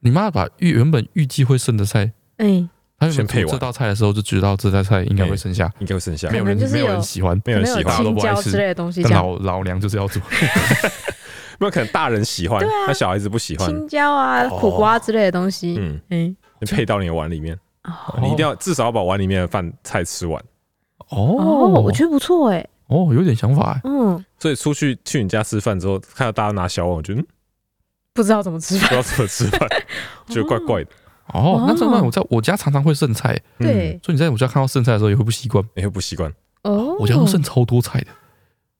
Speaker 2: 你妈把预原本预计会剩的菜，
Speaker 1: 哎、
Speaker 2: 她原本
Speaker 3: 先配
Speaker 2: 煮
Speaker 3: 完
Speaker 2: 这道菜的时候就知道这道菜应该会剩下，
Speaker 3: 应该会剩下
Speaker 2: 没，有人
Speaker 1: 可能就是
Speaker 2: 没有
Speaker 1: 有
Speaker 2: 人喜欢，
Speaker 3: 没有
Speaker 1: 可
Speaker 3: 人
Speaker 1: 能
Speaker 3: 喜
Speaker 1: 有
Speaker 3: 欢，
Speaker 2: 都
Speaker 1: 青
Speaker 2: 不爱
Speaker 1: 椒
Speaker 2: 吃
Speaker 1: 之类的东西这
Speaker 2: 但
Speaker 1: 样，
Speaker 2: 老老娘就是要做，
Speaker 3: 没有可能大人喜欢
Speaker 1: 对啊，
Speaker 3: 那小孩子不喜欢，
Speaker 1: 青椒啊、
Speaker 2: 哦
Speaker 1: 苦瓜之类的东西，
Speaker 3: 嗯，
Speaker 1: 哎、
Speaker 3: 你配到你的碗里面，
Speaker 1: 哦
Speaker 3: 你一定要至少要把碗里面的饭菜吃完。
Speaker 2: 哦，
Speaker 1: 哦，我觉得不错哎、
Speaker 2: 哦有点想法哎，
Speaker 1: 嗯，
Speaker 3: 所以出去去你家吃饭之后，看到大家拿小碗，我觉得嗯
Speaker 4: 不知道怎么吃
Speaker 3: 不
Speaker 4: 饭。
Speaker 3: 知道怎么吃
Speaker 2: <laughs>
Speaker 3: 饭，觉得怪怪的。
Speaker 2: 哦
Speaker 1: 哦，
Speaker 2: 那这那我在我家常常会剩菜，
Speaker 3: 嗯，
Speaker 1: 对，
Speaker 3: 哎
Speaker 2: 所以你在我家看到剩菜的时候也会不习惯，
Speaker 3: 你会不习惯。
Speaker 1: 哦，
Speaker 2: 我家会剩超多菜的，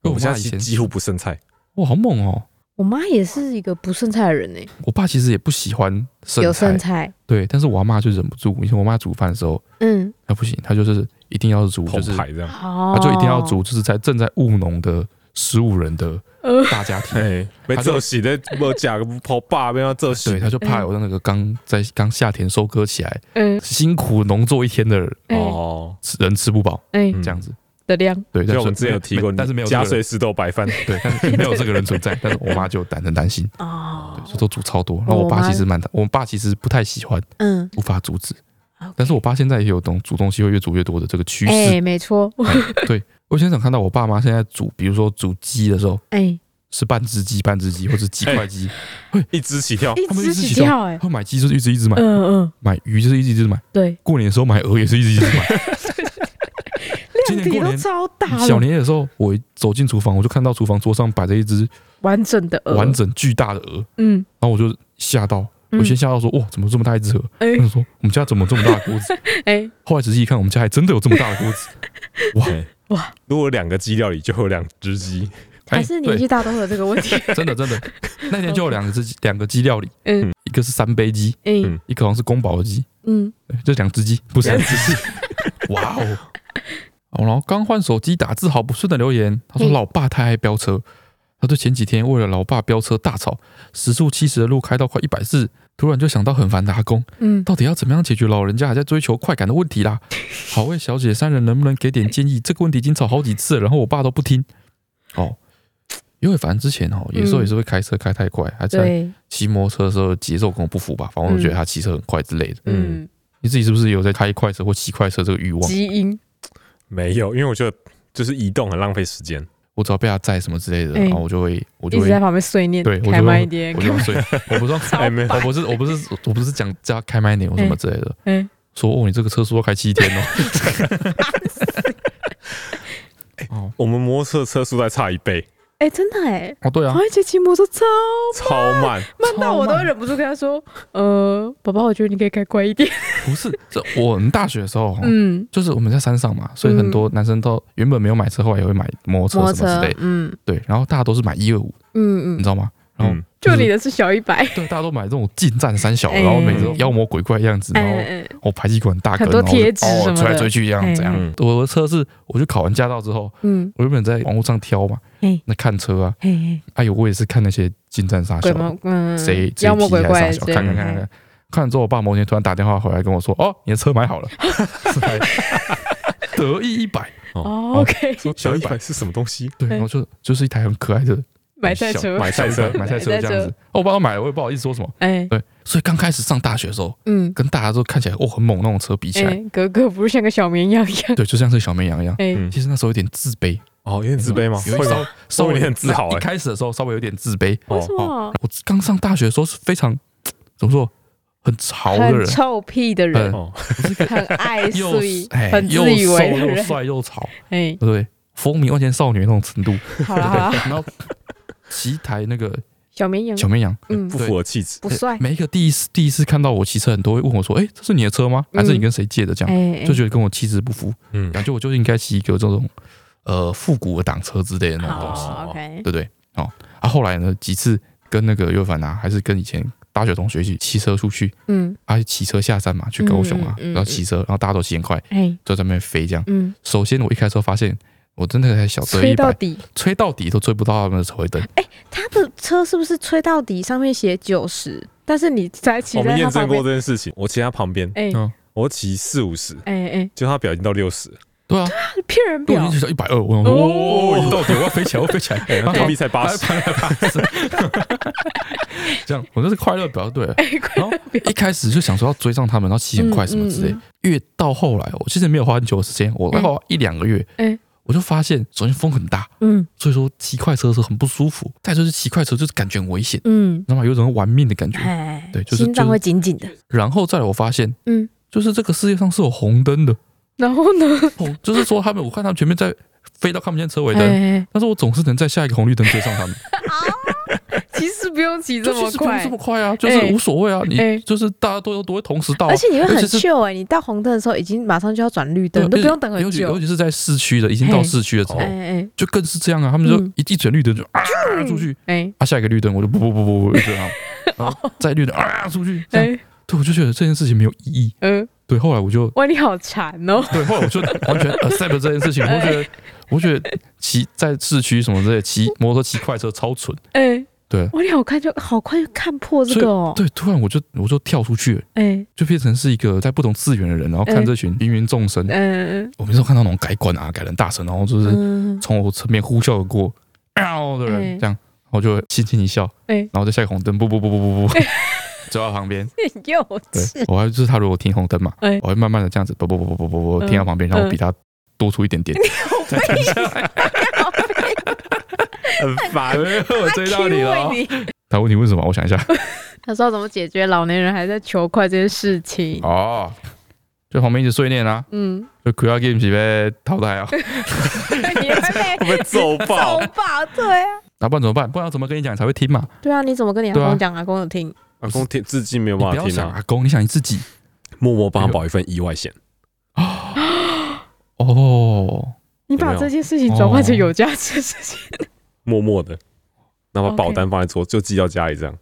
Speaker 2: 因为
Speaker 3: 我
Speaker 2: 我
Speaker 3: 家
Speaker 2: 妈以
Speaker 3: 其实
Speaker 2: 前
Speaker 3: 几乎不剩菜，
Speaker 2: 哇好猛哦，
Speaker 4: 我妈也是一个不剩菜的人呢、
Speaker 2: 我爸其实也不喜欢剩
Speaker 1: 有
Speaker 2: 菜
Speaker 1: 剩，菜，
Speaker 2: 对，但是我阿妈就忍不住，以前我妈煮饭的时候，
Speaker 1: 嗯，
Speaker 2: 她不行，她就是一定要煮，就是
Speaker 3: 澎湃这样。
Speaker 4: 哦
Speaker 2: 她就一定要煮，就是在正在务农的十五人的
Speaker 4: 呃
Speaker 2: 大家
Speaker 3: <laughs>
Speaker 2: 庭，
Speaker 3: 哎，被
Speaker 2: 他就
Speaker 3: 这洗的，我假个跑爸被他这
Speaker 2: <laughs>
Speaker 3: 洗
Speaker 2: 对，，她就怕有那个刚在刚夏天收割起来，
Speaker 4: 嗯
Speaker 2: 辛苦农作一天的人
Speaker 4: 哎
Speaker 3: 哦，
Speaker 2: 吃人吃不饱，
Speaker 4: 哎
Speaker 3: 嗯
Speaker 2: 这样子。
Speaker 4: 的量，
Speaker 2: 对，但
Speaker 3: 就是我们之前有提过，
Speaker 2: 没但是没有这
Speaker 3: 加
Speaker 2: 个人
Speaker 3: 水石头白饭，
Speaker 2: 对，但是没有这个人存在，但是我妈就很很担心，
Speaker 1: 哦，
Speaker 2: 就都煮超多。然后我爸其实蛮，我爸其实不太喜欢，
Speaker 1: 嗯，
Speaker 2: 无法阻止。
Speaker 1: OK
Speaker 2: 但是我爸现在也有懂煮东西会越煮越多的这个趋势。
Speaker 4: 哎、没错，
Speaker 2: 我现场看到我爸妈现在煮，比如说煮鸡的时候
Speaker 1: 哎，
Speaker 2: 是半只鸡、半只鸡，或者几块鸡，
Speaker 3: 一只起跳，
Speaker 4: 一
Speaker 2: 哦他们
Speaker 4: 直
Speaker 2: 起
Speaker 4: 起跳 <laughs> 哎、
Speaker 2: 然后买鸡就是一直一直买，
Speaker 4: 嗯嗯，
Speaker 2: 买鱼就是一直一直买，
Speaker 4: 对，
Speaker 2: 过年的时候买鹅也是一直一直
Speaker 4: <laughs>
Speaker 2: 买。今
Speaker 4: 量
Speaker 2: 年
Speaker 4: 体
Speaker 2: 过
Speaker 4: 都
Speaker 2: 年
Speaker 4: 超大
Speaker 2: 小
Speaker 4: 了，
Speaker 2: 年夜的时候，我一走进厨房，我就看到厨房桌上摆着一只
Speaker 4: 完整的鹅，
Speaker 2: 完，整巨大的鹅，
Speaker 4: 嗯，
Speaker 2: 然后我就吓到，
Speaker 4: 嗯
Speaker 2: 我先嗯吓到说：“哇，怎么这么大一只
Speaker 4: <laughs>
Speaker 2: 鹅？”
Speaker 4: 哎
Speaker 2: 我想说：“我们家怎么这么大的锅
Speaker 4: <laughs>
Speaker 2: 子
Speaker 4: 哎、？”
Speaker 2: 后来仔细一看，我们家还真的有这么大的
Speaker 4: <laughs>
Speaker 2: 锅子。哇，
Speaker 3: 哎
Speaker 4: 哇，
Speaker 3: 如果有两个鸡料理就有两只鸡，
Speaker 2: 哎
Speaker 4: 还是年纪大都会有这个问题，
Speaker 2: 对真的真的，那天就有两只鸡两个鸡料理，
Speaker 4: <laughs> 嗯
Speaker 2: 一个是三杯鸡，
Speaker 4: 嗯
Speaker 2: 一个好像是宫保的鸡，
Speaker 4: 嗯，
Speaker 2: 对就两只鸡，不是两只鸡。 <laughs> 哇哦！哦，然后刚换手机打字好不顺的留言，他说
Speaker 1: 嗯
Speaker 2: 老爸太爱飙车，他说前几天为了老爸飙车大吵，时速七十的路开到快一百四，突然就想到很烦的阿公，
Speaker 4: 嗯，
Speaker 2: 到底要怎么样解决老人家还在追求快感的问题
Speaker 4: <laughs>
Speaker 2: 啦？好位小姐三人能不能给点建议？这个问题已经吵好几次了，然后我爸都不听。哦，因为反正之前哦，有时候也是会开车开太快，还在
Speaker 4: 嗯对，
Speaker 2: 骑摩托车的时候节奏跟我不符吧，反正我觉得他骑车很快之类的。
Speaker 4: 嗯，
Speaker 2: 你自己是不是有在开快车或骑快车这个欲望？
Speaker 4: 基因，
Speaker 3: 没有，因为我觉得就是移动很浪费时间，
Speaker 2: 我只要被他载什么之类的，
Speaker 4: 哎
Speaker 2: 然后我就会我
Speaker 4: 一
Speaker 2: 就
Speaker 4: 直
Speaker 2: 会
Speaker 4: 在旁边碎念，
Speaker 2: 对我就
Speaker 4: 开慢一点
Speaker 2: 我，就睡。我不是
Speaker 4: 超
Speaker 3: 哎没有
Speaker 2: 我不是我不是我不是讲叫他开慢一点或什么之类的，
Speaker 4: 哎、
Speaker 2: 说哦你这个车速要开七天
Speaker 4: <laughs>
Speaker 2: 哦。哦，
Speaker 3: 我们摩托车车速再差一倍，
Speaker 4: 哎、真的哎、
Speaker 2: 哦，对啊
Speaker 4: 黄，一杰骑摩托车超
Speaker 3: 超慢，
Speaker 4: 慢到我
Speaker 2: 超
Speaker 4: 都
Speaker 2: 慢
Speaker 4: 会忍不住跟他说，呃，宝宝，我觉得你可以开快一点，
Speaker 2: 不是，这我们大学的时候，哦
Speaker 4: 嗯，
Speaker 2: 就是我们在山上嘛，所以很多男生都原本没有买车，后来也会买摩托
Speaker 1: 摩
Speaker 2: 车什么
Speaker 1: 车
Speaker 2: 之类，的。
Speaker 1: 嗯
Speaker 2: 对，然后大家都是买一二五，
Speaker 1: 嗯
Speaker 2: 你
Speaker 1: 嗯，
Speaker 2: 知道吗？然后
Speaker 3: 嗯，
Speaker 4: 就是你的是小一百，
Speaker 2: 对，大家都买这种近战三小，
Speaker 4: 哎
Speaker 2: 然后每次都妖魔鬼怪的样子，然后
Speaker 4: 嗯嗯
Speaker 2: 我排气管大根，
Speaker 4: 很多
Speaker 2: 然后就
Speaker 4: 贴纸什么的
Speaker 2: 哦，追来追去这样
Speaker 4: 哎
Speaker 2: 怎样
Speaker 3: 嗯。
Speaker 2: 我的车是，我就考完驾照之后，
Speaker 1: 嗯，
Speaker 2: 我原本在网络上挑嘛
Speaker 1: 哎，
Speaker 2: 那看车啊，
Speaker 1: 嘿嘿，
Speaker 2: 哎呦，我也是看那些近战杀
Speaker 4: 鬼
Speaker 2: 小，
Speaker 4: 魔，嗯，
Speaker 2: 谁谁
Speaker 4: 妖魔鬼
Speaker 2: 踢还
Speaker 4: 怪
Speaker 2: 是啥小
Speaker 4: 之类
Speaker 2: 看
Speaker 4: 的
Speaker 2: 看看看，看了之后，我爸某天突然打电话回来跟我说：“哦，你的车
Speaker 4: <laughs>
Speaker 2: 买好了，是还得意一百。
Speaker 4: 哦，OK，
Speaker 2: <laughs>
Speaker 3: 说小一百是什么东西？”
Speaker 2: 对，然后就就是一台很可爱的
Speaker 4: 买菜
Speaker 2: 小
Speaker 4: 车，
Speaker 3: 买菜车
Speaker 2: 买菜车这
Speaker 4: 买
Speaker 2: 样
Speaker 4: 菜
Speaker 2: 子
Speaker 4: 车。
Speaker 2: 哦，我爸爸买了，我也不好意思说什么。
Speaker 4: 哎，
Speaker 2: 对，所以刚开始上大学的时候，
Speaker 4: 嗯，
Speaker 2: 跟大家都看起来哦很猛那种车比起来，
Speaker 4: 哎，格格不是像个小绵羊一样，
Speaker 2: 对，就像这个小绵羊一样。
Speaker 4: 哎
Speaker 3: 嗯，
Speaker 2: 其实那时候有点自卑，
Speaker 3: 哦，有点自卑吗？
Speaker 2: 有一
Speaker 3: 会
Speaker 2: 稍
Speaker 3: 吗？
Speaker 2: 稍微
Speaker 3: 有点自豪
Speaker 2: 一
Speaker 3: 哎
Speaker 2: 开始的时候稍微有点自卑。
Speaker 4: 为什
Speaker 3: 哦，
Speaker 4: 么？
Speaker 2: 我刚上大学的时候是非常怎么说，很潮的
Speaker 4: 很
Speaker 2: 人，嗯
Speaker 4: 臭屁的人，
Speaker 3: 哦，
Speaker 4: 很爱
Speaker 2: <laughs> 又
Speaker 4: 睡，
Speaker 2: 哎
Speaker 4: 很
Speaker 2: 又
Speaker 4: 自以
Speaker 2: 瘦
Speaker 4: 为的
Speaker 2: 又
Speaker 4: 人，
Speaker 2: 帅又潮，
Speaker 4: 哎
Speaker 2: 对，不对？风靡万千少女那种程度，
Speaker 4: 好了好
Speaker 2: <laughs>
Speaker 4: 了，
Speaker 2: 然后骑一台那个
Speaker 4: 小绵羊，
Speaker 2: 小绵羊，哎
Speaker 4: 嗯
Speaker 3: 不，符合气质，
Speaker 1: 不帅，
Speaker 2: 每一个第一次第一次看到我骑车，很多会问我说：“哎，这是你的车吗？还是你跟谁借的？”这样
Speaker 4: 嗯哎，
Speaker 2: 就觉得跟我气质不符，
Speaker 3: 嗯，
Speaker 2: 感觉我就应该骑一个这种呃复古的挡车之类的那种东西，
Speaker 4: 好，OK，
Speaker 2: 对不对？哦，啊，后来呢，几次跟那个尤凡啊，还是跟以前大学同学一起骑车出去，
Speaker 4: 嗯，
Speaker 2: 啊，骑车下山嘛，去高雄啊，
Speaker 4: 嗯嗯嗯
Speaker 2: 然后骑车，然后大家都骑很快，
Speaker 4: 哎，
Speaker 2: 就在那边飞这样。
Speaker 4: 嗯，
Speaker 2: 首先我一开车发现，我真的才小追
Speaker 4: 吹
Speaker 2: 哦一百
Speaker 4: 到，底，
Speaker 2: 吹到底都追不到他们的车尾灯。
Speaker 1: 他的
Speaker 4: 车是不是吹到底？上面写九十，但是你才骑
Speaker 3: 我
Speaker 4: 在
Speaker 3: 们验
Speaker 4: 他
Speaker 3: 证
Speaker 4: 旁
Speaker 3: 过
Speaker 4: 边
Speaker 3: 这，件事情，我骑他旁边，
Speaker 4: 哎
Speaker 2: 嗯
Speaker 3: 我骑四五十，
Speaker 4: 哎哎，
Speaker 3: 就他表已经到六十，
Speaker 2: 对啊，
Speaker 4: 骗人
Speaker 2: 都已
Speaker 4: 表
Speaker 2: 经，骑到一百二，我想说，
Speaker 4: 哦
Speaker 2: 哦，你到底我要飞起来，我要
Speaker 4: <laughs>
Speaker 2: 飞起来，
Speaker 3: 哎，
Speaker 2: 然后
Speaker 3: 隔壁才
Speaker 2: <laughs>
Speaker 3: 八十，
Speaker 2: 这样，我就是快乐表
Speaker 4: <laughs>
Speaker 2: 对了。
Speaker 4: 哎，快
Speaker 2: 然后一开始就想说要追上他们，然后骑很快什么之类
Speaker 4: 嗯嗯。
Speaker 2: 越到后来，我其实没有花很久的时间，我花一两个月
Speaker 4: 嗯，
Speaker 2: 我就发现，首先风很大，
Speaker 4: 嗯
Speaker 2: 所以说骑快车的时候很不舒服。再就是骑快车就是感觉很危险，
Speaker 4: 嗯
Speaker 2: 你，知道吗？有种玩命的感觉。
Speaker 1: 哎，
Speaker 2: 对就是
Speaker 1: 心脏会紧紧的，
Speaker 2: 然后再来，我发现，
Speaker 4: 嗯，
Speaker 2: 就是这个世界上是有红灯的，
Speaker 4: 然后呢？
Speaker 2: 哦，就是说他们，我看他们前面在飞到看不见车尾
Speaker 4: 哎
Speaker 2: 灯，
Speaker 4: 哎，
Speaker 2: 但是我总是能在下一个红绿灯追上他们。
Speaker 4: 其实不用骑这
Speaker 2: 就其
Speaker 4: 么快
Speaker 2: 实不用这，么快啊，就是无所谓啊，
Speaker 4: 哎
Speaker 2: 你就是大家都都会同时到啊
Speaker 1: 而。且你会
Speaker 2: 而
Speaker 1: 很
Speaker 2: 且是
Speaker 1: 秀哎、你到红灯的时候已经马上就要转绿灯，
Speaker 2: 对
Speaker 1: 你都不用等
Speaker 2: 尤
Speaker 1: 很
Speaker 2: 其尤
Speaker 1: 久。
Speaker 2: 其是在市区的，已经到
Speaker 4: 嘿
Speaker 2: 市区了之后
Speaker 1: 哎，
Speaker 3: 哦
Speaker 1: 哎
Speaker 2: 就更是这样啊。他们就
Speaker 1: 嗯
Speaker 2: 一一转绿灯就啊出去，
Speaker 4: 哎
Speaker 2: 啊下一个绿灯我就不不不不不就这样，然后再绿灯啊出去，这样
Speaker 4: 哎
Speaker 2: 对我就觉得这件事情没有意义。
Speaker 4: 嗯，
Speaker 2: 对，后来我就
Speaker 4: 哇，你好馋哦，
Speaker 2: 对，后来我就完全 accept 这件事情，我觉得我觉得骑在市区什么之类骑摩托车骑快车超蠢。
Speaker 4: 哎，
Speaker 2: 对
Speaker 4: 哇，你好快就好快就看破这
Speaker 2: 所以
Speaker 4: 个哦，
Speaker 2: 对，突然我就我就跳出去了，
Speaker 4: 哎
Speaker 2: 就变成是一个在不同次元的人，然后看
Speaker 4: 嗯
Speaker 2: 这群芸芸众生。
Speaker 4: 嗯
Speaker 2: 我每次都看到那种改管啊、改人大神，然后就是
Speaker 4: 嗯，
Speaker 2: 从我身边呼啸而过，嗷的人
Speaker 4: 嗯
Speaker 2: 这样，我就轻轻一笑，
Speaker 4: 哎
Speaker 2: 然后在下一个红灯，不不不不不不， <laughs> 走到旁边。
Speaker 4: 很幼
Speaker 2: 对
Speaker 4: 稚，，
Speaker 2: 我还就是他如果停红灯嘛
Speaker 4: 哎，
Speaker 2: 我会慢慢的这样子，不不不不不不不，停
Speaker 4: 嗯
Speaker 2: 到旁边，然后我比他多出一点点，再停下来。
Speaker 3: 很
Speaker 4: <laughs>
Speaker 3: 烦。
Speaker 2: 我追到你了哦。
Speaker 4: Q 欸你
Speaker 2: 他问你为什么？
Speaker 4: <laughs>
Speaker 2: 我想一下。
Speaker 4: 他说要怎么解决老年人还在求快这件事情？
Speaker 2: 哦，就旁边一直碎念啊， <laughs>
Speaker 4: 嗯，
Speaker 2: 就 Q R Game 是被淘汰
Speaker 4: <laughs>
Speaker 2: 啊，
Speaker 4: 你会
Speaker 3: 会被揍
Speaker 1: <laughs>
Speaker 3: 爆
Speaker 4: 走吧？对啊，
Speaker 2: 那不然怎么办？不然要怎么跟你讲你才会听嘛？
Speaker 4: 对啊，你怎么跟你阿
Speaker 2: 对啊
Speaker 4: 公讲？阿公有听？
Speaker 3: 阿公听至今没有
Speaker 2: 你
Speaker 3: 办
Speaker 2: 不
Speaker 3: 法
Speaker 2: 要
Speaker 3: 听
Speaker 2: 想
Speaker 3: 啊，
Speaker 2: 阿公，你想你自己
Speaker 3: 默默帮他保一份意外险。
Speaker 2: 哦。
Speaker 4: 你
Speaker 3: 有
Speaker 4: 把
Speaker 3: 没有
Speaker 4: 这件事情转换成有价值的事情
Speaker 3: 默默的，然后把
Speaker 4: OK
Speaker 3: 保单放在桌，就寄到家里这样。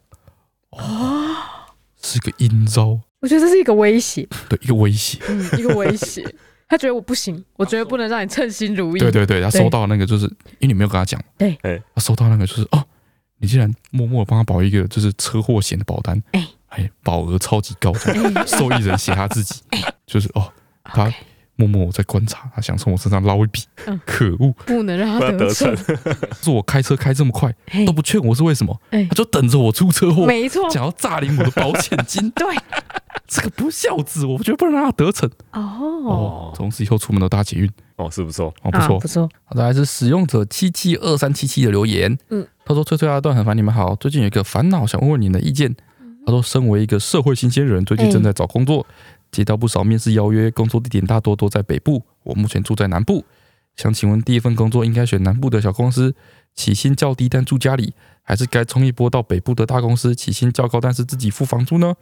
Speaker 2: 是个阴招，
Speaker 4: <laughs> 我觉得这是一个威
Speaker 2: <laughs>
Speaker 4: 胁，
Speaker 2: 对一个威胁。
Speaker 4: 嗯，一个威胁。他觉得我不行，我绝对不能让你称心如意。
Speaker 2: 对对对，他收到那个就是因为你没有跟他讲，
Speaker 4: 对
Speaker 3: 哎，
Speaker 2: 他收到那个就是哦，你竟然默默地帮他保一个就是车祸险的保单，
Speaker 4: 哎
Speaker 2: 哎，保额超级
Speaker 4: <laughs>
Speaker 2: 高，这样受益人写他自己，就是哦，他
Speaker 4: 哎 OK，
Speaker 2: 默默在观察，他想从我身上捞一笔
Speaker 4: 嗯，
Speaker 2: 可恶，
Speaker 4: 不能让
Speaker 3: 不
Speaker 4: 他
Speaker 3: 要啊得
Speaker 4: 逞
Speaker 3: 逞。，
Speaker 2: 是我开车开这么快
Speaker 4: 嘿
Speaker 2: 都不劝我是为什么？
Speaker 4: 哎
Speaker 2: 他就等着我出车祸，
Speaker 4: 没错，，
Speaker 2: 想要诈领我的保险金 <laughs>
Speaker 4: 对，
Speaker 2: 这个不孝子，我觉得不能让他得逞。
Speaker 4: 哦，
Speaker 2: 哦，从此以后出门都搭捷运，
Speaker 3: <laughs> 哦，是不错。
Speaker 2: 哦，不
Speaker 1: 啊
Speaker 2: 错，
Speaker 1: 不错，
Speaker 2: 好的，还是使用者七七二三七七的留言。
Speaker 4: 嗯，
Speaker 2: 他说：“翠翠阿段很烦你们好，最近有一个烦恼想问问你们的意见。”他说：“身为一个社会新鲜人，最近正在找工作，接到不少面试邀约，工作地点大多都在北部，我目前住在南部。想请问，第一份工作应该选南部的小公司，起薪较低但住家里，还是该冲一波到北部的大公司，起薪较高但是自己付房租呢？”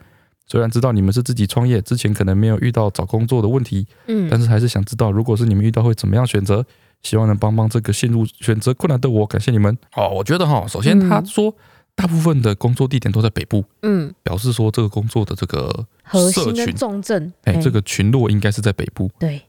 Speaker 2: 虽然知道你们是自己创业，之前可能没有遇到找工作的问题，
Speaker 1: 嗯
Speaker 2: 但是还是想知道，如果是你们遇到会怎么样选择？希望能帮帮这个陷入选择困难的我，感谢你们。哦，我觉得哈，首先
Speaker 4: 嗯
Speaker 2: 他说大部分的工作地点都在北部，
Speaker 1: 嗯，
Speaker 2: 表示说这个工作的这个
Speaker 1: 核
Speaker 2: 社
Speaker 1: 心跟
Speaker 2: 群，
Speaker 1: 重症，
Speaker 2: 哎、
Speaker 1: 哎
Speaker 2: 这个群落应该是在北
Speaker 4: 哎
Speaker 2: 部。
Speaker 1: 对，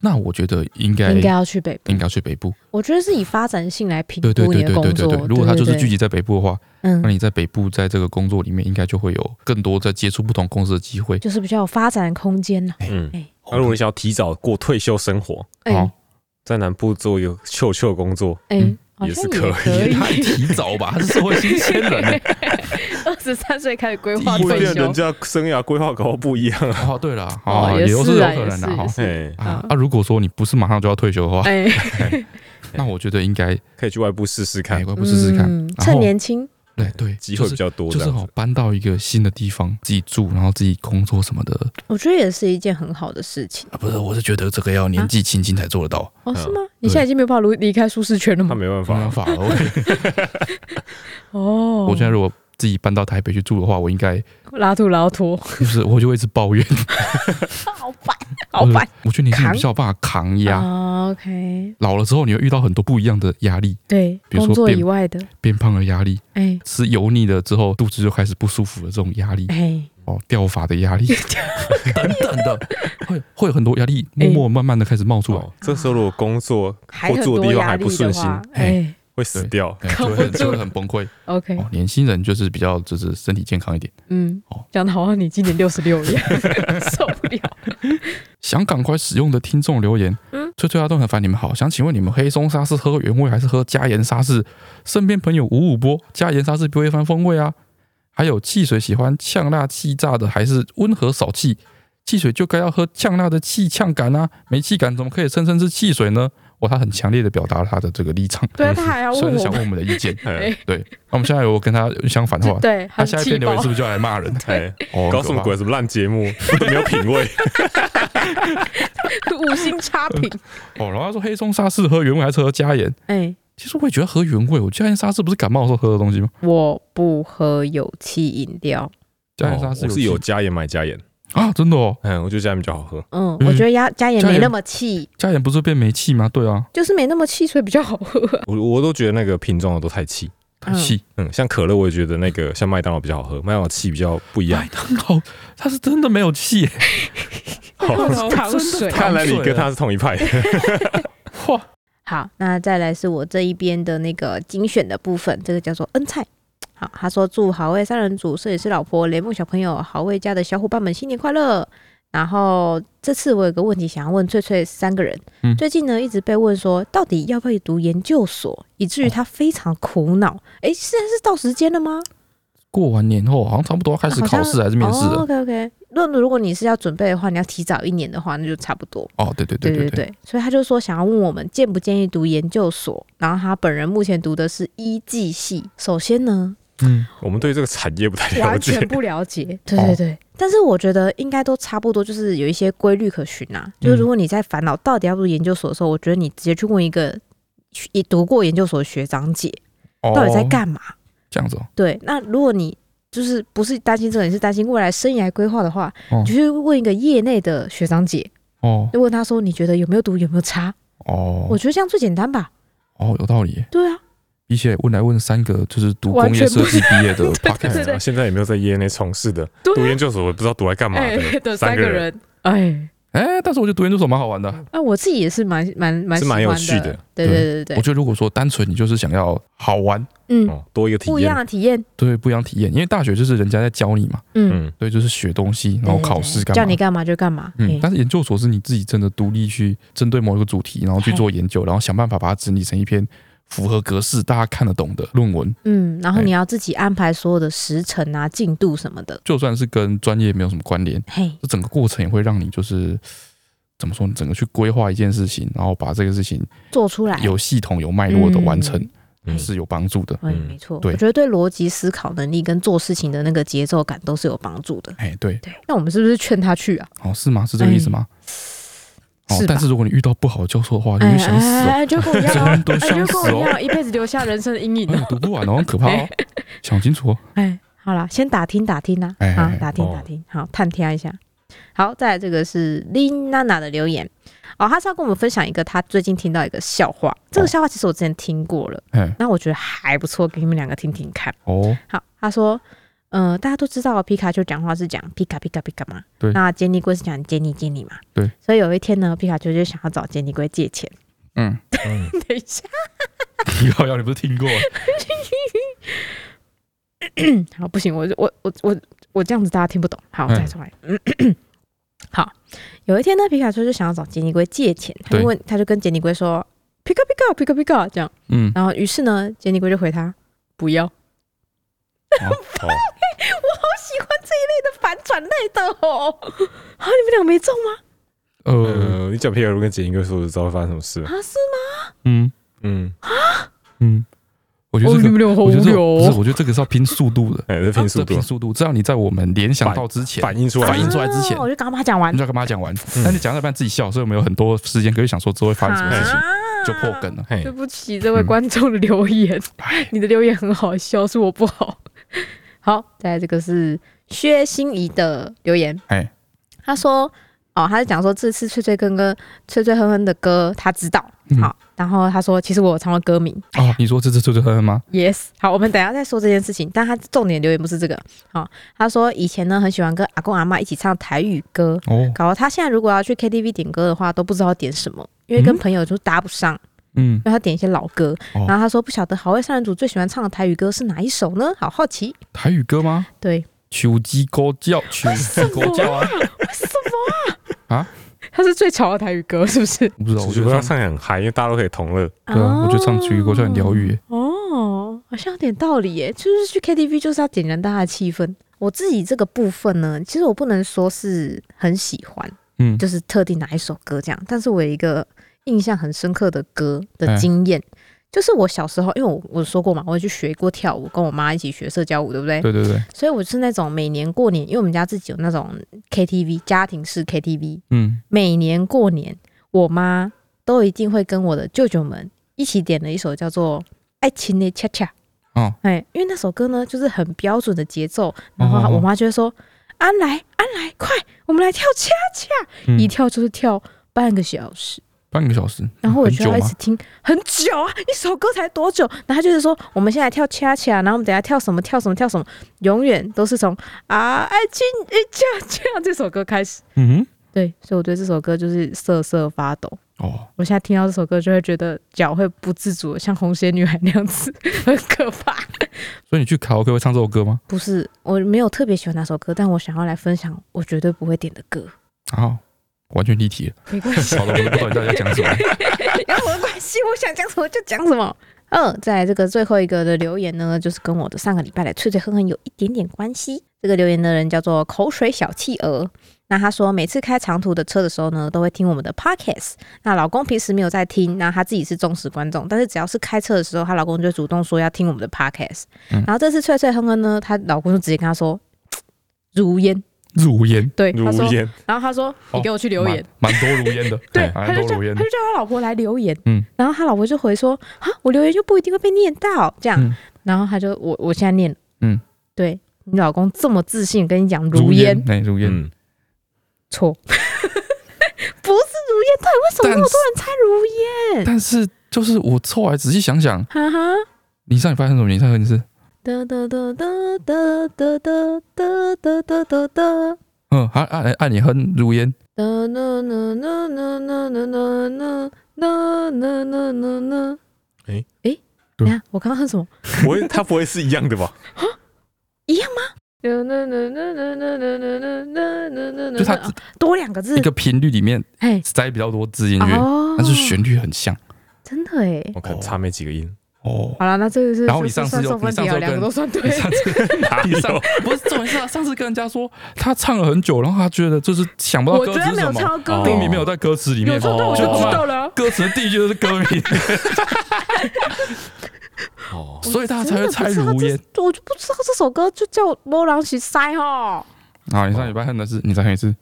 Speaker 2: 那我觉得应该
Speaker 1: 应该要去北部。
Speaker 2: 应该去北部。
Speaker 1: 我觉得是以发展性来评
Speaker 2: 对对
Speaker 1: 估你
Speaker 2: 对
Speaker 1: 的
Speaker 2: 对
Speaker 1: 工
Speaker 2: 对对
Speaker 1: 作
Speaker 2: 对。。如果他就是聚
Speaker 1: 集，
Speaker 2: 集在北部的话，那
Speaker 1: 嗯，
Speaker 2: 你在北部在这个工作里面，应该就会有更多在接触不同公司的机会。
Speaker 1: 就是比较有发展空间了。
Speaker 3: 嗯
Speaker 1: 哎，
Speaker 3: 那如果你想要提早过退休生活，
Speaker 2: 好
Speaker 1: 哎，
Speaker 3: 在南部做有秀秀
Speaker 2: <laughs>
Speaker 3: 工作，
Speaker 4: 哎
Speaker 2: 嗯，
Speaker 4: 好
Speaker 3: 也是
Speaker 4: 像
Speaker 3: 可
Speaker 4: 可
Speaker 2: <laughs>
Speaker 3: 以
Speaker 2: 他提早吧，他是社会新鲜人
Speaker 1: <laughs>
Speaker 2: 呢。
Speaker 4: <laughs> 二十三岁开始规划
Speaker 2: 第一
Speaker 4: 退
Speaker 3: 然
Speaker 4: 休
Speaker 3: 人。家生涯规划搞不好不一 <laughs> 样啊。
Speaker 2: 哦，对了，哦，
Speaker 4: 也
Speaker 2: 都是
Speaker 4: 是
Speaker 2: 有
Speaker 4: 啊，
Speaker 2: 可
Speaker 4: 也
Speaker 2: 能
Speaker 4: 是
Speaker 2: 的哈
Speaker 4: 也。是。
Speaker 3: 哎，
Speaker 2: 啊
Speaker 4: 嗯
Speaker 2: 啊！如果说你不是马上就要退休的话，
Speaker 4: 哎，
Speaker 2: 那我觉得应该
Speaker 3: 可以去外部试试
Speaker 2: 哎，
Speaker 3: 看，
Speaker 2: 我不试试看
Speaker 1: 嗯，
Speaker 2: 然
Speaker 1: 趁
Speaker 2: 后
Speaker 1: 年轻，
Speaker 2: 对对，
Speaker 3: 机
Speaker 2: 就
Speaker 3: 会比
Speaker 2: 是
Speaker 3: 较多
Speaker 2: 就
Speaker 3: 这
Speaker 2: 是
Speaker 3: 样
Speaker 2: 好
Speaker 3: 子。
Speaker 2: 搬到一个新的地方自己住，然后自己工作什么的
Speaker 1: 我觉得也是一件很好的事情。
Speaker 2: 啊，不是，我是觉得这个要年纪轻轻才做得到，
Speaker 4: 哦，
Speaker 3: 嗯
Speaker 4: 是吗？你现在已经没有办法离离开舒适圈了
Speaker 3: 他
Speaker 4: 吗？
Speaker 3: 没办
Speaker 2: 没办
Speaker 3: 法，
Speaker 2: 法了。我
Speaker 4: 哦，
Speaker 2: <laughs> 我现在如果自己搬到台北去住的话，我应该
Speaker 4: 拉吐拉拖，
Speaker 2: 就是 <laughs> 我就会一直抱怨，
Speaker 1: 好烦，
Speaker 2: 我
Speaker 1: 好
Speaker 2: 就
Speaker 1: 烦。嗯哦
Speaker 2: 我觉得年轻人
Speaker 1: 扛
Speaker 2: 比较有办法扛压，
Speaker 4: 啊 OK，
Speaker 2: 老了之后你会遇到很多不一样的压力，
Speaker 4: 对，
Speaker 2: 比如说
Speaker 4: 工作
Speaker 2: 变
Speaker 4: 以外的，
Speaker 2: 变胖的压力，
Speaker 4: 哎
Speaker 2: 吃油腻了之后肚子就开始不舒服的这种压力，
Speaker 4: 哎，
Speaker 2: 哦，掉发的压力等等的，会会有很多压力，默默慢慢的开始冒出来，
Speaker 3: <laughs> 哦这时候如果工作
Speaker 1: 还
Speaker 3: 或
Speaker 1: 很
Speaker 3: 住的
Speaker 1: 多
Speaker 3: 地方
Speaker 1: 压
Speaker 3: 还
Speaker 1: 力
Speaker 3: 不顺
Speaker 1: 的
Speaker 3: 心，
Speaker 1: 话，
Speaker 4: 哎
Speaker 3: 会死掉。
Speaker 2: 哎就会
Speaker 4: 扛
Speaker 2: 很
Speaker 4: 不住
Speaker 2: 就会很
Speaker 4: <laughs>
Speaker 2: 崩溃。
Speaker 4: ，OK，
Speaker 2: 哦，年轻人就是比较就是身体健康一点，
Speaker 4: 嗯
Speaker 2: 哦，
Speaker 4: 讲的好像你今年六十六一样， <laughs> 受不
Speaker 1: <laughs>
Speaker 4: 了。
Speaker 2: 想赶快使用的听众留言，嗯
Speaker 1: 嗯，
Speaker 2: 翠翠阿段很烦你们好，想请问你们黑松沙是喝原味还是喝加盐沙士？身边朋友五五波，加盐沙士不会翻风味啊。还有汽水喜欢呛辣气炸的还是温和少气？汽水就该要喝呛辣的气呛感啊，没气感怎么可以声称是汽水呢？哇，他很强烈的表达了他的这个立场，
Speaker 4: 对啊，他还要
Speaker 2: 所
Speaker 4: 问
Speaker 2: 以想
Speaker 4: 我
Speaker 2: 问
Speaker 4: 们，
Speaker 2: 我们的
Speaker 4: <laughs>
Speaker 2: 意见。
Speaker 3: <laughs> 哎
Speaker 2: 对，那我们现在如果跟他相反的话，
Speaker 4: 对，
Speaker 2: 他
Speaker 4: 很
Speaker 2: 下一
Speaker 4: 气
Speaker 2: 篇留
Speaker 4: 爆
Speaker 2: 言。是不是就要来骂人？
Speaker 3: 哎，
Speaker 2: 哦，
Speaker 3: 搞什么鬼？？什么烂节目？ <laughs> 没有品
Speaker 2: <laughs>
Speaker 3: 味。
Speaker 4: 五星差评。
Speaker 2: <laughs> 哦，然后他说黑松沙士喝原味还是喝加盐？
Speaker 1: 哎，
Speaker 2: 其实我也觉得喝原味，我加盐沙士不是感冒的时候喝的东西吗？
Speaker 1: 我不喝有气饮料。
Speaker 2: 加盐沙
Speaker 3: 哦
Speaker 2: 士
Speaker 3: 我是有
Speaker 2: 气
Speaker 3: 加盐买加盐，
Speaker 2: 啊，真的哦，
Speaker 3: 嗯，我觉得加盐比较好喝。
Speaker 1: 嗯，
Speaker 2: 嗯
Speaker 1: 我觉得加加盐
Speaker 2: 加
Speaker 1: 没
Speaker 2: 盐
Speaker 1: 那么气，
Speaker 2: 加盐不是变煤气吗？对啊，
Speaker 1: 就是没那么气，所以比较好喝啊。
Speaker 3: 我我都觉得那个瓶装的都太气，
Speaker 2: 太气，
Speaker 3: 嗯，像可乐，我也觉得那个像麦当劳比较好喝，麦当劳气比较不一样
Speaker 2: 麦。当劳它哦是真的没有
Speaker 1: <laughs>
Speaker 2: 气耶， <laughs>
Speaker 3: 好
Speaker 4: 是糖水
Speaker 3: 看来你跟
Speaker 4: 啊
Speaker 3: 他是同一派。 <laughs>
Speaker 2: 哇，
Speaker 1: 好，那再来是我这一边的那个精选的部分，这个叫做恩菜。好，他说祝好味三人组摄影师老婆、雷梦小朋友、好味家的小伙伴们新年快乐。然后这次我有个问题想要问翠翠三个人，
Speaker 2: 嗯
Speaker 1: 最近呢一直被问说到底要不要读研究所，以至
Speaker 2: 哦
Speaker 1: 于他非常苦恼。诶，现在是到时间了吗？
Speaker 2: 过完年后好像差不多要开始
Speaker 1: 好像
Speaker 2: 考试还是面试
Speaker 1: 哦、
Speaker 2: 了。
Speaker 1: OK OK，那如果你是要准备的话，你要提早一年的话，那就差不多。
Speaker 2: 哦，对对
Speaker 1: 对
Speaker 2: 对
Speaker 1: 对
Speaker 2: 对，
Speaker 1: 对，所以他就说想要问我们建不建议读研究所，然后他本人目前读的是医技系。首先呢，
Speaker 2: 嗯，
Speaker 3: 我们对这个产业不太了
Speaker 4: 完
Speaker 3: 解
Speaker 4: 全，不了
Speaker 2: <laughs>
Speaker 4: 解。
Speaker 1: 对对
Speaker 2: 哦
Speaker 1: 对，但是我觉得应该都差不多，就是有一些规律可循
Speaker 2: 嗯
Speaker 1: 啊。就是如果你在烦恼到底要不要读研究所的时候，我觉得你直接去问一个也读过研究所的学长姐，
Speaker 2: 哦
Speaker 1: 到底在干嘛？
Speaker 2: 这样子哦，
Speaker 1: 对，那如果你就是不是担心这个，你是担心未来生涯规划的话，
Speaker 2: 哦
Speaker 1: 你就去问一个业内的学长姐，
Speaker 2: 哦
Speaker 1: 就问他说你觉得有没有读有没有差？我
Speaker 2: 哦
Speaker 1: 觉得这样最简单吧。
Speaker 2: 哦，有道理耶。
Speaker 1: 对啊，
Speaker 2: 比起来问来问三个就是读
Speaker 4: 完
Speaker 2: 工业
Speaker 4: 全不
Speaker 2: 设计毕业的 p o c
Speaker 4: 对对
Speaker 2: a
Speaker 1: <laughs>
Speaker 2: s
Speaker 4: 对
Speaker 2: t
Speaker 3: 啊现在也没有在业内从事的，
Speaker 4: 对啊
Speaker 3: 读研究所我也不知道读来干嘛
Speaker 4: 哎，
Speaker 3: 的，
Speaker 4: 的三个
Speaker 3: 个人
Speaker 4: 人，哎，
Speaker 2: 哎，但是我觉得读研究所蛮好玩的。
Speaker 1: 啊，我自己也是蛮蛮蛮
Speaker 3: 是
Speaker 1: 喜
Speaker 3: 蛮
Speaker 1: 欢
Speaker 3: 有趣的
Speaker 1: 的，对对对对对，
Speaker 2: 我觉得如果说单纯你就是想要好玩，
Speaker 1: 嗯，
Speaker 3: 哦，多一个体
Speaker 1: 不一样
Speaker 3: 验。
Speaker 1: 的体验，
Speaker 2: 对不一样体验，因为大学就是人家在教你嘛，
Speaker 1: 嗯，
Speaker 3: 嗯，
Speaker 2: 对，就是学东西，然后考试
Speaker 1: 对对对
Speaker 2: 干
Speaker 1: 嗯
Speaker 2: 嘛，
Speaker 1: 叫你干嘛就干嘛，
Speaker 2: 嗯
Speaker 1: 嗯，，
Speaker 2: 但是研究所是你自己真的独立去针对某一个主题，然后去做研
Speaker 1: 嗯
Speaker 2: 究，然后想办法把它整理成一篇符合格式、大家看得懂的论文。
Speaker 1: 嗯，然后
Speaker 2: 哎
Speaker 1: 你要自己安排所有的时程啊、进度什么的，
Speaker 2: 就算是跟专业没有什么关联，
Speaker 1: 嘿，
Speaker 2: 这整个过程也会让你就是怎么说呢，整个去规划一件事情，然后把这个事情
Speaker 1: 做出来，
Speaker 2: 有系统、有脉络的完成，
Speaker 3: 嗯
Speaker 2: 是有帮助的。
Speaker 1: 哎，
Speaker 3: 嗯
Speaker 1: 没错，
Speaker 2: 对
Speaker 1: 我觉得对逻辑思考能力跟做事情的那个节奏感都是有帮助的。
Speaker 2: 哎、对，
Speaker 1: 对，那我们是不是劝他去啊？
Speaker 2: 哦，是吗？是这个意思吗？哦
Speaker 1: 是，吧
Speaker 2: 但是如果你遇到不好的教授的话，你
Speaker 1: 哎
Speaker 2: 会想死哦，
Speaker 4: 哎，就跟我一样
Speaker 1: 啊
Speaker 2: <laughs> 整个
Speaker 4: 哦哎，
Speaker 2: 人，都
Speaker 4: 就
Speaker 2: 想
Speaker 4: 跟
Speaker 2: 死
Speaker 4: 我一
Speaker 2: 哦，
Speaker 4: 样，一辈子留下人生的阴影
Speaker 2: 哎，。你读不完哦，很可怕哦，想清楚哦。
Speaker 1: 哎，好啦，先打听打听啦，
Speaker 2: 哎
Speaker 1: 啊
Speaker 2: 哎，
Speaker 1: 打听
Speaker 3: 哦
Speaker 1: 打听，好探听一下。好，再来这个是林娜娜的留言哦，她是要跟我们分享一个她最近听到一个笑话，这个
Speaker 2: 哦
Speaker 1: 笑话其实我之前听过了，
Speaker 2: 哎，
Speaker 1: 那我觉得还不错，给你们两个听听看。
Speaker 2: 哦，
Speaker 1: 好，他说，呃，大家都知道皮卡丘讲话是讲皮卡皮卡皮卡嘛，
Speaker 2: 对
Speaker 1: 那杰尼龟是讲杰尼杰尼嘛，
Speaker 2: 对，
Speaker 1: 所以有一天呢，皮卡丘就想要找杰尼龟借钱， <laughs>
Speaker 2: 嗯，
Speaker 1: 等一下，
Speaker 2: 提高要你不是听过？
Speaker 1: 好，不行，我我我我我这样子大家听不懂，好，
Speaker 2: 嗯
Speaker 1: 再重来， <clears throat> 嗯好，有一天呢，皮卡丘就想要找杰尼龟借钱，他就
Speaker 2: 对
Speaker 1: 问，他就跟杰尼龟说，皮卡皮卡皮卡皮卡这样，
Speaker 2: 嗯，
Speaker 1: 然后于是呢，杰尼龟就回他。不要，我
Speaker 3: 哦，
Speaker 1: 好喜欢这一类的反转类的哦。啊，你们俩没中吗？
Speaker 2: 呃，
Speaker 3: 呃，你讲皮尔鲁跟杰英哥说，我就知道会发生什么事了。
Speaker 1: 啊，是吗？
Speaker 2: 嗯
Speaker 3: 嗯，
Speaker 2: 嗯，我觉
Speaker 4: 哦，
Speaker 2: 得
Speaker 4: 你
Speaker 2: 这
Speaker 4: 们
Speaker 2: 个，
Speaker 4: 俩好无
Speaker 2: 我觉得这
Speaker 4: 聊
Speaker 2: 个不
Speaker 4: 哦
Speaker 2: 是，。我觉得这个是要拼速度的，
Speaker 3: 哎，这拼速
Speaker 2: 这
Speaker 3: 度
Speaker 2: 拼速度，只要你在我们联想
Speaker 3: 反
Speaker 2: 到之前，
Speaker 3: 反映出来，
Speaker 2: 反映出来之前
Speaker 1: 啊我就赶快把它讲完
Speaker 2: 你就。要跟妈讲完，但你讲到一半自己笑，所以我们有很多时间可以想说之后会发生什么事情，
Speaker 1: 啊
Speaker 2: 就破梗了。
Speaker 3: 嘿
Speaker 4: 对，不起，这位观众的留言，
Speaker 2: 嗯哎，
Speaker 4: 你的留言很好笑，是我不好。
Speaker 1: <laughs> 好，再来这个是薛心怡的留言，
Speaker 2: 哎，
Speaker 1: 她说。哦，她是讲说这次翠翠跟跟翠翠哼哼的歌，她知道。
Speaker 2: 嗯
Speaker 1: 好，然后她说，其实我有唱过歌名。
Speaker 2: 哦，你说这次就是哼吗？
Speaker 1: Yes，好，我们等一下再说这件事情。但她重点留言不是这个。好、她说以前呢很喜欢跟阿公阿妈一起唱台语歌，
Speaker 2: 哦，
Speaker 1: 搞得她现在如果要去 KTV 点歌的话，都不知道点什么，因为跟
Speaker 2: 嗯
Speaker 1: 朋友就搭不上。
Speaker 2: 嗯，
Speaker 1: 让他点一些老歌。
Speaker 2: 哦
Speaker 1: 然后他说不晓得好味三人组最喜欢唱的台语歌是哪一首呢？好好奇。
Speaker 2: 台语歌吗？
Speaker 1: 对，
Speaker 2: 求鸡狗叫，求鸡狗叫啊！
Speaker 1: 啊
Speaker 4: 他是最潮的台语歌，是不是？
Speaker 2: 我不知道，
Speaker 3: 我
Speaker 2: 我
Speaker 3: 觉
Speaker 2: 觉
Speaker 3: 得他
Speaker 2: 得
Speaker 3: 唱
Speaker 2: 唱，
Speaker 3: 得很嗨，因为大家都可以同乐。
Speaker 2: 对啊，我觉得唱求鸡狗叫很疗愈耶。
Speaker 1: 哦，好像有点道理耶。就是去 KTV 就是要点燃大家的气氛。我自己这个部分呢，其实我不能说是很喜欢，
Speaker 2: 嗯，
Speaker 1: 就是特定哪一首歌这样，但是我有一个印象很深刻的歌的经验。就是我小时候，因为我我说过嘛，我有去学过跳舞，跟我妈一起学社交舞，对不对？
Speaker 2: 对对对，
Speaker 1: 所以我是那种每年过年，因为我们家自己有那种 KTV 家庭式 KTV，
Speaker 2: 嗯，
Speaker 1: 每年过年，我妈都一定会跟我的舅舅们一起点了一首叫做《爱情的恰恰》。
Speaker 2: 哦，
Speaker 1: 哎，因为那首歌呢，就是很标准的节奏，然后我妈就会说：“安来，安来，快，我们来跳恰恰！”
Speaker 3: 嗯
Speaker 1: 一跳就是跳半个小时，
Speaker 2: 半个小时，
Speaker 1: 然后我
Speaker 2: 很
Speaker 1: 就要
Speaker 2: 久
Speaker 1: 一
Speaker 2: 吗
Speaker 1: 直？听很久啊，一首歌才多久？然后她就是说：“我们现在跳恰恰，然后我们等一下跳什么跳什么跳什么，永远都是从啊爱情的恰恰这首歌开始。
Speaker 2: 嗯”
Speaker 1: 对，所以我对这首歌就是瑟瑟发抖。
Speaker 2: 哼，哦，
Speaker 1: 我现在听到这首歌就会觉得脚会不自主的像红鞋女孩那样子，很可怕。
Speaker 2: 所以你去卡拉 OK 会唱这首歌吗？
Speaker 1: 不是，我没有特别喜欢哪首歌，但我想要来分享我绝对不会点的歌。
Speaker 2: 啊，完全离题了。
Speaker 1: 没关系，
Speaker 2: 好了，我都不知道你到底要讲什么。 <laughs>
Speaker 1: 然后我的关系，我想讲什么就讲什么。嗯，再来这个最后一个的留言呢，就是跟我的上个礼拜的脆脆哼哼有一点点关系。这个留言的人叫做口水小企鹅。那他说，每次开长途的车的时候呢，都会听我们的 podcast。那老公平时没有在听，那他自己是忠实观众，但是只要是开车的时候，她老公就会主动说要听我们的 podcast。
Speaker 2: 嗯
Speaker 1: 然后这次脆脆哼哼呢，她老公就直接跟她说，如烟，
Speaker 2: 如烟，
Speaker 4: 哎
Speaker 1: 对，
Speaker 3: 如
Speaker 1: 他说，
Speaker 3: 烟，
Speaker 1: 然后他说，
Speaker 2: 哦
Speaker 4: 你给我去留言，
Speaker 2: 蛮蛮多如烟的，
Speaker 1: <laughs>
Speaker 2: 哎
Speaker 1: 对，
Speaker 2: 蛮
Speaker 1: 他就
Speaker 2: 多
Speaker 1: 叫
Speaker 2: 如烟
Speaker 1: 他
Speaker 2: 的
Speaker 1: 就。叫他老婆来留言，
Speaker 2: 嗯
Speaker 1: 然后他老婆就回说啊，我留言就不一定会被念到这样，
Speaker 2: 嗯
Speaker 1: 然后他就我我现在念，
Speaker 2: 嗯，
Speaker 1: 对你老公这么自信跟你讲
Speaker 2: 如
Speaker 1: 如烟，
Speaker 2: 哎，如烟。
Speaker 3: 嗯，
Speaker 1: 错， <laughs> 不是如烟，到底为什么那
Speaker 2: 但
Speaker 1: 么
Speaker 2: 是
Speaker 1: 多人猜如烟？
Speaker 2: 但是就是我后来仔细想想，
Speaker 1: 哈哈，
Speaker 2: 你上礼拜看什么？你上礼拜看是
Speaker 1: 哒哒哒哒哒哒哒哒哒哒哒哒。
Speaker 2: 嗯，还按按你哼如烟，
Speaker 1: 哒啦啦啦啦啦啦啦啦啦啦啦啦啦。
Speaker 3: 诶
Speaker 1: 诶，等一下，我刚刚哼什么？
Speaker 3: 不会，他不会是一样的吧？
Speaker 2: 就
Speaker 1: 就
Speaker 2: 它
Speaker 1: 多两个字
Speaker 2: 一，个频率里面
Speaker 1: 哎，
Speaker 2: 塞比较多字进去，
Speaker 1: 哦，
Speaker 2: 但是旋律很像
Speaker 1: 真的哎。
Speaker 3: 我可能差没几个音。
Speaker 2: 哦。
Speaker 1: 好了，那这个是
Speaker 2: 然后
Speaker 1: 就
Speaker 2: 你
Speaker 1: 是
Speaker 2: 上次
Speaker 1: 算
Speaker 2: 有
Speaker 1: 送分
Speaker 2: 你上
Speaker 1: 题
Speaker 2: 次
Speaker 1: 啊
Speaker 2: 有
Speaker 1: 两个
Speaker 2: 跟
Speaker 1: 都算
Speaker 2: <laughs>
Speaker 1: 对
Speaker 2: 你，上次
Speaker 3: 哪
Speaker 2: 你上
Speaker 3: 有？
Speaker 2: 不是重点是他上次跟人家说他唱了很久，然后他觉得就是想不到
Speaker 1: 我
Speaker 2: 歌
Speaker 1: 觉
Speaker 2: 词
Speaker 1: 得
Speaker 2: 是
Speaker 1: 没有
Speaker 2: 什
Speaker 1: 唱
Speaker 2: 么，哦
Speaker 1: 到歌
Speaker 2: 歌
Speaker 1: 名，
Speaker 2: 名没有在歌词里
Speaker 1: 有
Speaker 2: 面，
Speaker 1: 唱到我就
Speaker 2: 哦
Speaker 1: 知道了啊。
Speaker 2: 歌词第一句就是歌名，
Speaker 3: 哦，
Speaker 2: 所以
Speaker 1: 啊
Speaker 2: 大家才会猜如烟。
Speaker 1: 我我就不知道这首歌就叫《波浪西塞》哈。
Speaker 2: 啊，你上礼拜哼的是，你再哼一次。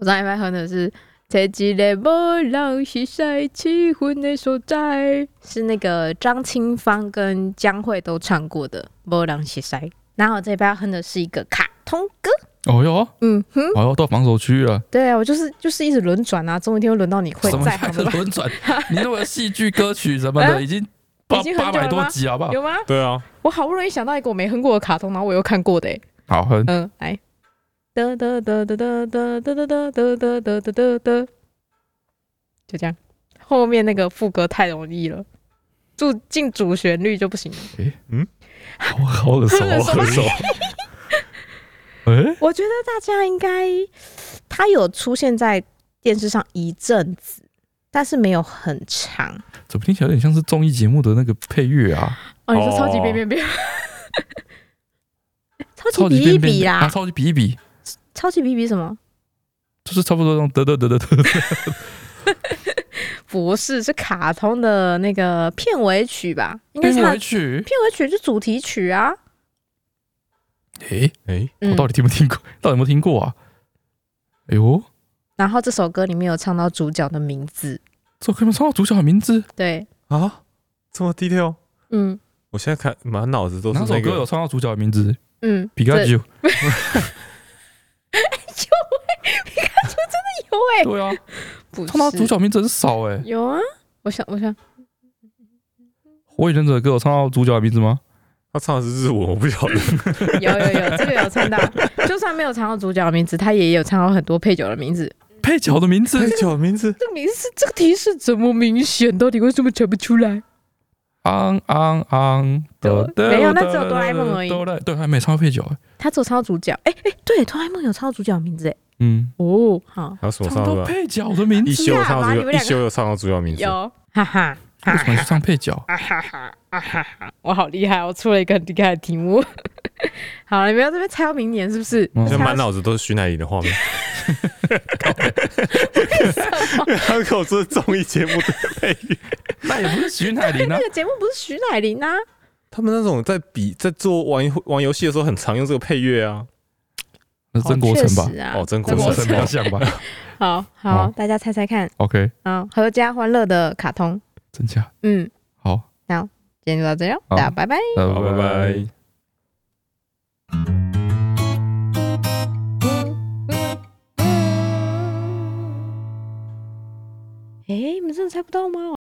Speaker 4: 我上一班哼的是“在一个无人是晒气氛的所在
Speaker 1: 是那个张清芳跟江蕙都唱过的《波浪西塞》，然后我这边要哼的是一个卡通歌。
Speaker 2: 哦哟，
Speaker 1: 嗯哼，
Speaker 2: 哦哟，到防守区域了，
Speaker 1: 对啊，我就是就是一直轮转啊，总有一天会轮到你会
Speaker 2: 什么
Speaker 1: 在
Speaker 2: 样
Speaker 1: 行
Speaker 2: 的
Speaker 1: 的吧？
Speaker 2: 轮
Speaker 1: <laughs>
Speaker 2: 转？你那个戏剧歌曲什么的，
Speaker 1: 啊
Speaker 2: 已经八
Speaker 1: 已经
Speaker 2: 八
Speaker 1: 很久
Speaker 2: 百
Speaker 1: 了
Speaker 2: 多
Speaker 1: 吗
Speaker 2: 集，好不好？
Speaker 1: 有吗？
Speaker 3: 对啊，
Speaker 1: 我好不容易想到一个我没哼过的卡通，然后我又看过的、欸，
Speaker 2: 好哼，
Speaker 1: 嗯，来，哒哒哒哒哒哒哒哒哒哒哒哒哒哒哒，就这样。后面那个副歌太容易了，就进主旋律就不行了。
Speaker 2: 好好耳熟，
Speaker 1: 很
Speaker 2: 好
Speaker 1: 熟
Speaker 2: 耳熟。 <laughs> 哎，
Speaker 1: 我觉得大家应该，它有出现在电视上一阵子，但是没有很长。
Speaker 2: 怎么听起来有点像是综艺节目的那个配乐啊？
Speaker 4: 哦，你说超级
Speaker 3: 哦
Speaker 4: 变变变，
Speaker 1: <laughs> 超级
Speaker 2: 超级
Speaker 1: 比一
Speaker 2: 变变
Speaker 1: 比
Speaker 2: 啊，
Speaker 1: 啦，
Speaker 2: 超级比一比，
Speaker 1: 超级比一比什么？
Speaker 2: 就是差不多那种得得得得
Speaker 1: <laughs>
Speaker 2: 得。
Speaker 1: 不是，是卡通的那个片尾曲吧？应该
Speaker 2: 片
Speaker 1: 是它
Speaker 2: 尾曲，
Speaker 1: 片尾曲是主题曲啊。
Speaker 2: 哎，
Speaker 3: 哎，
Speaker 2: 我
Speaker 1: 嗯，
Speaker 2: 到底听不听过？ <laughs> 到底有没有听过啊？哎呦，
Speaker 1: 然后这首歌里面有唱到主角的名字，
Speaker 2: 这可以唱到主角的名字？
Speaker 1: 对，
Speaker 3: 啊，这么 detail，
Speaker 1: 嗯
Speaker 3: 我现在看满脑子都是
Speaker 2: 哪首
Speaker 3: 那
Speaker 2: 歌有
Speaker 3: 个
Speaker 2: 唱到主角的名字？
Speaker 1: 嗯，
Speaker 2: 皮卡
Speaker 1: 这
Speaker 2: 丘。
Speaker 1: 有哎、
Speaker 2: 对啊，
Speaker 1: 不
Speaker 2: 唱到主
Speaker 1: 是
Speaker 2: 角名字很少哎。
Speaker 1: 有啊，我想我想
Speaker 2: 火影忍者的歌有唱到主角的名字吗？
Speaker 3: 他唱的是日文，我不晓
Speaker 2: <laughs>
Speaker 3: 得。
Speaker 1: 有有有， <laughs> 这个有唱到，就算没有唱到主角的名字，他也有唱到很多配角的名字。
Speaker 2: 配角的名字
Speaker 3: 角名字
Speaker 4: 这名字这个提示怎么明显？到底为什么猜不出来？
Speaker 2: 昂昂昂的，
Speaker 1: 没有那只有哆啦 A 梦而已
Speaker 2: 哆啦对，还没唱到配角欸。
Speaker 1: 他只有唱到主角，哎、哎、对，哆啦 A 梦有唱到主角的名字哎、
Speaker 2: 嗯，
Speaker 1: 哦，好，
Speaker 3: 还有什么
Speaker 2: 唱
Speaker 3: 唱
Speaker 2: 到
Speaker 3: 的？
Speaker 2: 配角的名
Speaker 3: <laughs> 一
Speaker 2: 字，
Speaker 3: 休有唱到
Speaker 1: 你们
Speaker 3: 主角，一
Speaker 1: 两个
Speaker 3: 休有唱到主角名字。
Speaker 4: 有
Speaker 1: 哈哈
Speaker 2: 为什么去唱配角？
Speaker 1: 啊哈哈啊哈哈，
Speaker 4: 我好厉害，我出了一个很厉害的题目。
Speaker 1: <laughs> 好了，你们要这边猜到明年是不是？
Speaker 2: 嗯
Speaker 3: 现在满脑子都是徐乃麟的画面。 <laughs> 他跟我说是综艺节目的配乐，
Speaker 2: 那也不是徐乃麟
Speaker 1: <laughs>
Speaker 2: 啊
Speaker 1: 那，个节目不是徐乃麟啊？
Speaker 3: <laughs> 他们那种在比在做玩玩游戏的时候，很常用这个配乐啊。
Speaker 2: 那是曾国成吧
Speaker 1: 确？实啊
Speaker 3: 哦，，真国
Speaker 2: 曾国
Speaker 3: 成
Speaker 2: 成比较像吧
Speaker 1: 好好
Speaker 2: 好，
Speaker 1: 大家猜猜看
Speaker 2: ？OK，
Speaker 1: 啊，合家欢乐的卡通，
Speaker 2: 真假？
Speaker 1: 嗯，那今天就到这样，
Speaker 2: 好
Speaker 1: 大家拜拜。
Speaker 2: 呃
Speaker 3: 好，拜拜。
Speaker 1: 诶，你们真的猜不到吗？